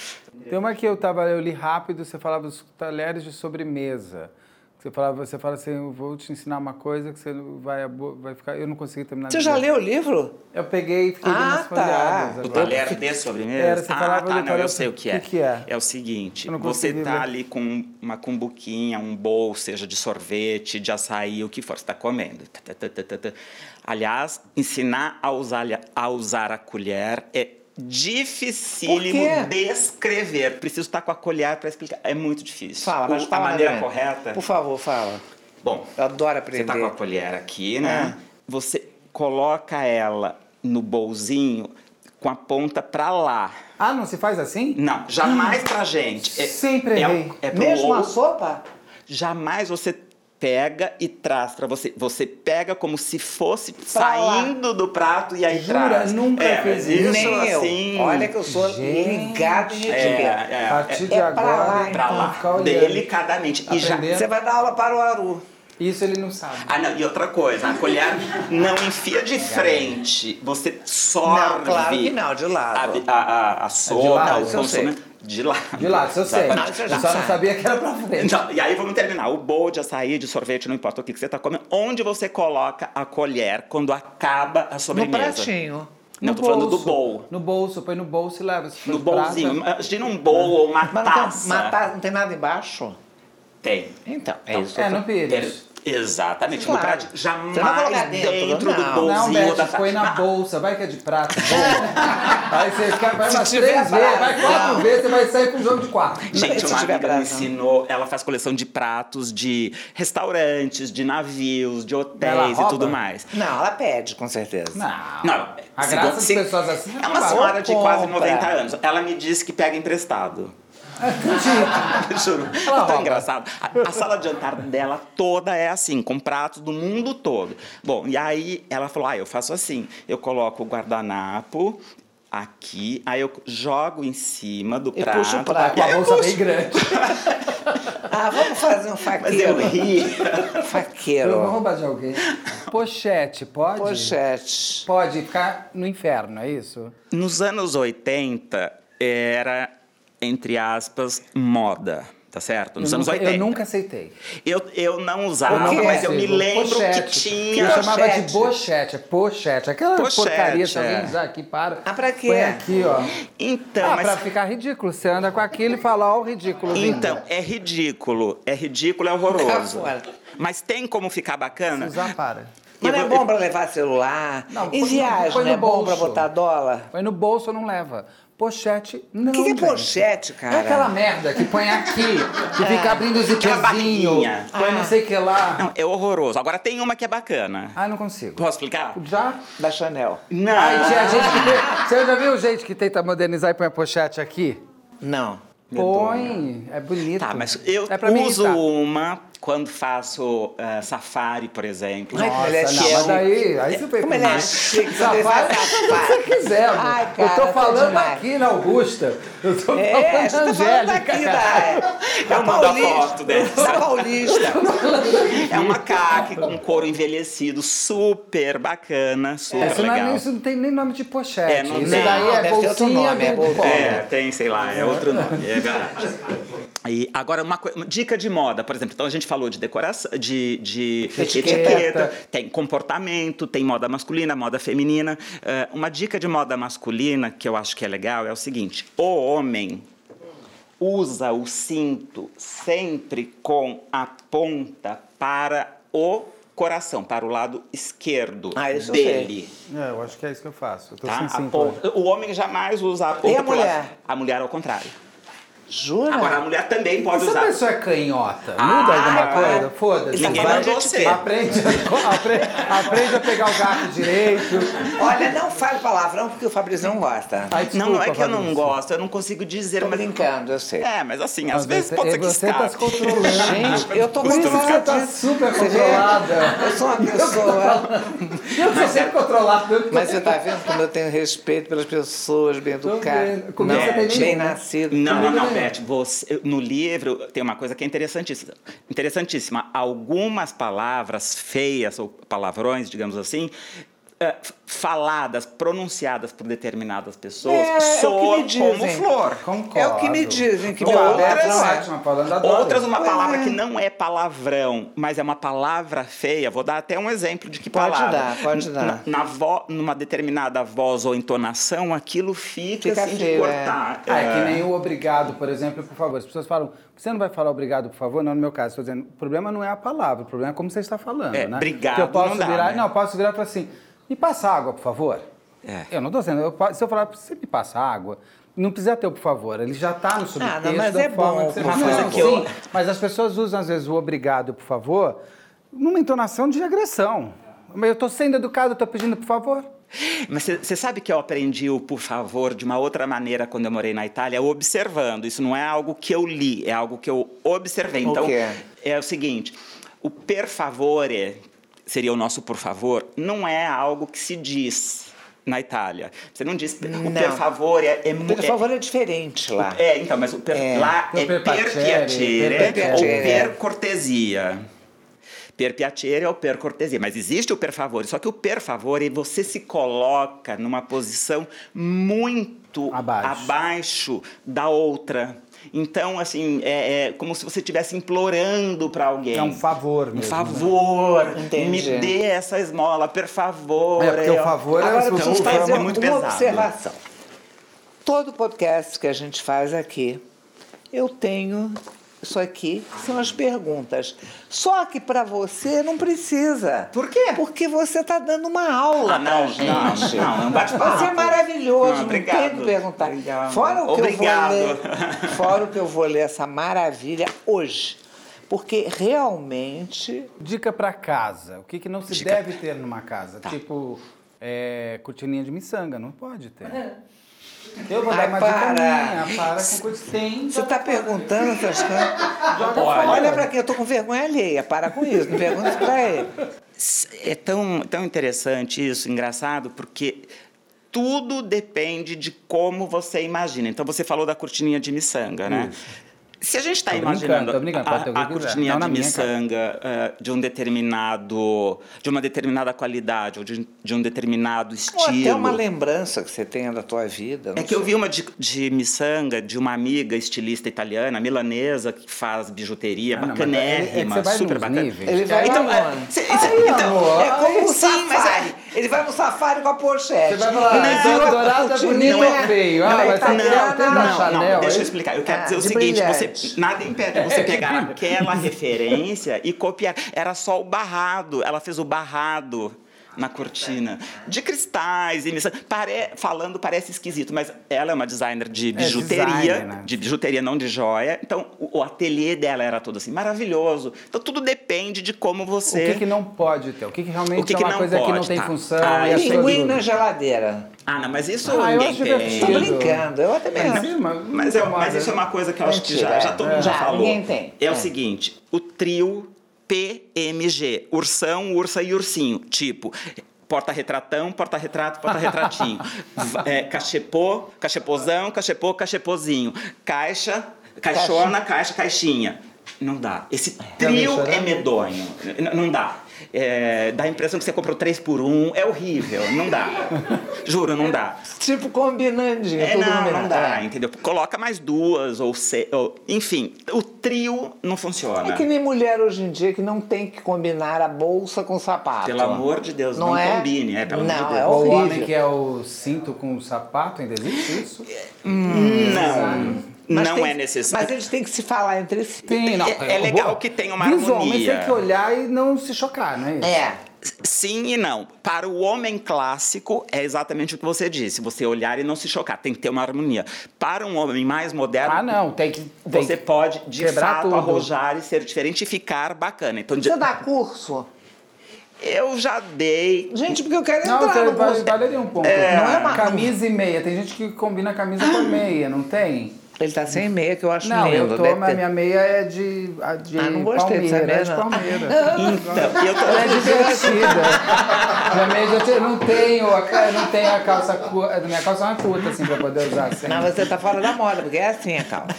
[SPEAKER 2] Tem uma que eu, tava, eu li rápido, você falava dos talheres de sobremesa. Você, falava, você fala assim, eu vou te ensinar uma coisa que você não vai, abo- vai ficar... Eu não consegui terminar.
[SPEAKER 3] Você
[SPEAKER 2] de
[SPEAKER 3] já
[SPEAKER 2] ler.
[SPEAKER 3] leu o livro?
[SPEAKER 2] Eu peguei e fiquei
[SPEAKER 3] Ah,
[SPEAKER 2] dando umas
[SPEAKER 3] tá.
[SPEAKER 2] folhadas
[SPEAKER 4] O
[SPEAKER 2] agora.
[SPEAKER 4] talher de sobremesa?
[SPEAKER 2] Era, você
[SPEAKER 4] ah,
[SPEAKER 2] falava
[SPEAKER 4] tá,
[SPEAKER 2] do
[SPEAKER 4] não,
[SPEAKER 2] talher-
[SPEAKER 4] eu sei o que
[SPEAKER 2] o
[SPEAKER 4] é.
[SPEAKER 2] que que é?
[SPEAKER 4] o seguinte,
[SPEAKER 2] Eu não
[SPEAKER 4] você
[SPEAKER 2] consegui
[SPEAKER 4] tá
[SPEAKER 2] ver.
[SPEAKER 4] ali com uma cumbuquinha, um bowl, seja de sorvete, de açaí, o que for, você tá comendo. Tá, tá, tá, tá, tá, tá. Aliás, ensinar a usar, a usar a colher é dificílimo
[SPEAKER 3] Por quê?
[SPEAKER 4] descrever. Preciso estar com a colher para explicar. É muito difícil.
[SPEAKER 3] Fala,
[SPEAKER 4] O-
[SPEAKER 3] mas
[SPEAKER 4] a
[SPEAKER 3] fala.
[SPEAKER 4] maneira
[SPEAKER 3] Adriana.
[SPEAKER 4] correta...
[SPEAKER 3] Por favor, fala.
[SPEAKER 4] Bom,
[SPEAKER 3] Eu adoro
[SPEAKER 4] você
[SPEAKER 3] aprender.
[SPEAKER 4] tá com a colher aqui, né?
[SPEAKER 2] É.
[SPEAKER 4] Você coloca ela no bolzinho com a ponta pra lá.
[SPEAKER 2] Ah, não se faz assim?
[SPEAKER 4] Não, jamais pra gente. É,
[SPEAKER 2] Sempre
[SPEAKER 4] é,
[SPEAKER 2] errei.
[SPEAKER 4] é pro
[SPEAKER 3] Mesmo a
[SPEAKER 4] outro.
[SPEAKER 3] sopa?
[SPEAKER 4] Jamais você pega e traz pra você. Você pega como se fosse
[SPEAKER 3] lá.
[SPEAKER 4] saindo do prato e aí
[SPEAKER 2] Jura?
[SPEAKER 4] traz.
[SPEAKER 2] Nunca
[SPEAKER 4] é,
[SPEAKER 2] fiz
[SPEAKER 4] mas
[SPEAKER 2] isso.
[SPEAKER 4] isso.
[SPEAKER 3] Nem
[SPEAKER 4] assim,
[SPEAKER 3] eu. Olha que eu sou
[SPEAKER 2] Gente.
[SPEAKER 3] ligado em
[SPEAKER 4] é,
[SPEAKER 3] etiqueta.
[SPEAKER 4] é,
[SPEAKER 2] a partir de
[SPEAKER 4] é
[SPEAKER 3] pra
[SPEAKER 2] agora,
[SPEAKER 3] lá,
[SPEAKER 2] tem
[SPEAKER 4] pra
[SPEAKER 2] que ficar
[SPEAKER 4] lá,
[SPEAKER 2] olhando.
[SPEAKER 4] delicadamente. E já,
[SPEAKER 2] Aprendendo.
[SPEAKER 3] Você vai dar aula para o Aru.
[SPEAKER 2] Isso ele não sabe.
[SPEAKER 4] Ah, não, e outra coisa, a colher não enfia de frente, você sorve.
[SPEAKER 3] Não, claro que não, de lado.
[SPEAKER 4] A, a, a, a sopa,
[SPEAKER 2] lado,
[SPEAKER 4] o
[SPEAKER 2] isso
[SPEAKER 3] eu sei.
[SPEAKER 4] consumento. De lado.
[SPEAKER 2] De lá, isso eu sei.
[SPEAKER 4] Exatamente.
[SPEAKER 3] isso
[SPEAKER 2] eu
[SPEAKER 3] eu
[SPEAKER 2] só
[SPEAKER 3] já
[SPEAKER 2] não
[SPEAKER 3] sabe.
[SPEAKER 2] sabia que era pra frente.
[SPEAKER 4] Não, e aí vamos terminar. O bowl de açaí, de sorvete, não importa o que, que você tá comendo. Onde você coloca a colher quando acaba a
[SPEAKER 3] No
[SPEAKER 4] sobremesa?
[SPEAKER 3] pratinho.
[SPEAKER 4] Não,
[SPEAKER 2] No
[SPEAKER 4] tô falando do
[SPEAKER 2] bolso.
[SPEAKER 4] bowl.
[SPEAKER 2] No bolso, põe no bolso e leva. Se for
[SPEAKER 4] No
[SPEAKER 2] de prata,
[SPEAKER 4] bowlzinho. Imagina um bowl ou uma
[SPEAKER 3] Mas não tem,
[SPEAKER 4] taça.
[SPEAKER 3] mas tá- não tem nada embaixo?
[SPEAKER 4] Tem.
[SPEAKER 3] Então, é
[SPEAKER 4] Então,
[SPEAKER 3] isso.
[SPEAKER 2] É, no pires.
[SPEAKER 4] Exatamente,
[SPEAKER 3] Claro.
[SPEAKER 4] no prato. Jamais
[SPEAKER 5] Você não vai colocar
[SPEAKER 4] dentro,
[SPEAKER 5] dentro,
[SPEAKER 4] do
[SPEAKER 5] não.
[SPEAKER 4] bolzinho
[SPEAKER 2] Não,
[SPEAKER 4] ou da
[SPEAKER 2] Beth,
[SPEAKER 4] ta-
[SPEAKER 2] foi na bolsa, vai que é de prata. boa. Aí você fica- vai
[SPEAKER 3] Se
[SPEAKER 2] umas
[SPEAKER 3] tiver
[SPEAKER 2] três
[SPEAKER 3] prata,
[SPEAKER 2] vezes, vai quatro
[SPEAKER 3] não.
[SPEAKER 2] vezes, você vai sair com um jogo de quatro.
[SPEAKER 4] Gente,
[SPEAKER 3] Se
[SPEAKER 4] uma
[SPEAKER 3] tiver
[SPEAKER 4] amiga me
[SPEAKER 3] braço, né?
[SPEAKER 4] ensinou, ela faz coleção de pratos, de restaurantes, de navios, de
[SPEAKER 2] Ela
[SPEAKER 4] hotéis e
[SPEAKER 2] rouba?
[SPEAKER 4] tudo mais.
[SPEAKER 5] Não, ela pede, com certeza.
[SPEAKER 2] Não.
[SPEAKER 4] Não,
[SPEAKER 2] A
[SPEAKER 4] se
[SPEAKER 2] graça
[SPEAKER 4] você-
[SPEAKER 2] de pessoas assim
[SPEAKER 4] É uma
[SPEAKER 2] que
[SPEAKER 4] senhora de quase
[SPEAKER 2] compra.
[SPEAKER 4] 90 anos. Ela me disse que pega emprestado. Juro.
[SPEAKER 2] Ah, Ela
[SPEAKER 4] É tão
[SPEAKER 2] rouba.
[SPEAKER 4] engraçado. A, a sala de jantar dela toda é assim, com pratos do mundo todo. Bom, e aí ela falou: ah, eu faço assim. Eu coloco o guardanapo aqui, aí eu jogo em cima do
[SPEAKER 5] E
[SPEAKER 4] prato.
[SPEAKER 5] puxa o prato.
[SPEAKER 2] Com a bolsa bem grande.
[SPEAKER 5] Ah, vamos fazer um
[SPEAKER 4] Mas eu
[SPEAKER 5] faqueiro.
[SPEAKER 4] ri.
[SPEAKER 2] Eu vou
[SPEAKER 5] Faqueiro.
[SPEAKER 2] roubar de alguém. Pochete, pode?
[SPEAKER 5] Pochete.
[SPEAKER 2] Pode ficar no inferno, é isso?
[SPEAKER 4] Nos anos 80 era, entre aspas, moda, tá certo? Nos
[SPEAKER 2] eu,
[SPEAKER 4] anos
[SPEAKER 2] nunca,
[SPEAKER 4] 80.
[SPEAKER 2] eu nunca aceitei.
[SPEAKER 4] Eu, eu não usava,
[SPEAKER 2] Eu nunca
[SPEAKER 4] mas eu me
[SPEAKER 2] aceitei.
[SPEAKER 4] lembro que
[SPEAKER 2] Pochete.
[SPEAKER 4] tinha.
[SPEAKER 2] Eu chamava de
[SPEAKER 5] Pochete.
[SPEAKER 2] bochete, é pochete. Aquela
[SPEAKER 4] Pochete,
[SPEAKER 2] porcaria, se alguém
[SPEAKER 4] é.
[SPEAKER 2] usar aqui, para.
[SPEAKER 5] Ah, pra quê?
[SPEAKER 2] Põe aqui, ó.
[SPEAKER 4] Então,
[SPEAKER 2] ah,
[SPEAKER 4] mas.
[SPEAKER 2] pra ficar ridículo. Você anda com aquilo e fala, ó, o ridículo. vindo.
[SPEAKER 4] Então, é ridículo. É ridículo, é
[SPEAKER 5] Tá
[SPEAKER 4] horroroso.
[SPEAKER 5] fora.
[SPEAKER 4] Mas tem como ficar
[SPEAKER 2] Se
[SPEAKER 4] bacana?
[SPEAKER 2] usar, para.
[SPEAKER 5] Mas não
[SPEAKER 4] Eu
[SPEAKER 5] é
[SPEAKER 4] vou-
[SPEAKER 5] bom pra levar celular?
[SPEAKER 2] Não, põe
[SPEAKER 5] em
[SPEAKER 2] no-
[SPEAKER 5] viagem,
[SPEAKER 2] põe
[SPEAKER 5] não é
[SPEAKER 2] no
[SPEAKER 5] bom pra
[SPEAKER 2] bolso.
[SPEAKER 5] botar dólar?
[SPEAKER 2] Põe no bolso, não leva. Pochete, não.
[SPEAKER 5] O que, que é
[SPEAKER 2] gente.
[SPEAKER 5] pochete, cara?
[SPEAKER 2] É aquela merda que põe aqui,
[SPEAKER 4] É.
[SPEAKER 2] que fica abrindo o zipezinho,
[SPEAKER 4] barriguinha.
[SPEAKER 2] põe não sei o que lá.
[SPEAKER 4] Não, é horroroso. Agora tem uma que é bacana.
[SPEAKER 2] Ah, não consigo.
[SPEAKER 4] Posso explicar?
[SPEAKER 2] Já?
[SPEAKER 5] Da Chanel.
[SPEAKER 4] Não.
[SPEAKER 2] Aí tinha gente que. te- Você já viu gente que tenta modernizar e põe a pochete aqui?
[SPEAKER 5] Não.
[SPEAKER 2] Põe, é bonito.
[SPEAKER 4] Tá, mas eu
[SPEAKER 2] É pra mim
[SPEAKER 4] uso
[SPEAKER 2] irritar.
[SPEAKER 4] uma quando faço ah, safari, por exemplo.
[SPEAKER 5] Ai,
[SPEAKER 2] Nossa,
[SPEAKER 5] Ele é
[SPEAKER 2] não,
[SPEAKER 5] chique.
[SPEAKER 2] mas daí, aí você
[SPEAKER 5] Como ele é chique, você
[SPEAKER 2] Safari,
[SPEAKER 5] faz
[SPEAKER 2] o que você
[SPEAKER 5] safari.
[SPEAKER 2] quiser. amor.
[SPEAKER 5] Ai, cara,
[SPEAKER 2] é, eu tô
[SPEAKER 5] tá
[SPEAKER 2] falando
[SPEAKER 5] demais.
[SPEAKER 2] aqui na Augusta. Eu tô falando
[SPEAKER 5] É, você
[SPEAKER 2] na
[SPEAKER 5] tá falando É
[SPEAKER 2] Angélica.
[SPEAKER 5] daqui da, da
[SPEAKER 4] Eu mando a foto dele.
[SPEAKER 5] Da Paulista.
[SPEAKER 4] É uma caque com couro envelhecido, super bacana, super
[SPEAKER 2] Isso não, é
[SPEAKER 4] legal.
[SPEAKER 2] nem- isso não tem nem nome de pochete.
[SPEAKER 4] É, não
[SPEAKER 2] isso
[SPEAKER 4] tem.
[SPEAKER 2] daí é
[SPEAKER 5] Deve ter outro
[SPEAKER 2] bolsinha
[SPEAKER 5] nome, é
[SPEAKER 2] do
[SPEAKER 5] bolsa.
[SPEAKER 2] copo.
[SPEAKER 4] É, tem, sei lá, é outro nome, é verdade. E agora, uma, coi- uma dica de moda, por exemplo. Então, a gente falou de decoração, de, de
[SPEAKER 2] Etiqueta.
[SPEAKER 4] etiqueta. tem comportamento, tem moda masculina, moda feminina. Eh, uma dica de moda masculina que eu acho que é legal é o seguinte: o homem usa o cinto sempre com a ponta para o coração, para o lado esquerdo
[SPEAKER 5] Ah, isso eu sei.
[SPEAKER 4] dele.
[SPEAKER 2] É, eu acho que é isso que eu faço. Eu tô
[SPEAKER 4] tá?
[SPEAKER 2] sem
[SPEAKER 4] A
[SPEAKER 2] cinto. hoje.
[SPEAKER 4] ponta- o homem jamais usa a ponta.
[SPEAKER 5] a
[SPEAKER 4] pro lado-
[SPEAKER 5] mulher?
[SPEAKER 4] A mulher ao contrário.
[SPEAKER 5] Jura?
[SPEAKER 4] Agora a mulher também
[SPEAKER 2] E
[SPEAKER 4] pode
[SPEAKER 2] Se a
[SPEAKER 4] usar.
[SPEAKER 2] pessoa é canhota,
[SPEAKER 4] Ah,
[SPEAKER 2] muda alguma
[SPEAKER 4] cara.
[SPEAKER 2] coisa?
[SPEAKER 5] é
[SPEAKER 2] Foda-se.
[SPEAKER 4] Ninguém
[SPEAKER 2] vai-
[SPEAKER 4] mandou ser.
[SPEAKER 2] Aprende, aprende, aprende a pegar o gato direito.
[SPEAKER 5] Olha, não fale palavrão porque o Fabrício não gosta.
[SPEAKER 2] Ai,
[SPEAKER 4] não, não é
[SPEAKER 2] desculpa,
[SPEAKER 4] que eu não
[SPEAKER 2] Fabrício.
[SPEAKER 4] gosto, eu não consigo dizer,
[SPEAKER 5] Tô
[SPEAKER 4] mas.
[SPEAKER 5] brincando, eu sei.
[SPEAKER 4] É, mas assim, às
[SPEAKER 2] Mas
[SPEAKER 4] vezes
[SPEAKER 2] você-
[SPEAKER 4] pode ser que
[SPEAKER 2] Você
[SPEAKER 4] escape.
[SPEAKER 2] tá se controlando.
[SPEAKER 5] Gente, eu tô
[SPEAKER 2] Por isso você
[SPEAKER 5] controlada.
[SPEAKER 2] tá super
[SPEAKER 5] Você vê?
[SPEAKER 2] controlada.
[SPEAKER 5] Eu sou uma pessoa.
[SPEAKER 2] Eu
[SPEAKER 4] é
[SPEAKER 2] tô sempre controlado.
[SPEAKER 5] Mas você tá vendo como eu tenho respeito pelas pessoas, bem
[SPEAKER 2] Tô
[SPEAKER 5] educada.
[SPEAKER 2] vendo. Comigo
[SPEAKER 5] Não,
[SPEAKER 4] você tem
[SPEAKER 5] bem
[SPEAKER 2] nenhum, né?
[SPEAKER 5] nascido.
[SPEAKER 4] Não, não, não,
[SPEAKER 5] Né?
[SPEAKER 4] Beth. Você, no livro tem uma coisa que é interessantíssima. Interessantíssima. Algumas palavras feias, ou palavrões, digamos assim, eh, f- faladas, pronunciadas por determinadas pessoas,
[SPEAKER 5] É, é o que
[SPEAKER 4] soam
[SPEAKER 5] me dizem.
[SPEAKER 4] como flor.
[SPEAKER 2] Concordo.
[SPEAKER 5] É o que me dizem, que
[SPEAKER 2] Pô,
[SPEAKER 5] meu
[SPEAKER 2] a Beth
[SPEAKER 5] aberto
[SPEAKER 2] é
[SPEAKER 5] não é.
[SPEAKER 2] ótima, Paula, adoro.
[SPEAKER 4] Outras, uma
[SPEAKER 5] Pois
[SPEAKER 4] palavra
[SPEAKER 5] é.
[SPEAKER 4] que não é palavrão, mas é uma palavra feia. Vou dar até um exemplo de que
[SPEAKER 5] Pode
[SPEAKER 4] palavra.
[SPEAKER 5] dar, pode
[SPEAKER 4] Na-
[SPEAKER 5] dar.
[SPEAKER 4] Na, vo- numa determinada voz ou entonação, aquilo fica,
[SPEAKER 5] Fica
[SPEAKER 4] assim de
[SPEAKER 5] feio, é.
[SPEAKER 4] cortar.
[SPEAKER 2] Ah, é que nem o obrigado, por exemplo, por favor. As pessoas falam, você não vai falar obrigado, por favor? Não, no meu caso, estou dizendo, o problema não é a palavra, o problema é como você está falando,
[SPEAKER 4] É,
[SPEAKER 2] né?
[SPEAKER 4] obrigado
[SPEAKER 2] Que eu posso
[SPEAKER 4] não dá,
[SPEAKER 2] virar,
[SPEAKER 4] né?
[SPEAKER 2] Não, eu posso virar e falar assim, me passa água, por favor.
[SPEAKER 4] É.
[SPEAKER 2] Eu não estou dizendo, eu po- se eu falar, você me passa água, não precisa ter o por favor, ele já está no subtexto
[SPEAKER 5] não, mas
[SPEAKER 2] da
[SPEAKER 5] é
[SPEAKER 2] forma
[SPEAKER 5] bom,
[SPEAKER 2] que você
[SPEAKER 5] uma
[SPEAKER 2] Não,
[SPEAKER 4] coisa que eu-
[SPEAKER 2] sim, Mas as pessoas usam, às vezes, o obrigado, por favor, numa entonação de agressão. Mas eu estou sendo educado, estou pedindo por favor.
[SPEAKER 4] Mas você sabe que eu aprendi o por favor de uma outra maneira quando eu morei na Itália, observando. Isso não é algo que eu li, é algo que eu observei.
[SPEAKER 5] O
[SPEAKER 4] Então,
[SPEAKER 5] quê?
[SPEAKER 4] é o seguinte: o per favore, seria o nosso por favor, não é algo que se diz na Itália. Você não diz. O
[SPEAKER 5] Não.
[SPEAKER 4] per favore é, é, mu-
[SPEAKER 5] Por favor, é diferente lá.
[SPEAKER 4] é, é, então, mas o per,
[SPEAKER 5] É.
[SPEAKER 4] lá
[SPEAKER 2] O
[SPEAKER 4] é
[SPEAKER 2] per
[SPEAKER 4] per
[SPEAKER 2] piacere,
[SPEAKER 4] piacere,
[SPEAKER 2] per é.
[SPEAKER 4] ou
[SPEAKER 5] piacere.
[SPEAKER 4] per cortesia. Per piacere ou per cortesia. Mas existe o per favore. Só que o per favore, você se coloca numa posição muito
[SPEAKER 2] Abaixo.
[SPEAKER 4] abaixo da outra. Então, assim, é, é como se você estivesse implorando para alguém.
[SPEAKER 2] É um favor mesmo.
[SPEAKER 4] Um favor.
[SPEAKER 5] Entendi.
[SPEAKER 4] Me dê essa esmola, per favor.
[SPEAKER 2] É, porque o
[SPEAKER 4] Eu-
[SPEAKER 2] favor é
[SPEAKER 5] Agora,
[SPEAKER 2] se
[SPEAKER 5] eu
[SPEAKER 2] você
[SPEAKER 4] então,
[SPEAKER 5] preciso
[SPEAKER 2] for
[SPEAKER 5] fazer
[SPEAKER 4] é
[SPEAKER 5] uma
[SPEAKER 4] muito pesado.
[SPEAKER 5] observação. Todo podcast que a gente faz aqui, eu tenho
[SPEAKER 3] Isso aqui são as perguntas. Só que para você não precisa.
[SPEAKER 4] Por quê?
[SPEAKER 3] Porque você está dando uma aula.
[SPEAKER 4] Ah, não,
[SPEAKER 3] pra gente.
[SPEAKER 4] não, não, é um bate-papo.
[SPEAKER 3] Você é maravilhoso,
[SPEAKER 4] Ah,
[SPEAKER 3] não tem
[SPEAKER 4] obrigado.
[SPEAKER 3] o que perguntar.
[SPEAKER 4] Obrigado.
[SPEAKER 3] Fora o que
[SPEAKER 4] Obrigado.
[SPEAKER 3] eu vou ler, fora o que eu vou ler essa maravilha hoje. Porque realmente
[SPEAKER 2] Dica pra casa. O que, que não se deve ter numa casa? Tipo, é, cortininha de miçanga. Não pode ter. Eu vou dar
[SPEAKER 3] Ai,
[SPEAKER 2] uma
[SPEAKER 3] para.
[SPEAKER 2] dica minha. Para com coisa. Tem.
[SPEAKER 3] Você está perguntando essas coisas?
[SPEAKER 2] Joga
[SPEAKER 3] Olha,
[SPEAKER 2] fora.
[SPEAKER 3] para quem eu estou com vergonha alheia, para com isso, não pergunta isso para ele.
[SPEAKER 4] É tão, tão interessante isso, engraçado, porque tudo depende de como você imagina. Então, você falou da cortininha de miçanga, né? Se a gente está
[SPEAKER 2] Tô brincando,
[SPEAKER 4] imaginando
[SPEAKER 2] tô brincando, pode ter o que
[SPEAKER 4] a, a
[SPEAKER 2] quiser.
[SPEAKER 4] cortininha
[SPEAKER 2] Não na
[SPEAKER 4] de
[SPEAKER 2] minha casa.
[SPEAKER 4] miçanga eh, de um determinado, de uma determinada qualidade ou de, um- de um determinado
[SPEAKER 3] Ou
[SPEAKER 4] estilo,
[SPEAKER 3] até uma lembrança que você tenha da tua vida. não
[SPEAKER 4] É que eu
[SPEAKER 3] sei.
[SPEAKER 4] vi uma de, de miçanga de uma amiga estilista italiana, milanesa, que faz bijuteria
[SPEAKER 2] Ah, não, mas é- é que
[SPEAKER 4] bacanérrima,
[SPEAKER 2] você vai
[SPEAKER 4] super
[SPEAKER 2] nos
[SPEAKER 4] bacana.
[SPEAKER 2] níveis.
[SPEAKER 3] Ele vai
[SPEAKER 4] então,
[SPEAKER 3] lá,
[SPEAKER 4] é,
[SPEAKER 3] mano.
[SPEAKER 4] cê- cê- então,
[SPEAKER 3] É como um
[SPEAKER 4] sim, mas é-
[SPEAKER 3] safari. Ele vai no safari com a pochete.
[SPEAKER 2] Você vai falar, então, dourado é bonito
[SPEAKER 3] não
[SPEAKER 2] ou feio? Ah,
[SPEAKER 3] não,
[SPEAKER 4] é
[SPEAKER 2] vai ser
[SPEAKER 3] italiano,
[SPEAKER 2] branco, tem uma
[SPEAKER 3] não.
[SPEAKER 2] chave. Chanel,
[SPEAKER 4] deixa
[SPEAKER 2] é?
[SPEAKER 4] eu explicar. Eu quero
[SPEAKER 3] Ah,
[SPEAKER 4] dizer o
[SPEAKER 3] de
[SPEAKER 4] seguinte:
[SPEAKER 3] brilhante.
[SPEAKER 4] você, nada impede você pegar aquela referência e copiar. Era só o barrado. Ela fez o barrado na cortina. De cristais, e missa- pare- falando parece esquisito, mas ela é uma designer de bijuteria,
[SPEAKER 2] designer, né?
[SPEAKER 4] de bijuteria, não de joia. Então, o, o ateliê dela era todo assim, maravilhoso. Então, tudo depende de como
[SPEAKER 2] O
[SPEAKER 4] você...
[SPEAKER 2] que, que não pode ter? O que, que realmente
[SPEAKER 4] O que
[SPEAKER 2] é
[SPEAKER 4] que
[SPEAKER 2] uma
[SPEAKER 4] não
[SPEAKER 2] coisa que não
[SPEAKER 4] pode,
[SPEAKER 2] tem
[SPEAKER 4] tá.
[SPEAKER 2] função?
[SPEAKER 4] Ah,
[SPEAKER 2] e as
[SPEAKER 3] Pinguim
[SPEAKER 2] pessoas-
[SPEAKER 3] na geladeira.
[SPEAKER 4] Ah, não, mas isso
[SPEAKER 2] Ah, eu
[SPEAKER 4] ninguém
[SPEAKER 2] acho
[SPEAKER 4] tem.
[SPEAKER 2] divertido.
[SPEAKER 3] Tô brincando, eu até
[SPEAKER 2] É,
[SPEAKER 3] mesmo.
[SPEAKER 2] sim, mas,
[SPEAKER 4] Mas, é, mas isso é uma coisa que eu acho que já, já todo mundo já
[SPEAKER 3] Já,
[SPEAKER 4] falou.
[SPEAKER 3] ninguém tem.
[SPEAKER 4] É,
[SPEAKER 3] É.
[SPEAKER 4] o seguinte: o trio PMG, ursão, ursa e ursinho. Tipo. Porta-retratão, porta-retrato, porta-retratinho. V- é, cachepô, cachepôzão, cachepô, cachepôzinho. Caixa, caixona, caixa, caixinha. Não dá. Esse trio é medonho. N- n- não dá. É, dá a impressão que você comprou três por um. É horrível. Não dá. Juro, não dá.
[SPEAKER 3] Tipo combinandinho.
[SPEAKER 4] É,
[SPEAKER 3] tudo
[SPEAKER 4] não,
[SPEAKER 3] combinado.
[SPEAKER 4] não dá, entendeu? Coloca mais duas ou, se, ou- enfim, o trio não funciona.
[SPEAKER 3] É que nem mulher hoje em dia que não tem que combinar a bolsa com o sapato.
[SPEAKER 4] Pelo amor de Deus, não,
[SPEAKER 3] é?
[SPEAKER 4] combine, é pelo
[SPEAKER 3] Não,
[SPEAKER 4] amor de
[SPEAKER 3] é
[SPEAKER 4] Deus.
[SPEAKER 2] Ou o homem
[SPEAKER 3] horrível.
[SPEAKER 2] que é o cinto com o sapato, ainda existe isso?
[SPEAKER 4] Não,
[SPEAKER 3] Mas
[SPEAKER 4] não
[SPEAKER 3] tem-
[SPEAKER 4] é necessário.
[SPEAKER 3] Mas eles têm que se falar entre si.
[SPEAKER 2] Tem, não.
[SPEAKER 4] É- é legal que tenha uma
[SPEAKER 2] Visualmente
[SPEAKER 4] harmonia.
[SPEAKER 2] tem que olhar e não se chocar, não é isso?
[SPEAKER 3] É.
[SPEAKER 4] Sim e não. Para o homem clássico, é exatamente o que você disse. Você olhar e não se chocar, tem que ter uma harmonia. Para um homem mais moderno,
[SPEAKER 2] Ah, não, tem que... Tem
[SPEAKER 4] você
[SPEAKER 2] que...
[SPEAKER 4] pode, de
[SPEAKER 2] quebrar
[SPEAKER 4] fato,
[SPEAKER 2] tudo.
[SPEAKER 4] arrojar e ser diferente e ficar bacana. Então, de-
[SPEAKER 3] Você dá curso?
[SPEAKER 4] eu já dei
[SPEAKER 3] Gente, porque eu quero
[SPEAKER 2] Não,
[SPEAKER 3] entrar
[SPEAKER 2] você
[SPEAKER 3] no
[SPEAKER 2] vai
[SPEAKER 3] curso.
[SPEAKER 2] vale um ponto.
[SPEAKER 3] Não
[SPEAKER 4] Ah,
[SPEAKER 3] é uma-
[SPEAKER 2] Camisa e meia. Tem gente que combina camisa com meia, não tem?
[SPEAKER 3] Ele tá sem meia, que eu acho
[SPEAKER 2] Não,
[SPEAKER 3] lindo.
[SPEAKER 2] eu tô,
[SPEAKER 3] deve
[SPEAKER 2] mas
[SPEAKER 3] ter.
[SPEAKER 2] minha meia é de, a de
[SPEAKER 3] Ah, não gostei de
[SPEAKER 2] Palmeira,
[SPEAKER 3] saber,
[SPEAKER 2] é de
[SPEAKER 3] não.
[SPEAKER 2] Palmeira.
[SPEAKER 4] Então, eu tô...
[SPEAKER 2] Ela é divertida. minha meia é divertida. Não tenho, a, ca- não tenho a calça curta. Minha calça é uma curta, assim, pra poder usar assim.
[SPEAKER 3] Mas você tá fora da moda, porque é assim a calça.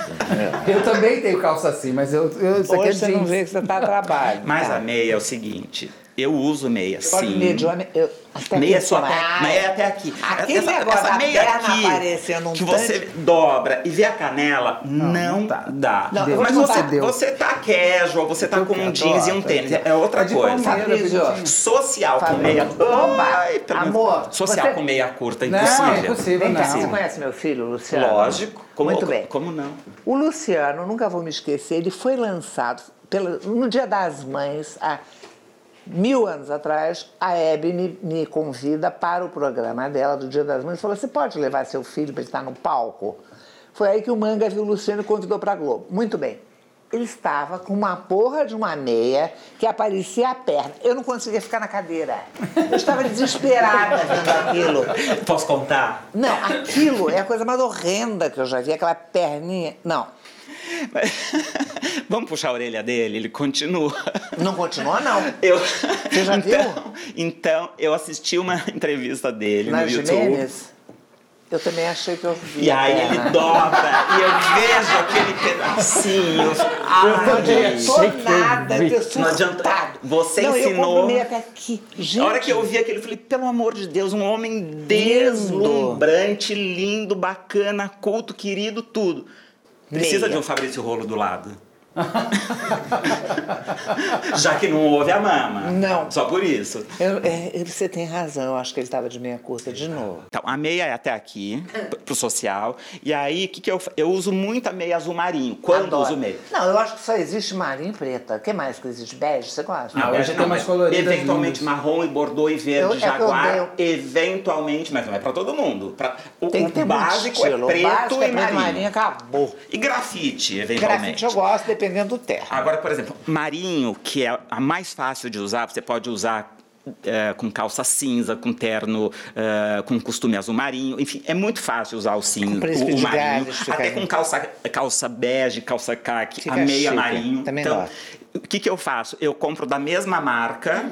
[SPEAKER 2] Eu também tenho calça assim, mas eu, eu, isso aqui é
[SPEAKER 3] Hoje você não
[SPEAKER 2] jeans.
[SPEAKER 3] vê que você tá a trabalho.
[SPEAKER 4] Mas
[SPEAKER 3] tá.
[SPEAKER 4] a meia é o seguinte, eu uso meia,
[SPEAKER 3] Pode
[SPEAKER 4] sim.
[SPEAKER 3] medir, olha, eu- até
[SPEAKER 4] Meia
[SPEAKER 3] aqui,
[SPEAKER 4] só até,
[SPEAKER 3] ai.
[SPEAKER 4] meia é até aqui.
[SPEAKER 3] Aquele negócio da perna aparecendo um
[SPEAKER 4] que você dobra e vê a canela, não,
[SPEAKER 2] tá.
[SPEAKER 4] dá.
[SPEAKER 3] Não, eu
[SPEAKER 4] Mas
[SPEAKER 3] vou
[SPEAKER 4] você,
[SPEAKER 2] deu.
[SPEAKER 4] você tá casual, você tá com um jeans e um tênis, é
[SPEAKER 2] É
[SPEAKER 4] outra
[SPEAKER 2] de
[SPEAKER 4] coisa.
[SPEAKER 2] Palmeira,
[SPEAKER 3] Fabrício.
[SPEAKER 2] bonitinho.
[SPEAKER 4] Social com
[SPEAKER 3] Fabrício.
[SPEAKER 4] meia.
[SPEAKER 3] Opa!
[SPEAKER 4] Ai, pelo-
[SPEAKER 3] Amor,
[SPEAKER 4] Social
[SPEAKER 3] você-
[SPEAKER 4] com meia curta,
[SPEAKER 2] Não,
[SPEAKER 4] impossível.
[SPEAKER 2] é impossível,
[SPEAKER 3] Vem cá, Então, você
[SPEAKER 2] não.
[SPEAKER 3] conhece meu filho, Luciano?
[SPEAKER 4] Lógico. Como,
[SPEAKER 3] Muito bem.
[SPEAKER 4] Como não?
[SPEAKER 3] O Luciano, nunca vou me esquecer, ele foi lançado pela- no Dia das Mães, há mil anos atrás, a Hebe me, me convida para o programa dela do Dia das Mães. Falou, você pode levar seu filho para ele estar no palco? Foi aí que o Manga viu o Luciano e convidou para a Globo. Muito bem. Ele estava com uma porra de uma meia que aparecia a perna. Eu não conseguia ficar na cadeira. Eu estava desesperada vendo aquilo.
[SPEAKER 4] Posso contar?
[SPEAKER 3] Não, aquilo é a coisa mais horrenda que eu já vi, aquela perninha. Não,
[SPEAKER 4] Vamos puxar a orelha dele, ele continua.
[SPEAKER 3] não continua, não.
[SPEAKER 4] Eu...
[SPEAKER 3] Você já viu?
[SPEAKER 4] então, Então, eu assisti uma entrevista dele
[SPEAKER 3] Nas
[SPEAKER 4] no YouTube.
[SPEAKER 3] Jimenez, eu também achei que eu vi.
[SPEAKER 4] E aí ele
[SPEAKER 3] né?
[SPEAKER 4] dobra e eu vejo aquele pedacinho.
[SPEAKER 3] Eu
[SPEAKER 4] Ai,
[SPEAKER 3] Ah, não tô nada, eu tô
[SPEAKER 4] Não adianta.
[SPEAKER 3] surtado.
[SPEAKER 4] Você
[SPEAKER 3] não,
[SPEAKER 4] ensinou-
[SPEAKER 3] Eu comprei até aqui. Gente,
[SPEAKER 4] A hora que eu vi aquele, eu falei, pelo amor de Deus, um homem deslumbrante, lindo, bacana, culto, querido, tudo. Precisa
[SPEAKER 3] Meia.
[SPEAKER 4] de um Fabrício Rolo do lado. Já que não houve a mama.
[SPEAKER 3] Não.
[SPEAKER 4] Só por isso.
[SPEAKER 3] Eu- é, você tem razão, eu acho que ele estava de meia curta de novo.
[SPEAKER 4] Então, a meia é até aqui, p- pro social. E aí, o que, que eu fa- Eu uso muito a meia azul marinho. Quando
[SPEAKER 3] Adoro.
[SPEAKER 4] uso meia?
[SPEAKER 3] Não, eu acho que só existe marinho e preta. O que mais que existe? Bege, você gosta?
[SPEAKER 4] Não,
[SPEAKER 2] Ah, hoje
[SPEAKER 4] mas-
[SPEAKER 2] tem
[SPEAKER 4] não,
[SPEAKER 2] umas
[SPEAKER 4] mas
[SPEAKER 2] coloridas
[SPEAKER 4] Eventualmente
[SPEAKER 2] lindas.
[SPEAKER 4] marrom e bordô e
[SPEAKER 3] Eu-
[SPEAKER 4] verde,
[SPEAKER 3] é que eu
[SPEAKER 4] jaguar.
[SPEAKER 3] odeio.
[SPEAKER 4] Eventualmente, mas não é pra todo mundo. Pra, o
[SPEAKER 3] Tem
[SPEAKER 4] o
[SPEAKER 3] que ter muito
[SPEAKER 4] básico é
[SPEAKER 3] estilo. O
[SPEAKER 4] preto
[SPEAKER 3] básico
[SPEAKER 4] e
[SPEAKER 3] é preto
[SPEAKER 4] marinho.
[SPEAKER 3] acabou.
[SPEAKER 4] E grafite, eventualmente.
[SPEAKER 3] Grafite eu gosto, dependendo do terra.
[SPEAKER 4] Agora, por exemplo, marinho, que é a mais fácil de usar, você pode usar eh, com calça cinza, com terno, eh, com costume azul marinho. Enfim, é muito fácil usar o cinza,
[SPEAKER 3] príncipe
[SPEAKER 4] o, o
[SPEAKER 3] de
[SPEAKER 4] marinho.
[SPEAKER 3] Gales, fica
[SPEAKER 4] até
[SPEAKER 3] aí.
[SPEAKER 4] com calça, calça bege, calça caque,
[SPEAKER 3] Fica
[SPEAKER 4] a meia
[SPEAKER 3] chique,
[SPEAKER 4] marinho.
[SPEAKER 3] também
[SPEAKER 4] então,
[SPEAKER 3] gosto.
[SPEAKER 4] o que, que eu faço? Eu compro da mesma marca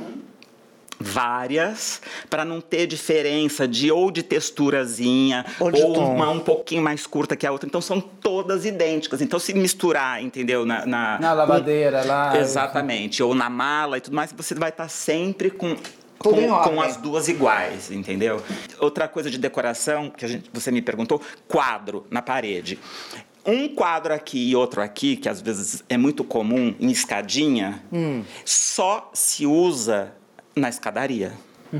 [SPEAKER 4] várias para não ter diferença de ou de texturazinha
[SPEAKER 3] Ou de
[SPEAKER 4] ou
[SPEAKER 3] tom.
[SPEAKER 4] uma um pouquinho mais curta que a outra então são todas idênticas então se misturar entendeu na, na-
[SPEAKER 2] Na lavadeira lá.
[SPEAKER 4] Exatamente, ou na mala e tudo mais, você vai estar sempre com.
[SPEAKER 3] Tudo em
[SPEAKER 4] Com, né?
[SPEAKER 3] ordem.
[SPEAKER 4] com as duas iguais, entendeu? Outra coisa de decoração que a gente, você me perguntou, quadro na parede. Um quadro aqui e outro aqui, que às vezes é muito comum em escadinha, só se usa na escadaria.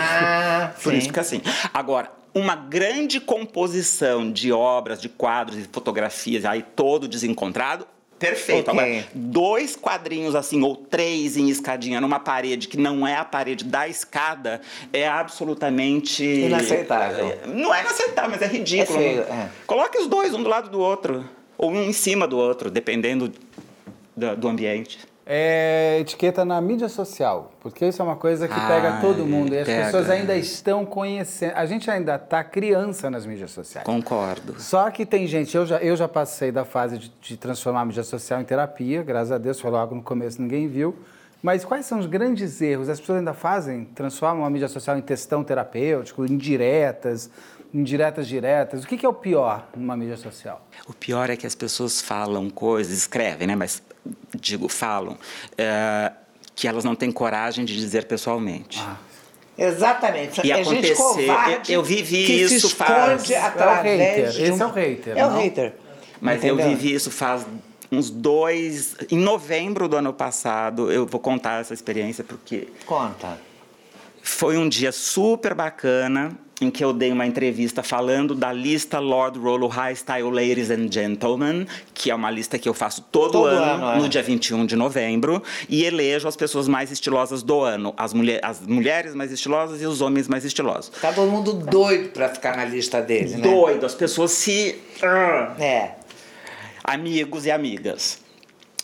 [SPEAKER 3] Ah,
[SPEAKER 4] Por isso que é assim. Agora, uma grande composição de obras, de quadros e fotografias aí todo desencontrado, perfeito.
[SPEAKER 3] Ok.
[SPEAKER 4] Agora, dois quadrinhos assim, ou três em escadinha, numa parede que não é a parede da escada, é absolutamente.
[SPEAKER 3] Inaceitável.
[SPEAKER 4] Não é inaceitável, mas é ridículo.
[SPEAKER 3] É feio, é.
[SPEAKER 4] Coloque os dois um do lado do outro, ou um em cima do outro, dependendo da- do ambiente.
[SPEAKER 2] É, etiqueta na mídia social, porque isso é uma coisa que
[SPEAKER 4] Ah,
[SPEAKER 2] pega todo mundo. E as
[SPEAKER 4] pega.
[SPEAKER 2] pessoas ainda estão conhecendo. A gente ainda tá criança nas mídias sociais.
[SPEAKER 4] Concordo.
[SPEAKER 2] Só que tem gente, eu já, eu já passei da fase de, de transformar a mídia social em terapia, graças a Deus, foi logo no começo, ninguém viu. Mas quais são os grandes erros? As pessoas ainda fazem, transformam a mídia social em textão terapêutico, em diretas, em diretas diretas. O que, que é o pior numa mídia social?
[SPEAKER 4] O pior é que as pessoas falam coisas, escrevem, né? Mas, digo, falam, eh, que elas não têm coragem de dizer pessoalmente.
[SPEAKER 3] Exatamente.
[SPEAKER 4] E
[SPEAKER 3] é gente
[SPEAKER 4] acontecer,
[SPEAKER 3] covarde.
[SPEAKER 4] eu- eu vivi
[SPEAKER 3] que
[SPEAKER 4] isso
[SPEAKER 3] se
[SPEAKER 4] faz.
[SPEAKER 3] esconde
[SPEAKER 4] É o
[SPEAKER 3] através
[SPEAKER 2] hater,
[SPEAKER 3] de
[SPEAKER 2] esse
[SPEAKER 3] um-
[SPEAKER 2] é o hater,
[SPEAKER 3] É o
[SPEAKER 2] não?
[SPEAKER 3] hater.
[SPEAKER 4] Mas eu
[SPEAKER 3] entendeu?
[SPEAKER 4] vivi isso faz uns dois. Em novembro do ano passado, eu vou contar essa experiência, porque
[SPEAKER 3] Conta.
[SPEAKER 4] Foi um dia super bacana em que eu dei uma entrevista falando da lista Lord Rollo High Style Ladies and Gentlemen, que é uma lista que eu faço todo,
[SPEAKER 3] Todo
[SPEAKER 4] ano,
[SPEAKER 3] ano, é.
[SPEAKER 4] no dia 21 de novembro, e elejo as pessoas mais estilosas do ano, as, mulher- as mulheres mais estilosas e os homens mais estilosos.
[SPEAKER 3] Tá todo mundo doido pra ficar na lista dele, né?
[SPEAKER 4] Doido, as pessoas se Ah!
[SPEAKER 3] É.
[SPEAKER 4] amigos e amigas.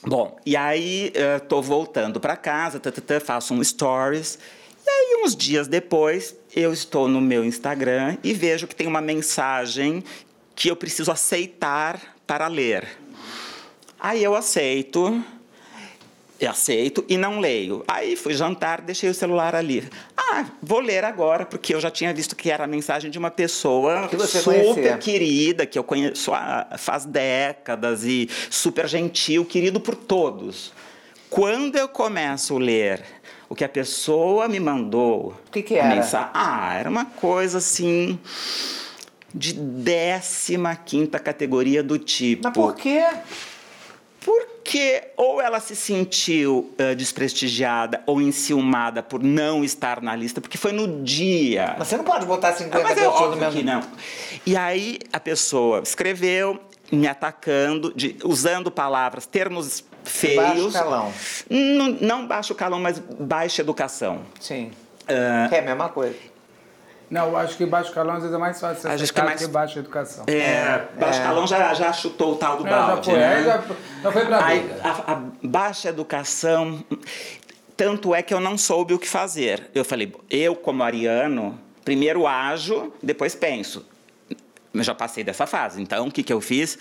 [SPEAKER 4] Bom, e aí eh, tô voltando para casa, tatatã, faço um stories. E aí, uns dias depois, eu estou no meu Instagram e vejo que tem uma mensagem que eu preciso aceitar para ler. Aí eu aceito, eu aceito e não leio. Aí fui jantar, deixei o celular ali. Ah, vou ler agora, porque eu já tinha visto que era a mensagem de uma pessoa
[SPEAKER 3] Que você
[SPEAKER 4] super
[SPEAKER 3] conhecia.
[SPEAKER 4] querida, que eu conheço há, faz décadas e super gentil, querido por todos. Quando eu começo a ler o que a pessoa me mandou,
[SPEAKER 3] O que que era?
[SPEAKER 4] mensa- ah, era uma coisa assim de 15 quinta categoria do tipo.
[SPEAKER 3] Mas por quê?
[SPEAKER 4] Porque ou ela se sentiu eh, desprestigiada ou enciumada por não estar na lista, porque foi no dia.
[SPEAKER 3] Mas você não pode botar 50
[SPEAKER 4] Ah, mas é
[SPEAKER 3] pessoas no
[SPEAKER 4] óbvio
[SPEAKER 3] mesmo.
[SPEAKER 4] que não. E aí a pessoa escreveu, me atacando, de- usando palavras, termos feios.
[SPEAKER 3] calão.
[SPEAKER 4] Não, não baixo calão, mas baixa educação.
[SPEAKER 3] Sim.
[SPEAKER 4] Ah.
[SPEAKER 3] Que É a mesma coisa.
[SPEAKER 2] Não, eu acho que baixo calão às vezes é mais fácil
[SPEAKER 4] Acho
[SPEAKER 2] ser
[SPEAKER 4] que é
[SPEAKER 2] aceitar
[SPEAKER 4] mais-
[SPEAKER 2] que baixa educação.
[SPEAKER 4] É, baixo calão já, já chutou o tal do
[SPEAKER 2] É, já
[SPEAKER 4] balde,
[SPEAKER 2] foi,
[SPEAKER 4] né?
[SPEAKER 2] é, já, já foi pra
[SPEAKER 4] Aí,
[SPEAKER 2] briga.
[SPEAKER 4] a, a baixa educação, tanto é que eu não soube o que fazer. Eu falei, eu como ariano, primeiro ajo, depois penso. Eu já passei dessa fase, então o que, que eu fiz?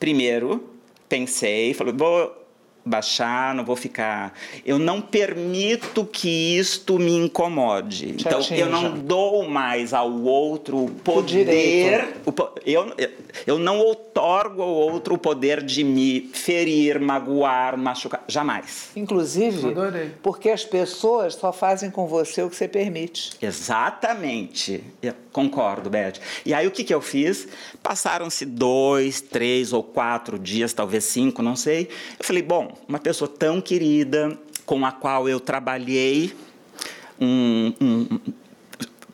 [SPEAKER 4] Primeiro pensei, falei, vou baixar, não vou ficar. Eu não permito que isto me incomode.
[SPEAKER 5] Te
[SPEAKER 4] então,
[SPEAKER 5] atinja.
[SPEAKER 4] eu não dou mais ao outro o poder.
[SPEAKER 5] direito.
[SPEAKER 4] o po- eu, eu não outorgo ao outro o poder de me ferir, magoar, machucar. Jamais.
[SPEAKER 5] Inclusive,
[SPEAKER 2] Adorei.
[SPEAKER 5] porque as pessoas só fazem com você o que você permite.
[SPEAKER 4] Exatamente. Eu concordo, Beth. E aí o que, que eu fiz? Passaram-se dois, três ou quatro dias, talvez cinco, não sei. Eu falei, bom, uma pessoa tão querida, com a qual eu trabalhei um, um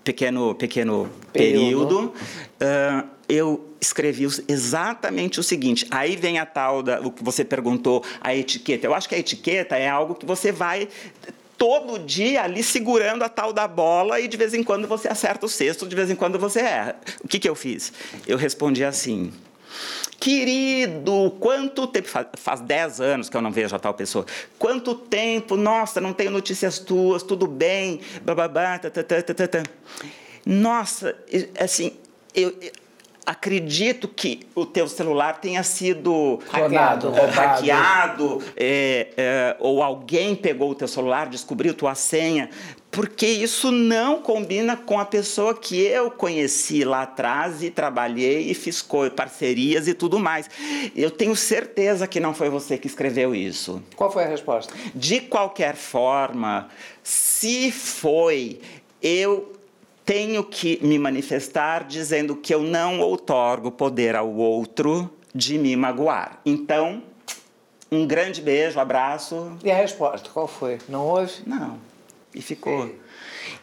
[SPEAKER 4] pequeno, pequeno período, ah, eu escrevi os- exatamente o seguinte. Aí vem a tal da o que você perguntou, a etiqueta. Eu acho que a etiqueta é algo que você vai todo dia ali segurando a tal da bola e de vez em quando você acerta o sexto, de vez em quando você erra. O que que eu fiz? Eu respondi assim: Querido, quanto tempo. fa- Faz 10 anos que eu não vejo a tal pessoa. Quanto tempo? Nossa, não tenho notícias tuas, tudo bem, bababá, tá, tatatata. Nossa, e- assim, eu. eu Acredito que o teu celular tenha sido
[SPEAKER 2] Clonado,
[SPEAKER 4] eh,
[SPEAKER 2] roubado.
[SPEAKER 4] hackeado, eh, eh, ou alguém pegou o teu celular, descobriu tua senha, porque isso não combina com a pessoa que eu conheci lá atrás e trabalhei e fiz co- parcerias e tudo mais. Eu tenho certeza que não foi você que escreveu isso.
[SPEAKER 5] Qual foi a resposta?
[SPEAKER 4] De qualquer forma, se foi, eu tenho que me manifestar dizendo que eu não outorgo poder ao outro de me magoar. Então, um grande beijo, abraço.
[SPEAKER 5] E a resposta, qual foi? Não houve?
[SPEAKER 4] Não. E
[SPEAKER 5] É.
[SPEAKER 4] ficou.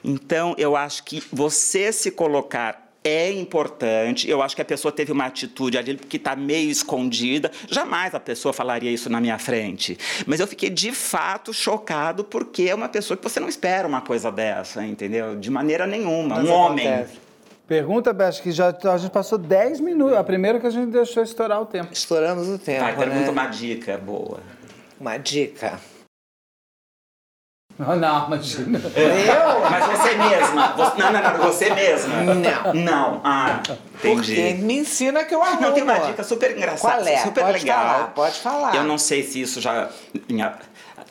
[SPEAKER 4] Então, eu acho que você se colocar é importante. Eu acho que a pessoa teve uma atitude ali que está meio escondida. Jamais a pessoa falaria isso na minha frente. Mas eu fiquei de fato chocado porque é uma pessoa que você não espera uma coisa dessa, entendeu? De maneira nenhuma.
[SPEAKER 5] Mas
[SPEAKER 4] um homem.
[SPEAKER 5] acontece.
[SPEAKER 2] Pergunta, Beth, que já, a gente passou 10 minutos. A primeira que a gente deixou estourar o tempo.
[SPEAKER 5] Estouramos o tempo,
[SPEAKER 4] Vai, pergunta
[SPEAKER 5] né?
[SPEAKER 4] uma dica boa.
[SPEAKER 5] Uma dica.
[SPEAKER 2] Não, não, imagina.
[SPEAKER 5] É.
[SPEAKER 4] Mas você mesma. Você- não, não, não. Você mesma.
[SPEAKER 5] Não.
[SPEAKER 4] Não. Ah, entendi.
[SPEAKER 5] Porque me ensina que eu arrumo.
[SPEAKER 4] Não, tem uma dica super engraçada,
[SPEAKER 5] Qual é?
[SPEAKER 4] super
[SPEAKER 5] Pode
[SPEAKER 4] legal.
[SPEAKER 5] falar, pode falar.
[SPEAKER 4] Eu não sei se isso já. minha-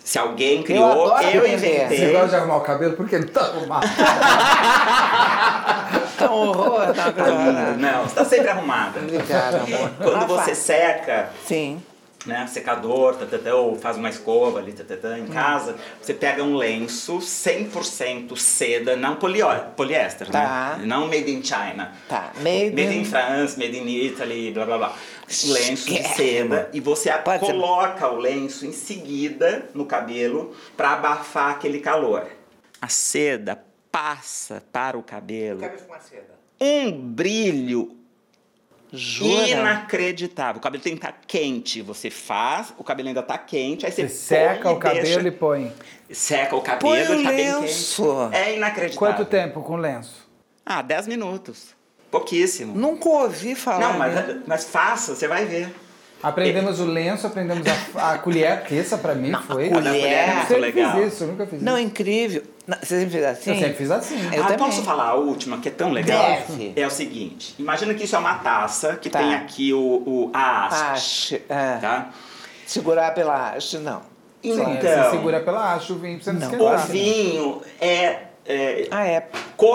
[SPEAKER 4] se alguém criou,
[SPEAKER 5] adoro
[SPEAKER 4] eu,
[SPEAKER 5] aprender.
[SPEAKER 1] Você
[SPEAKER 4] inventei.
[SPEAKER 1] gosta de arrumar o cabelo porque ele tá arrumado.
[SPEAKER 5] Tão horror, tá
[SPEAKER 4] Não,
[SPEAKER 5] agora.
[SPEAKER 4] Não, você tá sempre arrumada.
[SPEAKER 5] Obrigada, amor.
[SPEAKER 4] Quando
[SPEAKER 5] Rafa,
[SPEAKER 4] você seca,
[SPEAKER 5] Sim.
[SPEAKER 4] né, secador, tatatã, ou faz uma escova ali, tatatã, em casa, você pega um lenço 100% seda, não polió- poliéster,
[SPEAKER 5] Tá.
[SPEAKER 4] né? Não made in China.
[SPEAKER 5] Tá, made
[SPEAKER 4] made
[SPEAKER 5] in-
[SPEAKER 4] in France, made in Italy, blá blá blá. Lenço de
[SPEAKER 5] Chique.
[SPEAKER 4] seda e você a-
[SPEAKER 5] Pode ser.
[SPEAKER 4] coloca o lenço em seguida no cabelo para abafar aquele calor. A seda passa para o cabelo um brilho
[SPEAKER 5] Jura?
[SPEAKER 4] Inacreditável. O cabelo tem que estar quente. Você faz, o cabelo ainda tá quente, aí você,
[SPEAKER 2] Você seca
[SPEAKER 4] põe
[SPEAKER 2] o cabelo
[SPEAKER 4] deixa-
[SPEAKER 2] e põe.
[SPEAKER 4] Seca o cabelo,
[SPEAKER 5] Põe o
[SPEAKER 4] ele tá bem
[SPEAKER 5] lenço.
[SPEAKER 4] quente. É inacreditável.
[SPEAKER 2] Quanto tempo com lenço?
[SPEAKER 4] Ah, 10 minutos. Pouquíssimo.
[SPEAKER 5] Nunca ouvi falar.
[SPEAKER 4] Não,
[SPEAKER 5] né?
[SPEAKER 4] mas, mas faça, você vai ver.
[SPEAKER 2] Aprendemos o lenço, aprendemos a, a colher, que essa pra mim foi.
[SPEAKER 4] a da colher é
[SPEAKER 2] eu
[SPEAKER 4] muito
[SPEAKER 2] sempre
[SPEAKER 4] legal.
[SPEAKER 2] fiz isso, eu nunca fiz
[SPEAKER 5] Não,
[SPEAKER 2] isso.
[SPEAKER 5] incrível. Não, Você sempre fez assim?
[SPEAKER 2] Eu sempre fiz assim.
[SPEAKER 5] Eu
[SPEAKER 4] ah,
[SPEAKER 5] também.
[SPEAKER 4] posso falar a última, que é tão legal?
[SPEAKER 5] Deve.
[SPEAKER 4] É o seguinte: imagina que isso é uma taça que
[SPEAKER 5] Tá.
[SPEAKER 4] tem aqui o, o a haste,
[SPEAKER 5] Haste. é.
[SPEAKER 4] tá? Então,
[SPEAKER 5] Segurar pela haste, não.
[SPEAKER 2] Sim, você segura né? pela haste o vinho, pra você não,
[SPEAKER 5] Não,
[SPEAKER 4] o
[SPEAKER 2] esquentar.
[SPEAKER 4] vinho é, é
[SPEAKER 5] Ah, é. Pra não
[SPEAKER 4] corretíssimo.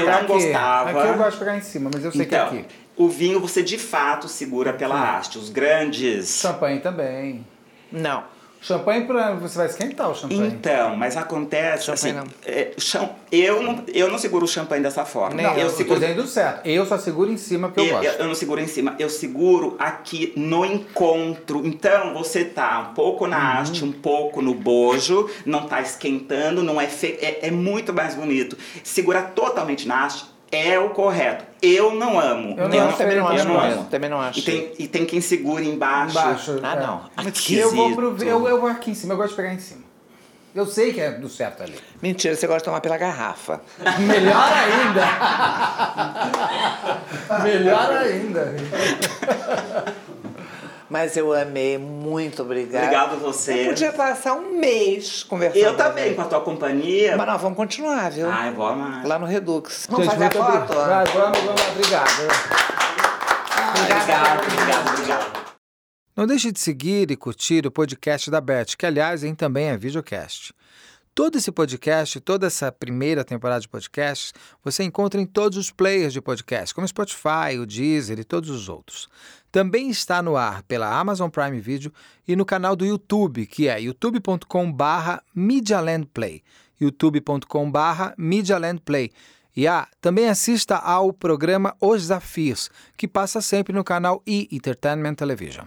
[SPEAKER 4] eu não
[SPEAKER 2] Aqui,
[SPEAKER 4] gostava.
[SPEAKER 2] Aqui eu gosto de pegar em cima, mas eu sei
[SPEAKER 4] Então,
[SPEAKER 2] que é aqui.
[SPEAKER 4] o vinho você de fato segura pela haste. Os grandes.
[SPEAKER 2] Champanhe também.
[SPEAKER 5] Não.
[SPEAKER 2] Champanhe pra, você vai esquentar o champanhe.
[SPEAKER 4] Então, mas acontece
[SPEAKER 5] Champanhe
[SPEAKER 4] assim.
[SPEAKER 5] não.
[SPEAKER 4] é, cham- eu, não, eu não seguro o champanhe dessa forma.
[SPEAKER 2] Não, eu
[SPEAKER 4] eu
[SPEAKER 2] estou
[SPEAKER 4] seguro.
[SPEAKER 2] dizendo certo. Eu só seguro em cima
[SPEAKER 5] Então
[SPEAKER 2] porque eu,
[SPEAKER 4] Eu,
[SPEAKER 2] gosto.
[SPEAKER 4] eu não seguro em cima, eu seguro aqui no encontro. Então você tá um pouco
[SPEAKER 5] Uhum.
[SPEAKER 4] na haste, um pouco no bojo, não tá esquentando, não é feio, é, é muito mais bonito. Segurar totalmente na haste é o correto. Eu não amo.
[SPEAKER 2] Eu não
[SPEAKER 5] Eu
[SPEAKER 2] acho,
[SPEAKER 5] também não
[SPEAKER 2] eu
[SPEAKER 5] acho
[SPEAKER 2] não
[SPEAKER 5] mesmo.
[SPEAKER 2] acho.
[SPEAKER 5] Também não acho.
[SPEAKER 4] E tem, e tem quem segura embaixo.
[SPEAKER 2] Embaixo.
[SPEAKER 5] Ah,
[SPEAKER 2] é.
[SPEAKER 5] não. Aqui.
[SPEAKER 2] Eu vou
[SPEAKER 4] Esquisito.
[SPEAKER 2] pro. Eu, eu vou aqui em cima, eu gosto de pegar em cima. Eu sei que é do certo ali.
[SPEAKER 5] Mentira, você gosta de tomar pela garrafa.
[SPEAKER 2] Melhor ainda! Melhor ainda!
[SPEAKER 5] Mas eu amei, muito obrigada.
[SPEAKER 4] Obrigado você.
[SPEAKER 5] Eu podia passar um mês conversando.
[SPEAKER 4] Eu também, Ah.
[SPEAKER 5] com
[SPEAKER 4] com
[SPEAKER 5] a
[SPEAKER 4] a tua companhia.
[SPEAKER 5] gente. Mas nós vamos continuar, viu?
[SPEAKER 4] Ai, vou amar.
[SPEAKER 5] Lá no Redux. Vamos
[SPEAKER 2] Gente,
[SPEAKER 5] fazer a
[SPEAKER 2] muito
[SPEAKER 5] foto?
[SPEAKER 2] obri- Vai, vamos, vamos, obrigado.
[SPEAKER 4] Obrigado, obrigado, obrigado.
[SPEAKER 1] Não deixe de seguir e curtir o podcast da Beth, que aliás hein, também é videocast. Todo esse podcast, toda essa primeira temporada de podcasts, você encontra em todos os players de podcast, como Spotify, o Deezer e todos os outros. Também está no ar pela Amazon Prime Video e no canal do YouTube, que é youtube.com/barra MedialandPlay. youtube.com/barra MedialandPlay. E ah, também assista ao programa Os Desafios, que passa sempre no canal E Entertainment Television.